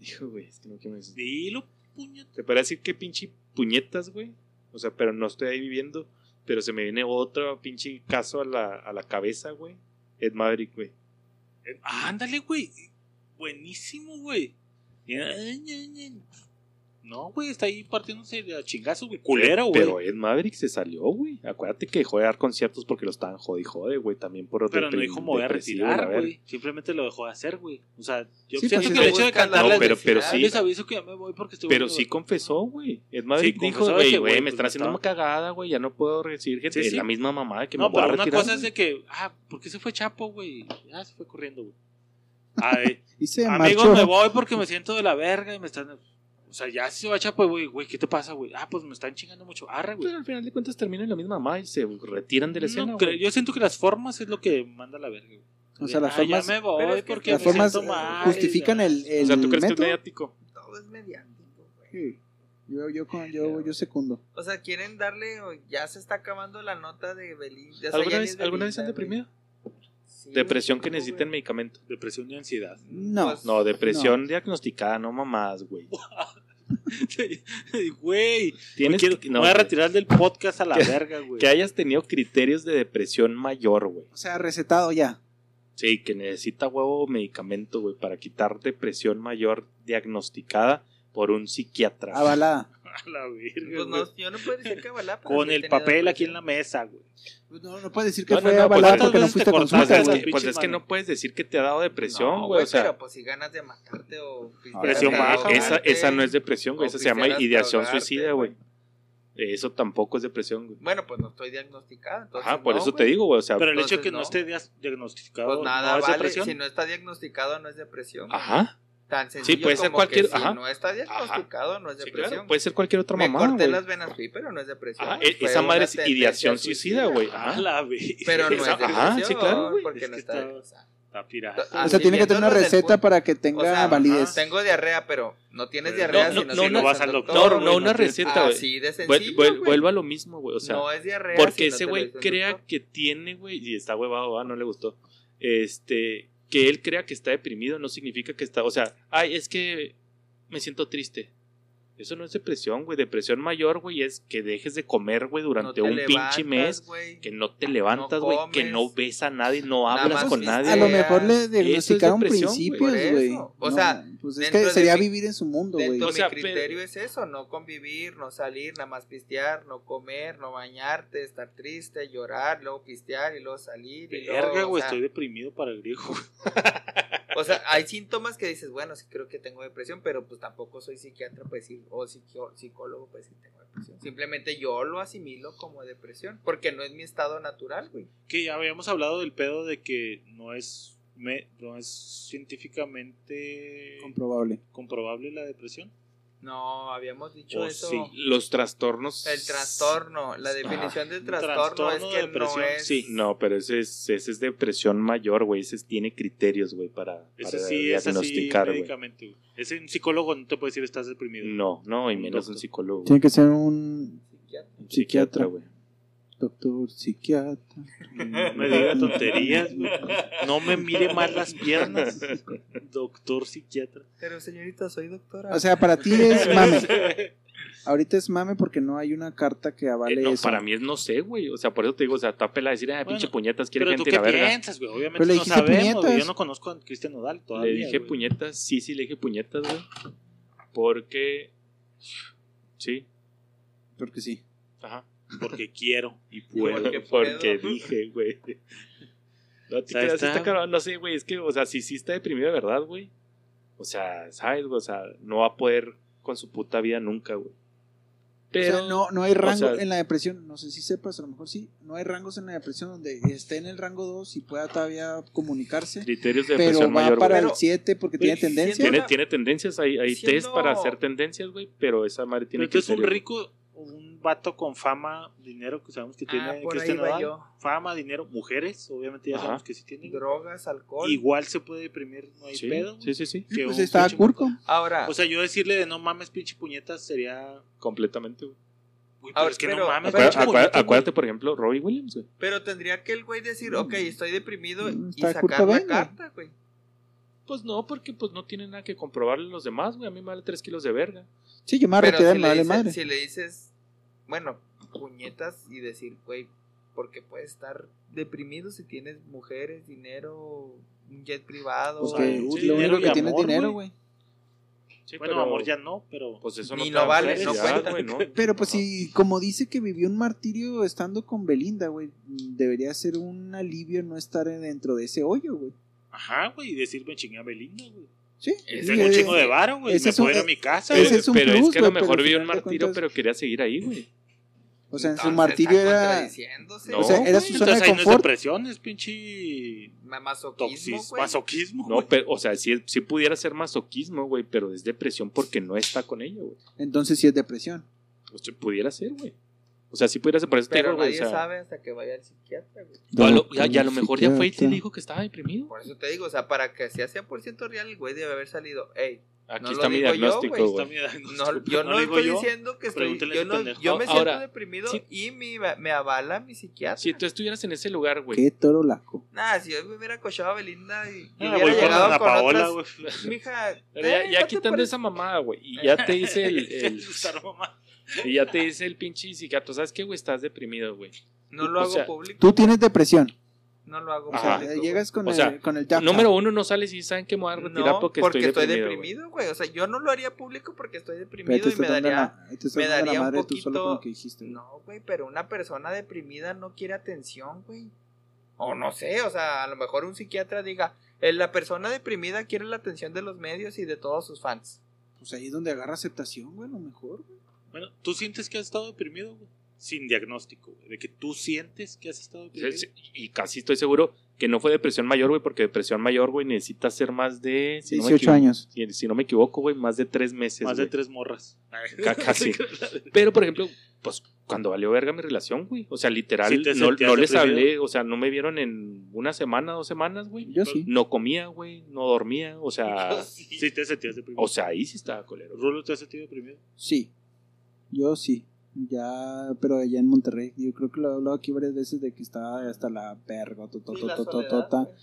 [SPEAKER 3] Hijo, güey, es que no quiero decir.
[SPEAKER 4] Pues Dilo, puñet.
[SPEAKER 3] Te podría decir que pinche puñetas, güey. O sea, pero no estoy ahí viviendo. Pero se me viene otro pinche caso a la, a la cabeza, güey. Ed Maverick, güey.
[SPEAKER 4] Ándale, güey. Buenísimo, güey. No, güey, está ahí partiéndose de a chingazos, güey. Culero, güey.
[SPEAKER 3] Pero Ed Maverick se salió, güey. Acuérdate que dejó de dar conciertos porque lo estaban jode y jode, güey. También por
[SPEAKER 4] Pero no
[SPEAKER 3] deprim-
[SPEAKER 4] dijo me voy a
[SPEAKER 3] depresivo, la
[SPEAKER 4] retirar,
[SPEAKER 3] verga.
[SPEAKER 4] güey. Simplemente lo dejó de hacer, güey. O sea, yo
[SPEAKER 7] Sí,
[SPEAKER 4] siento que
[SPEAKER 7] pues,
[SPEAKER 4] el
[SPEAKER 7] se
[SPEAKER 4] hecho de
[SPEAKER 5] busca la
[SPEAKER 4] cantarles,
[SPEAKER 3] No, pero, pero
[SPEAKER 5] necesidad.
[SPEAKER 3] sí.
[SPEAKER 4] les aviso que ya me voy porque estoy
[SPEAKER 3] Pero
[SPEAKER 4] volviendo,
[SPEAKER 3] sí
[SPEAKER 4] güey.
[SPEAKER 3] confesó, güey. Ed Maverick dijo,
[SPEAKER 4] confesó de
[SPEAKER 3] güey,
[SPEAKER 4] que,
[SPEAKER 3] güey,
[SPEAKER 4] güey,
[SPEAKER 3] me
[SPEAKER 4] pues,
[SPEAKER 3] están haciendo
[SPEAKER 4] estaba-
[SPEAKER 3] una cagada, güey. Ya no puedo recibir gente.
[SPEAKER 4] Sí,
[SPEAKER 3] Es
[SPEAKER 4] sí.
[SPEAKER 3] la misma mamada que
[SPEAKER 4] No,
[SPEAKER 3] me voy a
[SPEAKER 4] pero una
[SPEAKER 3] retirar.
[SPEAKER 4] cosa es de que, ah, ¿por qué se fue Chapo, güey? Ah, se fue corriendo, güey. Ah, eh,
[SPEAKER 7] Y se
[SPEAKER 4] Amigos,
[SPEAKER 7] marchó.
[SPEAKER 4] me voy porque me siento de la verga y me están. O sea, ya si se va Chapo, güey, güey, ¿qué te pasa, güey? Ah, pues me están chingando mucho. Arre, güey.
[SPEAKER 3] Pero al final de cuentas terminan en la misma mamada y se retiran de la escena,
[SPEAKER 4] No
[SPEAKER 3] güey.
[SPEAKER 4] creo- yo siento que las formas es lo que manda la verga, güey.
[SPEAKER 7] O sea, las
[SPEAKER 4] Ah,
[SPEAKER 7] formas-
[SPEAKER 4] Ya me
[SPEAKER 5] pero
[SPEAKER 4] voy
[SPEAKER 5] es que
[SPEAKER 4] porque
[SPEAKER 7] Las
[SPEAKER 4] me
[SPEAKER 7] formas
[SPEAKER 4] siento
[SPEAKER 7] eh,
[SPEAKER 4] mal.
[SPEAKER 7] justifican el, el
[SPEAKER 3] O sea, ¿tú crees que
[SPEAKER 7] método.
[SPEAKER 3] es mediático?
[SPEAKER 5] Todo es mediático, güey.
[SPEAKER 7] Sí. Yo, yo, con- yo, yo secundo.
[SPEAKER 5] O sea, quieren darle. o Ya se está acabando la nota de Belinda. O sea, ya
[SPEAKER 3] ¿Alguna
[SPEAKER 5] ni
[SPEAKER 3] vez,
[SPEAKER 5] es
[SPEAKER 3] ¿alguna vez
[SPEAKER 5] Belinda,
[SPEAKER 3] han
[SPEAKER 5] güey.
[SPEAKER 3] deprimido?
[SPEAKER 5] Sí,
[SPEAKER 3] Depresión
[SPEAKER 5] güey,
[SPEAKER 3] que
[SPEAKER 5] no,
[SPEAKER 3] necesiten
[SPEAKER 5] güey.
[SPEAKER 3] medicamento.
[SPEAKER 4] Depresión y ansiedad.
[SPEAKER 7] No.
[SPEAKER 5] Pues,
[SPEAKER 3] No, depresión diagnosticada, no mamás, güey.
[SPEAKER 4] Güey, me
[SPEAKER 3] Tienes
[SPEAKER 4] quiero-
[SPEAKER 3] que- no,
[SPEAKER 4] voy a
[SPEAKER 3] güey.
[SPEAKER 4] retirar del podcast a la
[SPEAKER 3] Que-
[SPEAKER 4] verga, güey.
[SPEAKER 3] Que hayas tenido criterios de depresión mayor, güey.
[SPEAKER 7] O sea, recetado ya.
[SPEAKER 3] Sí, que necesita huevo medicamento, güey, para quitar depresión mayor diagnosticada por un psiquiatra.
[SPEAKER 5] Ah,
[SPEAKER 7] Avalada.
[SPEAKER 4] A la verga,
[SPEAKER 5] Pues
[SPEAKER 4] güey.
[SPEAKER 5] no, yo no puedo decir que avalá, pero
[SPEAKER 4] Con
[SPEAKER 5] sí
[SPEAKER 4] el
[SPEAKER 5] tenía
[SPEAKER 4] papel
[SPEAKER 5] depresión.
[SPEAKER 4] aquí en la mesa, güey.
[SPEAKER 7] Pues No, no puedes decir que
[SPEAKER 3] No, no,
[SPEAKER 7] fue
[SPEAKER 3] no, pues,
[SPEAKER 7] avalada
[SPEAKER 4] ¿cuántas
[SPEAKER 7] porque no
[SPEAKER 4] veces te
[SPEAKER 7] fuiste a
[SPEAKER 3] Pues,
[SPEAKER 7] consulta,
[SPEAKER 4] cortaste?
[SPEAKER 3] es
[SPEAKER 4] güey,
[SPEAKER 3] que,
[SPEAKER 7] güey.
[SPEAKER 3] pues
[SPEAKER 4] pinche
[SPEAKER 3] es que
[SPEAKER 4] mano.
[SPEAKER 3] no puedes decir que te ha dado depresión,
[SPEAKER 5] No,
[SPEAKER 3] güey. O sea,
[SPEAKER 5] Pero pues si ganas de matarte o.
[SPEAKER 3] Presión
[SPEAKER 4] Presión
[SPEAKER 3] baja.
[SPEAKER 4] baja,
[SPEAKER 3] Esa, esa no es depresión, güey. Esa se llama
[SPEAKER 5] Oficial hasta
[SPEAKER 3] ideación
[SPEAKER 5] ahogarte,
[SPEAKER 3] suicida, güey. Eso tampoco es depresión, güey.
[SPEAKER 5] Bueno, pues no estoy diagnosticado. Entonces
[SPEAKER 3] Ajá, por
[SPEAKER 5] no,
[SPEAKER 3] eso te
[SPEAKER 5] güey.
[SPEAKER 3] digo, güey. O sea,
[SPEAKER 4] Pero el hecho
[SPEAKER 5] Entonces,
[SPEAKER 4] de que no,
[SPEAKER 5] no.
[SPEAKER 4] esté dia- diagnosticado
[SPEAKER 5] Pues nada,
[SPEAKER 4] no es
[SPEAKER 5] vale.
[SPEAKER 4] depresión.
[SPEAKER 5] Si no está diagnosticado, no es depresión. güey.
[SPEAKER 3] ajá.
[SPEAKER 5] Tan sencillo
[SPEAKER 3] puede ser
[SPEAKER 5] como
[SPEAKER 3] cualquier-
[SPEAKER 5] que si
[SPEAKER 3] ajá.
[SPEAKER 5] no está diagnosticado, no es
[SPEAKER 3] Sí,
[SPEAKER 5] depresión.
[SPEAKER 3] claro. Puede ser cualquier otra
[SPEAKER 5] Me
[SPEAKER 3] mamada,
[SPEAKER 5] corté
[SPEAKER 3] güey.
[SPEAKER 5] las venas, sí, pero no es depresión.
[SPEAKER 3] Ajá, e-
[SPEAKER 5] Fue
[SPEAKER 3] Ah, esa madre
[SPEAKER 5] una
[SPEAKER 3] es
[SPEAKER 5] tendencia
[SPEAKER 3] ideación suicida, güey. Ah,
[SPEAKER 4] A
[SPEAKER 3] Ajá.
[SPEAKER 4] la verga.
[SPEAKER 5] Pero no es
[SPEAKER 3] Esa-
[SPEAKER 5] depresión.
[SPEAKER 3] ajá, sí, claro, güey.
[SPEAKER 5] Porque
[SPEAKER 4] Es
[SPEAKER 5] no
[SPEAKER 4] que
[SPEAKER 5] está
[SPEAKER 4] está-
[SPEAKER 5] diagnosticado.
[SPEAKER 4] Está pirata.
[SPEAKER 5] Ah,
[SPEAKER 7] O sea, tiene que tener
[SPEAKER 5] viéndolo
[SPEAKER 7] una
[SPEAKER 5] desde el
[SPEAKER 7] receta
[SPEAKER 5] punto-
[SPEAKER 7] para que
[SPEAKER 5] o
[SPEAKER 7] tenga
[SPEAKER 5] sea, ah,
[SPEAKER 7] validez.
[SPEAKER 5] ajá, Tengo diarrea, pero no tienes
[SPEAKER 4] No,
[SPEAKER 5] diarrea
[SPEAKER 3] no,
[SPEAKER 5] si no,
[SPEAKER 3] no,
[SPEAKER 5] tienes
[SPEAKER 3] no
[SPEAKER 4] vas al doctor,
[SPEAKER 3] No,
[SPEAKER 4] güey,
[SPEAKER 3] no,
[SPEAKER 4] no
[SPEAKER 3] una
[SPEAKER 4] tienes-
[SPEAKER 3] receta, güey.
[SPEAKER 5] Así Ah, de sencillo,
[SPEAKER 3] Vuel- vuel-
[SPEAKER 5] güey.
[SPEAKER 3] Vuelvo a lo mismo, güey. O sea,
[SPEAKER 5] no es diarrea. si
[SPEAKER 3] Porque
[SPEAKER 5] no
[SPEAKER 3] ese
[SPEAKER 5] te lo
[SPEAKER 3] güey
[SPEAKER 5] dice el
[SPEAKER 3] crea
[SPEAKER 5] doctor.
[SPEAKER 3] que tiene, güey, y está huevado, ah, no le gustó. Este, que él crea que está deprimido no significa que está, o sea, ay, es que me siento triste. Eso no es depresión, güey. Depresión mayor, güey, es que dejes de comer, güey,
[SPEAKER 5] No
[SPEAKER 3] durante
[SPEAKER 5] te
[SPEAKER 3] un
[SPEAKER 5] levantas,
[SPEAKER 3] pinche mes.
[SPEAKER 5] güey.
[SPEAKER 3] Que no te levantas,
[SPEAKER 5] No
[SPEAKER 3] güey. que
[SPEAKER 5] comes.
[SPEAKER 3] no ves a nadie, no
[SPEAKER 5] Nada
[SPEAKER 3] hablas
[SPEAKER 5] más
[SPEAKER 3] con
[SPEAKER 5] pisteas.
[SPEAKER 3] nadie.
[SPEAKER 7] A lo mejor
[SPEAKER 5] Eso
[SPEAKER 7] le
[SPEAKER 5] es
[SPEAKER 7] diagnosticaron
[SPEAKER 3] depresión, güey.
[SPEAKER 7] principios,
[SPEAKER 5] Por eso.
[SPEAKER 7] güey.
[SPEAKER 5] O
[SPEAKER 7] No,
[SPEAKER 5] sea,
[SPEAKER 7] pues es
[SPEAKER 5] dentro
[SPEAKER 7] que
[SPEAKER 5] de
[SPEAKER 7] sería
[SPEAKER 5] mi-
[SPEAKER 7] vivir en su mundo, güey.
[SPEAKER 5] Dentro
[SPEAKER 3] O
[SPEAKER 5] de
[SPEAKER 3] sea,
[SPEAKER 5] mi
[SPEAKER 3] pero-
[SPEAKER 5] criterio es eso, no convivir, no salir, nada más pistear, no comer, no bañarte, estar triste, llorar, luego pistear y luego salir. y luego,
[SPEAKER 4] Verga,
[SPEAKER 5] o
[SPEAKER 4] güey,
[SPEAKER 5] sea,
[SPEAKER 4] estoy deprimido para el griego. güey.
[SPEAKER 5] O sea, hay síntomas que dices, bueno, sí creo que tengo depresión, pero pues tampoco soy psiquiatra pues, sí, o psiquio- psicólogo, pues sí tengo depresión. Simplemente yo lo asimilo como depresión, porque no es mi estado natural, güey.
[SPEAKER 4] Que ya habíamos hablado del pedo de que no es, me- no es científicamente
[SPEAKER 7] Comprobable.
[SPEAKER 4] comprobable la depresión.
[SPEAKER 5] No, habíamos dicho
[SPEAKER 4] Oh,
[SPEAKER 5] eso.
[SPEAKER 4] sí. Ah,
[SPEAKER 3] Los trastornos.
[SPEAKER 5] El trastorno, la definición de trastorno,
[SPEAKER 4] trastorno
[SPEAKER 5] es
[SPEAKER 4] de
[SPEAKER 5] que no
[SPEAKER 4] depresión,
[SPEAKER 5] es.
[SPEAKER 4] sí.
[SPEAKER 3] No, pero ese es, ese es depresión mayor, güey. Ese es- tiene criterios, güey, para,
[SPEAKER 4] Ese
[SPEAKER 3] para
[SPEAKER 4] sí es así
[SPEAKER 3] diagnosticar, güey.
[SPEAKER 4] médicamente. güey. Ese un psicólogo no te puede decir estás deprimido.
[SPEAKER 3] No, no, y menos un
[SPEAKER 4] Doctor.
[SPEAKER 3] psicólogo.
[SPEAKER 2] Tiene que ser un
[SPEAKER 3] un
[SPEAKER 2] psiquiatra.
[SPEAKER 3] güey.
[SPEAKER 2] doctor psiquiatra.
[SPEAKER 4] No me diga tonterías, güey. No me mire mal las piernas, doctor psiquiatra.
[SPEAKER 5] Pero señorita, soy doctora.
[SPEAKER 2] O sea, para ti es mame. Ahorita es mame porque no hay una carta que avale
[SPEAKER 3] Eh, no,
[SPEAKER 2] eso.
[SPEAKER 3] para mí es no sé, güey. O sea, por eso te digo, o sea, tápela decir, ah, pinche
[SPEAKER 4] Bueno,
[SPEAKER 3] puñetas, quiere
[SPEAKER 4] Pero tú
[SPEAKER 3] gente y
[SPEAKER 4] qué
[SPEAKER 3] la verga.
[SPEAKER 4] piensas, güey. Obviamente
[SPEAKER 2] Pero le
[SPEAKER 4] no
[SPEAKER 2] dijiste
[SPEAKER 4] sabemos. güey.
[SPEAKER 2] puñetas.
[SPEAKER 4] Yo no conozco a Cristian Nodal todavía.
[SPEAKER 3] Le dije
[SPEAKER 4] güey.
[SPEAKER 3] puñetas, sí, sí, le dije puñetas, güey. Porque. Sí,
[SPEAKER 2] Porque sí.
[SPEAKER 3] ajá.
[SPEAKER 4] Porque quiero.
[SPEAKER 3] Y
[SPEAKER 5] puedo.
[SPEAKER 3] puedo, porque dije, güey. No te
[SPEAKER 4] sea,
[SPEAKER 3] creas,
[SPEAKER 4] está-
[SPEAKER 3] está cabrón. No sé, güey, es que, o sea, si sí está deprimido de verdad, güey. O sea, ¿sabes? güey? O sea, no va a poder con su puta vida nunca, güey. Pero.
[SPEAKER 2] o sea, no, no hay rango
[SPEAKER 3] sea-
[SPEAKER 2] en la depresión, no sé si sepas, a lo mejor sí, no hay rangos en la depresión donde esté en el rango 2 y pueda todavía comunicarse,
[SPEAKER 3] Criterios de
[SPEAKER 2] pero va
[SPEAKER 3] depresión mayor,
[SPEAKER 2] para
[SPEAKER 3] güey.
[SPEAKER 5] Pero-
[SPEAKER 2] el 7 porque tiene
[SPEAKER 5] Pero-
[SPEAKER 2] tendencia.
[SPEAKER 3] Tiene,
[SPEAKER 5] Ahora-
[SPEAKER 3] tiene tendencias, hay, hay
[SPEAKER 5] siendo-
[SPEAKER 3] test para hacer tendencias, güey, pero esa madre tiene
[SPEAKER 4] Pero tú es un
[SPEAKER 3] criterio, güey.
[SPEAKER 4] rico, un vato con fama, dinero, que sabemos que
[SPEAKER 5] Ah,
[SPEAKER 4] tiene
[SPEAKER 5] por ahí
[SPEAKER 4] Cristian
[SPEAKER 5] va
[SPEAKER 4] Nodal.
[SPEAKER 5] yo.
[SPEAKER 4] Fama, dinero, mujeres, obviamente ya
[SPEAKER 3] Ajá.
[SPEAKER 4] sabemos que sí tiene.
[SPEAKER 5] Drogas, alcohol.
[SPEAKER 4] Igual se puede deprimir, no hay
[SPEAKER 3] Sí,
[SPEAKER 4] pedo.
[SPEAKER 3] sí, sí, sí.
[SPEAKER 4] que
[SPEAKER 2] pues
[SPEAKER 4] un
[SPEAKER 2] está
[SPEAKER 4] pinche-
[SPEAKER 2] Curco.
[SPEAKER 5] Ahora,
[SPEAKER 4] O sea, yo decirle de no mames, pinche puñetas sería.
[SPEAKER 3] Completamente, güey.
[SPEAKER 4] Uy, pero
[SPEAKER 5] Ahora,
[SPEAKER 4] es que
[SPEAKER 5] pero-
[SPEAKER 4] no mames,
[SPEAKER 5] pero-
[SPEAKER 3] Acuérdate,
[SPEAKER 4] pinche puñetas,
[SPEAKER 3] acuérdate, acuérdate, por ejemplo, Robbie Williams, güey.
[SPEAKER 5] pero tendría que el güey decir, ok, estoy deprimido
[SPEAKER 2] Mm,
[SPEAKER 5] y
[SPEAKER 2] está
[SPEAKER 5] sacar
[SPEAKER 2] Kurt
[SPEAKER 5] la
[SPEAKER 2] Cobain,
[SPEAKER 5] carta, güey.
[SPEAKER 3] Pues no, porque pues no tiene nada que comprobarle a los demás, güey. A mí me vale 3 kilos de verga.
[SPEAKER 2] Sí, yo me
[SPEAKER 5] Pero
[SPEAKER 2] arrepiento,
[SPEAKER 5] si,
[SPEAKER 2] me
[SPEAKER 5] le
[SPEAKER 2] vale
[SPEAKER 5] dices,
[SPEAKER 2] Ah, madre.
[SPEAKER 5] si le dices, bueno, puñetas y decir, güey, porque puedes estar deprimido si tienes mujeres, dinero, un jet privado.
[SPEAKER 2] Pues
[SPEAKER 4] Ay,
[SPEAKER 2] que
[SPEAKER 4] sí,
[SPEAKER 2] lo
[SPEAKER 4] dinero
[SPEAKER 2] único
[SPEAKER 4] y
[SPEAKER 2] que tiene es
[SPEAKER 4] amor,
[SPEAKER 2] dinero,
[SPEAKER 4] güey.
[SPEAKER 2] güey.
[SPEAKER 3] Sí,
[SPEAKER 4] Bueno, amor, ya no, pero.
[SPEAKER 3] Pues eso
[SPEAKER 5] Ni
[SPEAKER 3] te
[SPEAKER 5] lo
[SPEAKER 3] da
[SPEAKER 5] vale,
[SPEAKER 3] felicidad,
[SPEAKER 5] no cuenta.
[SPEAKER 3] güey, ¿no?
[SPEAKER 2] Pero pues si, como dice que vivió un martirio estando con Belinda, güey, debería ser un alivio no estar dentro de ese hoyo, güey.
[SPEAKER 4] Ajá, güey, y decirme chingue a Belinda, güey.
[SPEAKER 2] Sí.
[SPEAKER 5] Ese
[SPEAKER 2] Sí,
[SPEAKER 4] Tengo un
[SPEAKER 2] eh,
[SPEAKER 4] chingo de varo, güey.
[SPEAKER 2] ese
[SPEAKER 4] Me
[SPEAKER 2] es un-
[SPEAKER 4] puedo ir a mi casa,
[SPEAKER 2] ese
[SPEAKER 3] Pero,
[SPEAKER 4] güey.
[SPEAKER 2] es un
[SPEAKER 3] pero
[SPEAKER 2] plus,
[SPEAKER 3] que a lo
[SPEAKER 2] güey, pero
[SPEAKER 3] mejor
[SPEAKER 2] al
[SPEAKER 3] vio
[SPEAKER 2] final
[SPEAKER 3] un
[SPEAKER 2] de
[SPEAKER 3] martirio,
[SPEAKER 2] cuentas-
[SPEAKER 3] pero quería seguir ahí, güey.
[SPEAKER 2] O sea, en su
[SPEAKER 5] Entonces,
[SPEAKER 2] martirio
[SPEAKER 5] está
[SPEAKER 2] era...
[SPEAKER 5] contradiciéndose,
[SPEAKER 3] No,
[SPEAKER 2] O sea,
[SPEAKER 5] güey.
[SPEAKER 2] era su
[SPEAKER 4] Entonces,
[SPEAKER 2] zona de
[SPEAKER 4] ahí no es
[SPEAKER 2] confort.
[SPEAKER 4] depresión, es pinche.
[SPEAKER 5] Ma- Masoquismo,
[SPEAKER 4] Toxis,
[SPEAKER 5] güey.
[SPEAKER 4] masoquismo.
[SPEAKER 3] No, pero, o sea, sí, sí pudiera ser masoquismo, güey, pero es depresión porque no está con ella, güey.
[SPEAKER 2] Entonces sí es depresión.
[SPEAKER 3] O sea, pudiera ser, güey. O sea, sí pudiera ser, por eso te
[SPEAKER 5] Pero
[SPEAKER 3] digo, güey, o
[SPEAKER 5] nadie
[SPEAKER 3] sea,
[SPEAKER 5] sabe hasta que vaya al psiquiatra, güey.
[SPEAKER 3] O a lo- y a- y a lo mejor ya fue y te dijo que estaba deprimido.
[SPEAKER 5] Por eso te digo, o sea, para que sea 100% real, el güey debe haber salido, hey,
[SPEAKER 3] Aquí
[SPEAKER 5] No
[SPEAKER 3] está
[SPEAKER 5] lo
[SPEAKER 3] mi
[SPEAKER 5] digo yo,
[SPEAKER 3] diagnóstico,
[SPEAKER 5] güey,
[SPEAKER 3] güey.
[SPEAKER 5] no, yo no,
[SPEAKER 4] lo digo
[SPEAKER 5] estoy
[SPEAKER 4] yo.
[SPEAKER 5] diciendo que estoy,
[SPEAKER 4] Pregúntale a
[SPEAKER 5] yo,
[SPEAKER 4] ese
[SPEAKER 5] no,
[SPEAKER 4] pendejo.
[SPEAKER 5] yo me
[SPEAKER 3] Ahora,
[SPEAKER 5] siento deprimido
[SPEAKER 3] si-
[SPEAKER 5] y mi, me avala mi psiquiatra.
[SPEAKER 3] Si tú estuvieras en ese lugar, güey.
[SPEAKER 2] Qué toro laco.
[SPEAKER 5] Nada, si yo me hubiera cochado a Belinda y, y
[SPEAKER 4] Ah,
[SPEAKER 5] hubiera
[SPEAKER 4] voy con
[SPEAKER 5] llegado
[SPEAKER 4] Ana
[SPEAKER 5] con
[SPEAKER 4] Paola,
[SPEAKER 5] otras,
[SPEAKER 4] güey.
[SPEAKER 5] mija,
[SPEAKER 3] Pero ya,
[SPEAKER 5] eh,
[SPEAKER 3] ya
[SPEAKER 5] ¿no te
[SPEAKER 3] quitando
[SPEAKER 5] parece?
[SPEAKER 3] esa mamada, güey. Y ya te dice el, el-
[SPEAKER 4] Usar mamá.
[SPEAKER 3] y ya te dice el pinche psiquiatra. ¿Sabes qué, güey? Estás deprimido, güey.
[SPEAKER 5] No lo
[SPEAKER 3] o
[SPEAKER 5] hago
[SPEAKER 3] sea,
[SPEAKER 5] público,
[SPEAKER 2] Tú tienes depresión.
[SPEAKER 5] no lo hago
[SPEAKER 2] O sea,
[SPEAKER 5] público.
[SPEAKER 2] eh, llegas con
[SPEAKER 3] O
[SPEAKER 2] el,
[SPEAKER 3] sea,
[SPEAKER 2] con el jab,
[SPEAKER 3] Número uno, no sales y saben que me voy a
[SPEAKER 5] güey.
[SPEAKER 3] retirar
[SPEAKER 5] No,
[SPEAKER 3] porque,
[SPEAKER 5] porque
[SPEAKER 3] estoy deprimido.
[SPEAKER 5] güey. O sea, yo no lo haría público porque estoy
[SPEAKER 2] jab. Pero
[SPEAKER 5] deprimido
[SPEAKER 2] te
[SPEAKER 5] y me
[SPEAKER 2] estás dando
[SPEAKER 5] daría...
[SPEAKER 2] la- te estás
[SPEAKER 5] me
[SPEAKER 2] dando la
[SPEAKER 5] daría un
[SPEAKER 2] madre tú solo
[SPEAKER 5] poquito-
[SPEAKER 2] con lo que dijiste.
[SPEAKER 5] No, güey, pero una persona deprimida no quiere atención, güey. O no sé, o sea, a lo mejor un psiquiatra diga, "Eh, la persona deprimida quiere la atención de los medios y de todos sus fans.
[SPEAKER 2] Pues ahí es donde agarra aceptación, güey, a lo mejor. güey.
[SPEAKER 4] Bueno, ¿tú sientes que has estado deprimido, güey? Sin diagnóstico, güey. De que tú sientes que has estado
[SPEAKER 3] güey.
[SPEAKER 4] deprimido.
[SPEAKER 3] Sí, sí, Y casi estoy seguro que no fue depresión mayor, güey, porque depresión mayor, güey, necesita ser más de. Si no me
[SPEAKER 2] 18
[SPEAKER 3] equivo-
[SPEAKER 2] años.
[SPEAKER 3] Si, si no me equivoco, güey, más de tres meses.
[SPEAKER 4] Más de
[SPEAKER 3] güey.
[SPEAKER 4] tres morras.
[SPEAKER 3] Ca- Casi. Pero, por ejemplo, pues cuando valió verga mi relación, güey. O sea, literal,
[SPEAKER 4] Sí te
[SPEAKER 3] no,
[SPEAKER 4] sentías
[SPEAKER 3] no les
[SPEAKER 4] deprimido.
[SPEAKER 3] hablé, o sea, no me vieron en una semana, dos semanas, güey.
[SPEAKER 2] Yo sí.
[SPEAKER 3] No comía, güey, no dormía, o sea,
[SPEAKER 4] Sí, te sentías deprimido.
[SPEAKER 3] Ah. o sea, ahí sí estaba colero.
[SPEAKER 4] Rulo, ¿te has sentido deprimido?
[SPEAKER 2] Sí. Yo sí. Ya, pero allá en Monterrey, yo creo que lo he hablado aquí varias veces de que estaba hasta la verga, to- to-
[SPEAKER 5] Y la
[SPEAKER 2] to- to-
[SPEAKER 5] soledad,
[SPEAKER 2] tota,
[SPEAKER 5] güey.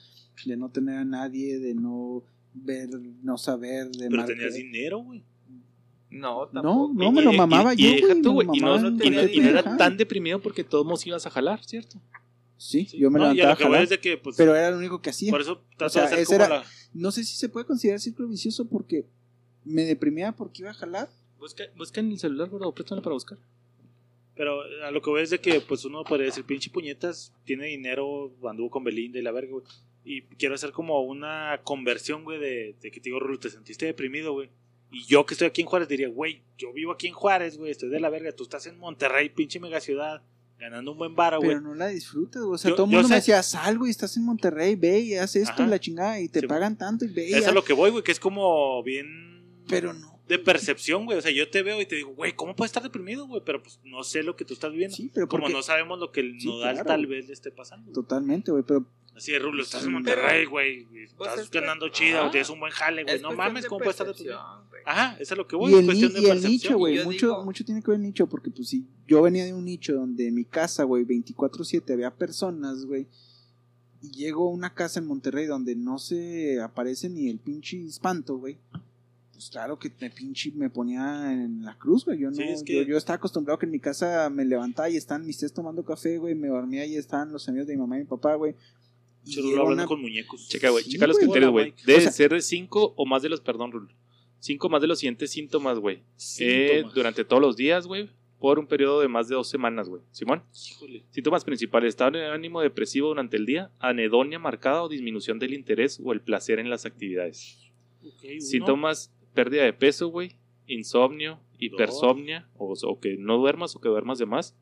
[SPEAKER 2] de no tener a nadie, de no ver, no saber, de
[SPEAKER 4] Pero
[SPEAKER 2] marca-
[SPEAKER 4] tenías dinero, güey.
[SPEAKER 5] No,
[SPEAKER 2] No,
[SPEAKER 5] tampoco.
[SPEAKER 2] no, me lo
[SPEAKER 3] Y- y-
[SPEAKER 2] mamaba
[SPEAKER 3] y,
[SPEAKER 2] yo,
[SPEAKER 3] y deja
[SPEAKER 2] güey,
[SPEAKER 3] tú,
[SPEAKER 2] me
[SPEAKER 3] güey,
[SPEAKER 2] lo
[SPEAKER 3] Y no,
[SPEAKER 2] mamaba,
[SPEAKER 3] y no-
[SPEAKER 2] yo
[SPEAKER 3] y no
[SPEAKER 2] tenía-
[SPEAKER 3] era
[SPEAKER 2] ajá.
[SPEAKER 3] tan deprimido porque todos nos ibas a jalar, ¿cierto?
[SPEAKER 2] Sí, yo me
[SPEAKER 4] No, y a
[SPEAKER 2] levantaba
[SPEAKER 4] lo que voy
[SPEAKER 2] jalando,
[SPEAKER 4] es de que, pues,
[SPEAKER 2] pero era lo único que hacía.
[SPEAKER 4] por eso trato
[SPEAKER 2] O sea,
[SPEAKER 4] de hacer
[SPEAKER 2] ese
[SPEAKER 4] como
[SPEAKER 2] era-
[SPEAKER 4] la...
[SPEAKER 2] No sé si se puede considerar círculo vicioso porque me deprimía porque iba a jalar.
[SPEAKER 3] Busca, busca en el celular, gordo, préstame para buscar.
[SPEAKER 4] Pero a lo que voy es de que, pues, uno podría decir, pinche puñetas, tiene dinero, anduvo con Belinda y la verga, güey. Y quiero hacer como una conversión, güey, de, de que te digo, Rulo, te sentiste deprimido, güey. Y yo que estoy aquí en Juárez diría, güey, yo vivo aquí en Juárez, güey, estoy de la verga, tú estás en Monterrey, pinche megaciudad, ganando un buen varo, Ah, güey.
[SPEAKER 2] Pero no la disfrutas, güey. O sea,
[SPEAKER 4] Yo-
[SPEAKER 2] todo el
[SPEAKER 4] yo
[SPEAKER 2] mundo me
[SPEAKER 4] sé-
[SPEAKER 2] decía, sal, güey, estás en Monterrey, ve y haz esto
[SPEAKER 4] Ajá.
[SPEAKER 2] y la chingada, y te
[SPEAKER 4] Sí.
[SPEAKER 2] pagan tanto y ve y
[SPEAKER 4] Eso
[SPEAKER 2] haz".
[SPEAKER 4] es lo que voy, güey, que es como bien...
[SPEAKER 2] Pero no.
[SPEAKER 4] de percepción, güey. O sea, yo te veo y te digo, güey, ¿cómo puedes estar deprimido, güey? Pero pues no sé lo que tú estás viviendo.
[SPEAKER 2] Sí, pero
[SPEAKER 4] Como
[SPEAKER 2] porque-
[SPEAKER 4] no sabemos lo que el
[SPEAKER 2] Sí,
[SPEAKER 4] nodal
[SPEAKER 2] claro.
[SPEAKER 4] tal vez le esté pasando. güey.
[SPEAKER 2] Totalmente, güey, pero
[SPEAKER 4] Así de Rulo, estás en
[SPEAKER 5] Pero-
[SPEAKER 4] Monterrey, güey.
[SPEAKER 5] Pues
[SPEAKER 4] Estás
[SPEAKER 5] es que-
[SPEAKER 4] ganando chida,
[SPEAKER 5] Ajá.
[SPEAKER 4] o tienes un buen jale, güey.
[SPEAKER 5] Es
[SPEAKER 4] No
[SPEAKER 5] cuestión
[SPEAKER 4] mames,
[SPEAKER 5] de
[SPEAKER 4] ¿cómo puedes estar deprimido?
[SPEAKER 5] percepción, güey.
[SPEAKER 4] Ajá, esa es lo que voy,
[SPEAKER 2] y
[SPEAKER 4] es
[SPEAKER 2] el, ni-
[SPEAKER 4] cuestión de
[SPEAKER 2] y el
[SPEAKER 4] percepción.
[SPEAKER 2] nicho,
[SPEAKER 5] Y
[SPEAKER 2] güey,
[SPEAKER 5] yo
[SPEAKER 2] mucho,
[SPEAKER 5] digo-
[SPEAKER 2] mucho tiene que ver el nicho, porque pues si yo venía de un nicho donde en mi casa, güey, 24/7 había personas, güey, y llego a una casa en Monterrey donde no se aparece ni el pinche espanto, güey. Pues claro que me pinche me ponía en la cruz, güey. Yo no,
[SPEAKER 4] Sí, es que-
[SPEAKER 2] yo, yo estaba acostumbrado que en mi casa me levantaba y estaban mis tías tomando café, güey, me dormía y estaban los amigos de mi mamá y mi papá, güey. Y
[SPEAKER 4] Churulo
[SPEAKER 2] llega
[SPEAKER 4] hablando
[SPEAKER 2] una-
[SPEAKER 4] con muñecos.
[SPEAKER 3] Checa, güey,
[SPEAKER 2] Sí,
[SPEAKER 3] checa los
[SPEAKER 2] güey.
[SPEAKER 3] criterios, güey.
[SPEAKER 4] Hola, Mike.
[SPEAKER 3] Debe
[SPEAKER 2] O sea-
[SPEAKER 3] ser 5 o más de los, perdón, Rul. 5 más de los siguientes síntomas, güey. Eh,
[SPEAKER 4] Síntomas.
[SPEAKER 3] durante todos los días, güey. Por un periodo de más de dos semanas, güey. Simón.
[SPEAKER 2] Eh,
[SPEAKER 4] Híjole.
[SPEAKER 3] Síntomas principales: estado de ánimo depresivo durante el día, anedonia marcada o disminución del interés o el placer en las actividades.
[SPEAKER 4] Ok, uno.
[SPEAKER 3] Síntomas: pérdida de peso, güey, insomnio, hipersomnia, o, o que no duermas o que duermas de más,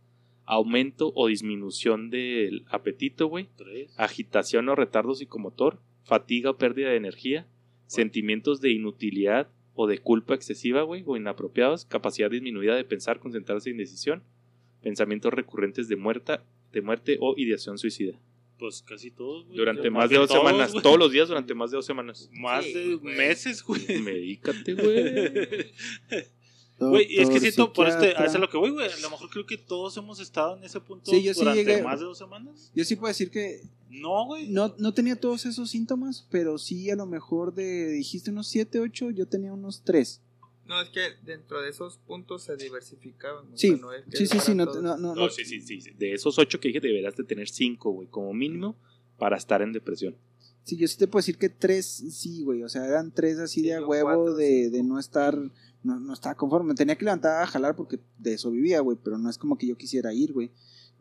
[SPEAKER 3] aumento o disminución del apetito, güey,
[SPEAKER 4] Tres.
[SPEAKER 2] Ah.
[SPEAKER 3] agitación o retardo psicomotor, fatiga o pérdida de energía, sentimientos de inutilidad o de culpa excesiva, güey, o inapropiados, capacidad disminuida de pensar, concentrarse en decisión, pensamientos recurrentes de muerta, de muerte o ideación suicida.
[SPEAKER 4] Pues casi todos, güey.
[SPEAKER 3] Durante
[SPEAKER 4] Yo-
[SPEAKER 3] más de dos
[SPEAKER 4] todos,
[SPEAKER 3] semanas,
[SPEAKER 4] güey.
[SPEAKER 3] todos los días durante más de dos semanas.
[SPEAKER 4] Más
[SPEAKER 5] Sí,
[SPEAKER 4] de
[SPEAKER 5] güey.
[SPEAKER 4] meses, güey.
[SPEAKER 3] Medícate, güey.
[SPEAKER 4] Güey, y es que
[SPEAKER 2] Doctor,
[SPEAKER 4] siento por este, a
[SPEAKER 2] psiquiatra.
[SPEAKER 4] eso es lo que voy, güey. A lo mejor creo que todos hemos estado en ese punto
[SPEAKER 2] Sí, yo sí
[SPEAKER 4] durante
[SPEAKER 2] llegué.
[SPEAKER 4] más de dos semanas.
[SPEAKER 2] Yo sí puedo decir que
[SPEAKER 4] No, güey.
[SPEAKER 2] No, no tenía todos esos síntomas, pero sí a lo mejor de, dijiste unos 7, 8, yo tenía unos 3.
[SPEAKER 5] No, es que dentro de esos puntos se diversificaban. o
[SPEAKER 2] Sí,
[SPEAKER 5] sea, no es que
[SPEAKER 2] sí, sí, sí,
[SPEAKER 5] fueran
[SPEAKER 2] no,
[SPEAKER 5] todos.
[SPEAKER 2] no, no,
[SPEAKER 3] No,
[SPEAKER 2] no.
[SPEAKER 3] sí, sí, sí. sí. De esos ocho que dije, deberás de tener cinco, güey, como mínimo, para estar en depresión.
[SPEAKER 2] Sí, yo sí te puedo decir que 3, sí, güey, o sea, eran 3 así de a
[SPEAKER 5] yo
[SPEAKER 2] huevo
[SPEAKER 5] cuatro,
[SPEAKER 2] de, de no estar, no, no estaba conforme, tenía que levantar a jalar porque de eso vivía, güey, pero no es como que yo quisiera ir, güey.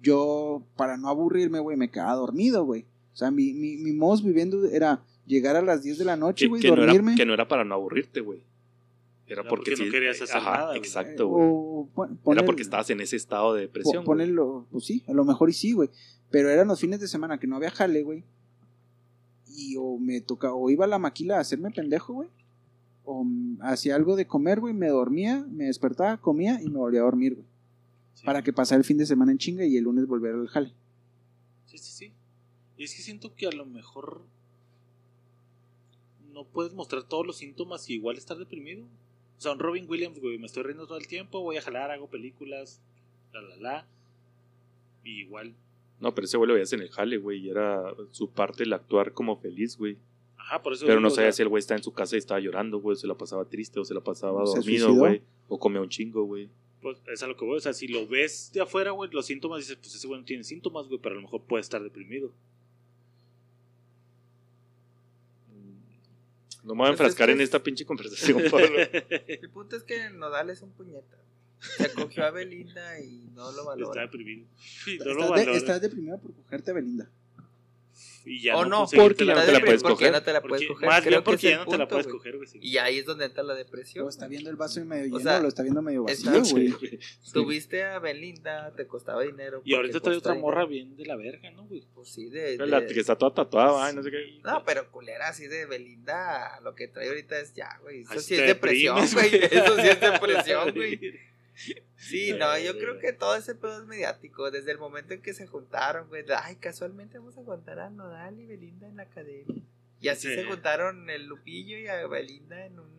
[SPEAKER 2] Yo, para no aburrirme, güey, me quedaba dormido, güey. O sea, mi, mi, mi modus viviendo era llegar a las 10 de la noche,
[SPEAKER 3] Que,
[SPEAKER 2] güey,
[SPEAKER 3] que no era,
[SPEAKER 2] dormirme.
[SPEAKER 3] que no era para no aburrirte, güey. Era
[SPEAKER 4] Era
[SPEAKER 3] porque,
[SPEAKER 4] porque no
[SPEAKER 3] sí-
[SPEAKER 4] querías hacer
[SPEAKER 3] Ajá,
[SPEAKER 4] nada, güey.
[SPEAKER 2] eh,
[SPEAKER 3] Exacto, güey.
[SPEAKER 2] o pon-
[SPEAKER 3] Era
[SPEAKER 2] poner-
[SPEAKER 3] porque estabas en ese estado de depresión.
[SPEAKER 2] Po-
[SPEAKER 3] güey.
[SPEAKER 2] ponelo, pues sí, a lo mejor y sí, güey. Pero eran los fines de semana que no había jale, güey. Y o me tocaba, o iba a la maquila a hacerme pendejo, güey. O mm, hacía algo de comer, güey, me dormía, me despertaba, comía y me volvía a dormir, güey.
[SPEAKER 4] Sí.
[SPEAKER 2] Para que pasara el fin de semana en chinga y el lunes volver al jale.
[SPEAKER 4] Sí, sí, sí. Y es que siento que a lo mejor no puedes mostrar todos los síntomas y igual estar deprimido. O sea, un Robin Williams, güey, me estoy riendo todo el tiempo, voy a jalar, hago películas, la la la. Y igual.
[SPEAKER 3] No, pero ese güey lo veías en el jale, güey. Y era su parte el actuar como feliz, güey.
[SPEAKER 4] Ajá, por eso.
[SPEAKER 3] Pero no
[SPEAKER 4] digo, o
[SPEAKER 3] sabía
[SPEAKER 4] sea,
[SPEAKER 3] si el güey estaba en su casa y estaba llorando, güey. Se la pasaba triste o se la pasaba
[SPEAKER 2] ¿Se
[SPEAKER 3] dormido,
[SPEAKER 2] suicidó?
[SPEAKER 3] güey. O comía un chingo, güey.
[SPEAKER 4] pues, es a lo que voy. O sea, si lo ves de afuera, güey, los síntomas, dices, pues ese güey no tiene síntomas, güey, pero a lo mejor puede estar deprimido.
[SPEAKER 3] Mm. No me voy a
[SPEAKER 5] Pues es
[SPEAKER 3] enfrascar
[SPEAKER 5] que
[SPEAKER 3] en
[SPEAKER 5] es-
[SPEAKER 3] esta pinche conversación, Pablo.
[SPEAKER 5] El punto es que Nodal es un puñeta. Se cogió a Belinda y no lo
[SPEAKER 4] Está
[SPEAKER 5] valora.
[SPEAKER 4] deprimido. Y no lo
[SPEAKER 2] estás, de-
[SPEAKER 4] valora.
[SPEAKER 2] estás deprimido por cogerte a Belinda.
[SPEAKER 4] Y ya
[SPEAKER 5] o no,
[SPEAKER 4] conseguiste
[SPEAKER 3] porque ya no
[SPEAKER 5] Está
[SPEAKER 3] te la
[SPEAKER 5] depre-
[SPEAKER 3] puedes
[SPEAKER 5] porque ya
[SPEAKER 3] coger.
[SPEAKER 5] no te la puedes
[SPEAKER 4] porque-
[SPEAKER 5] coger.
[SPEAKER 4] Más
[SPEAKER 5] Creo
[SPEAKER 4] bien
[SPEAKER 5] que
[SPEAKER 4] porque
[SPEAKER 5] es
[SPEAKER 4] ya
[SPEAKER 5] el
[SPEAKER 4] no te la
[SPEAKER 5] punto,
[SPEAKER 4] puedes
[SPEAKER 5] güey.
[SPEAKER 4] coger, güey. sí.
[SPEAKER 5] Y ahí es donde entra la depresión.
[SPEAKER 2] Luego Oh, está
[SPEAKER 5] güey.
[SPEAKER 2] viendo el vaso medio lleno,
[SPEAKER 5] sea,
[SPEAKER 2] lo está viendo medio
[SPEAKER 5] está-
[SPEAKER 2] vacío, güey.
[SPEAKER 5] Tuviste a Belinda, te costaba dinero.
[SPEAKER 4] Y ahorita
[SPEAKER 5] porque
[SPEAKER 4] trae
[SPEAKER 5] cuesta
[SPEAKER 4] otra morra
[SPEAKER 5] dinero.
[SPEAKER 4] bien de la verga, ¿no, güey?
[SPEAKER 5] Pues sí, de-
[SPEAKER 3] La
[SPEAKER 5] de-
[SPEAKER 3] que está toda tatuada, güey, no sé qué.
[SPEAKER 5] No, pero culera así de Belinda, lo que trae ahorita es ya, güey. Eso
[SPEAKER 4] Ay,
[SPEAKER 5] sí
[SPEAKER 4] te
[SPEAKER 5] es depresión,
[SPEAKER 4] deprimes,
[SPEAKER 5] güey. Eso sí es depresión,
[SPEAKER 4] La
[SPEAKER 5] güey.
[SPEAKER 4] verga.
[SPEAKER 5] Sí, no, yo creo que todo ese pedo es mediático. Desde el momento en que se juntaron, güey. de, Ay, casualmente vamos a juntar a Nodal y Belinda en la academia. Y así
[SPEAKER 4] Sí.
[SPEAKER 5] se juntaron el Lupillo y a Belinda en un.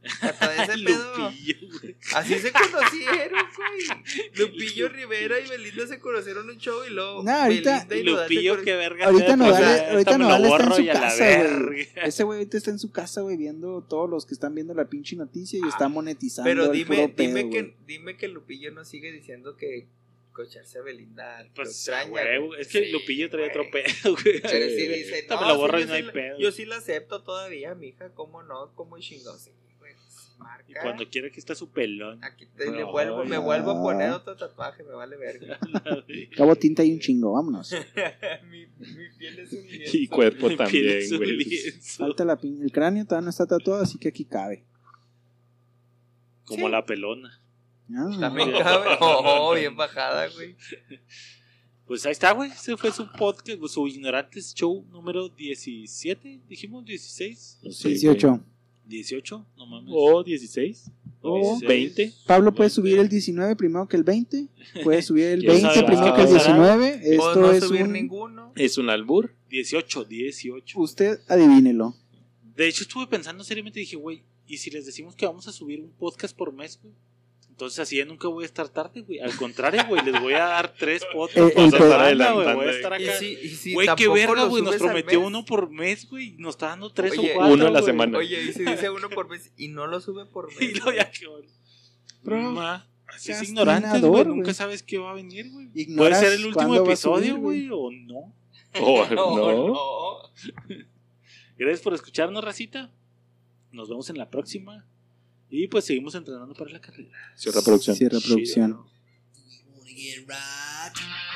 [SPEAKER 5] O sea, todo ese pedo.
[SPEAKER 4] Lupillo, güey.
[SPEAKER 5] Así se conocieron, güey. Lupillo Rivera y Belinda se conocieron un show y luego.
[SPEAKER 2] Nah, ahorita-
[SPEAKER 5] Belinda y Nodal se
[SPEAKER 4] Lupillo,
[SPEAKER 5] cono-
[SPEAKER 4] qué verga.
[SPEAKER 2] Ahorita
[SPEAKER 4] sea,
[SPEAKER 2] Nodal-
[SPEAKER 4] o sea,
[SPEAKER 2] ahorita
[SPEAKER 4] esta me lo
[SPEAKER 2] Nodal está en
[SPEAKER 4] borro
[SPEAKER 2] su
[SPEAKER 4] y a la
[SPEAKER 2] casa, güey.
[SPEAKER 4] verga.
[SPEAKER 2] Ese güey ahorita está en su casa, güey, viendo todos los que están viendo la pinche noticia y
[SPEAKER 5] Ah,
[SPEAKER 2] está monetizando.
[SPEAKER 5] Pero
[SPEAKER 2] el
[SPEAKER 5] dime,
[SPEAKER 2] puro pedo,
[SPEAKER 5] dime,
[SPEAKER 2] güey.
[SPEAKER 5] que, dime que Lupillo no sigue diciendo que cocharse a Belinda lo
[SPEAKER 4] Pues,
[SPEAKER 5] extraña.
[SPEAKER 4] güey,
[SPEAKER 5] güey.
[SPEAKER 4] es que
[SPEAKER 5] Sí,
[SPEAKER 4] Lupillo trae otro
[SPEAKER 5] güey.
[SPEAKER 4] pedo, güey.
[SPEAKER 5] Pero sí dice,
[SPEAKER 4] Esta
[SPEAKER 5] no,
[SPEAKER 4] me la
[SPEAKER 5] sí,
[SPEAKER 4] borro
[SPEAKER 5] yo
[SPEAKER 4] y no
[SPEAKER 5] sí
[SPEAKER 4] hay
[SPEAKER 5] la-
[SPEAKER 4] pedo.
[SPEAKER 5] Yo sí la acepto todavía, mija, cómo no, cómo chingón. Sí, güey, pues,
[SPEAKER 4] Y
[SPEAKER 5] marca.
[SPEAKER 4] cuando quiera que está su pelón.
[SPEAKER 5] Aquí te- le
[SPEAKER 4] No,
[SPEAKER 5] vuelvo, me
[SPEAKER 2] ya.
[SPEAKER 5] vuelvo a poner otro tatuaje, me vale verga.
[SPEAKER 2] Cabo tinta y un chingo, vámonos.
[SPEAKER 5] mi, mi piel es un
[SPEAKER 3] Y
[SPEAKER 5] lienzo.
[SPEAKER 3] cuerpo
[SPEAKER 4] Pide
[SPEAKER 3] también,
[SPEAKER 4] su
[SPEAKER 3] güey.
[SPEAKER 4] lienzo.
[SPEAKER 2] Falta la pin- el cráneo, todavía no está tatuado, así que aquí cabe.
[SPEAKER 4] Como la pelona.
[SPEAKER 2] Ah,
[SPEAKER 5] También cabe. Oh, bien bajada, güey.
[SPEAKER 4] Pues ahí está, güey. Ese fue su podcast, su Ignorantes Show número 17. Dijimos 16.
[SPEAKER 3] No sé, güey.
[SPEAKER 2] 18.
[SPEAKER 4] ¿18? No mames.
[SPEAKER 5] Oh,
[SPEAKER 3] O 16. O
[SPEAKER 4] 16.
[SPEAKER 3] 20.
[SPEAKER 7] Pablo puede subir el 19 primero que el 20, puede subir el
[SPEAKER 4] Ya
[SPEAKER 7] 20
[SPEAKER 4] sabes
[SPEAKER 7] primero
[SPEAKER 4] qué
[SPEAKER 7] que el
[SPEAKER 4] pasará.
[SPEAKER 7] 19. Esto
[SPEAKER 5] O Pues no
[SPEAKER 7] es
[SPEAKER 5] subir
[SPEAKER 7] un-
[SPEAKER 5] ninguno.
[SPEAKER 3] Es un albur.
[SPEAKER 4] 18, 18.
[SPEAKER 7] Usted adivínelo.
[SPEAKER 4] De hecho, estuve pensando seriamente y dije, güey, ¿y si les decimos que vamos a subir un podcast por mes, güey? Entonces así ya nunca voy a estar tarde, güey. Al contrario, güey, les voy a dar tres podcasts
[SPEAKER 7] Eh,
[SPEAKER 4] por
[SPEAKER 7] el pro-
[SPEAKER 4] semana, güey. Voy a estar
[SPEAKER 5] Y
[SPEAKER 4] acá.
[SPEAKER 5] si, y si
[SPEAKER 4] Güey, qué
[SPEAKER 5] tampoco
[SPEAKER 4] verga,
[SPEAKER 5] lo
[SPEAKER 4] güey. Nos
[SPEAKER 5] subes al
[SPEAKER 4] prometió
[SPEAKER 5] mes.
[SPEAKER 4] uno por mes, güey. Nos está dando tres
[SPEAKER 5] Oye,
[SPEAKER 4] o cuatro.
[SPEAKER 3] uno a la
[SPEAKER 4] güey.
[SPEAKER 3] semana.
[SPEAKER 5] Oye, y si dice uno por mes y no lo sube por
[SPEAKER 4] Y
[SPEAKER 5] mes.
[SPEAKER 4] lo ya que bueno.
[SPEAKER 2] Bro,
[SPEAKER 4] Ma, es
[SPEAKER 2] seas
[SPEAKER 4] ignorante, güey.
[SPEAKER 2] tirador,
[SPEAKER 4] Nunca
[SPEAKER 2] güey.
[SPEAKER 4] sabes qué va a venir, güey. Puede
[SPEAKER 7] Ignoras
[SPEAKER 4] ser el último
[SPEAKER 7] cuándo va a
[SPEAKER 4] episodio,
[SPEAKER 7] subir,
[SPEAKER 4] güey, o no.
[SPEAKER 3] O
[SPEAKER 5] No,
[SPEAKER 3] no.
[SPEAKER 5] no.
[SPEAKER 4] Gracias por escucharnos, racita. Nos vemos en la próxima. Y pues seguimos entrenando para la carrera.
[SPEAKER 3] Cierra producción.
[SPEAKER 7] Cierra producción.
[SPEAKER 11] wanna get right.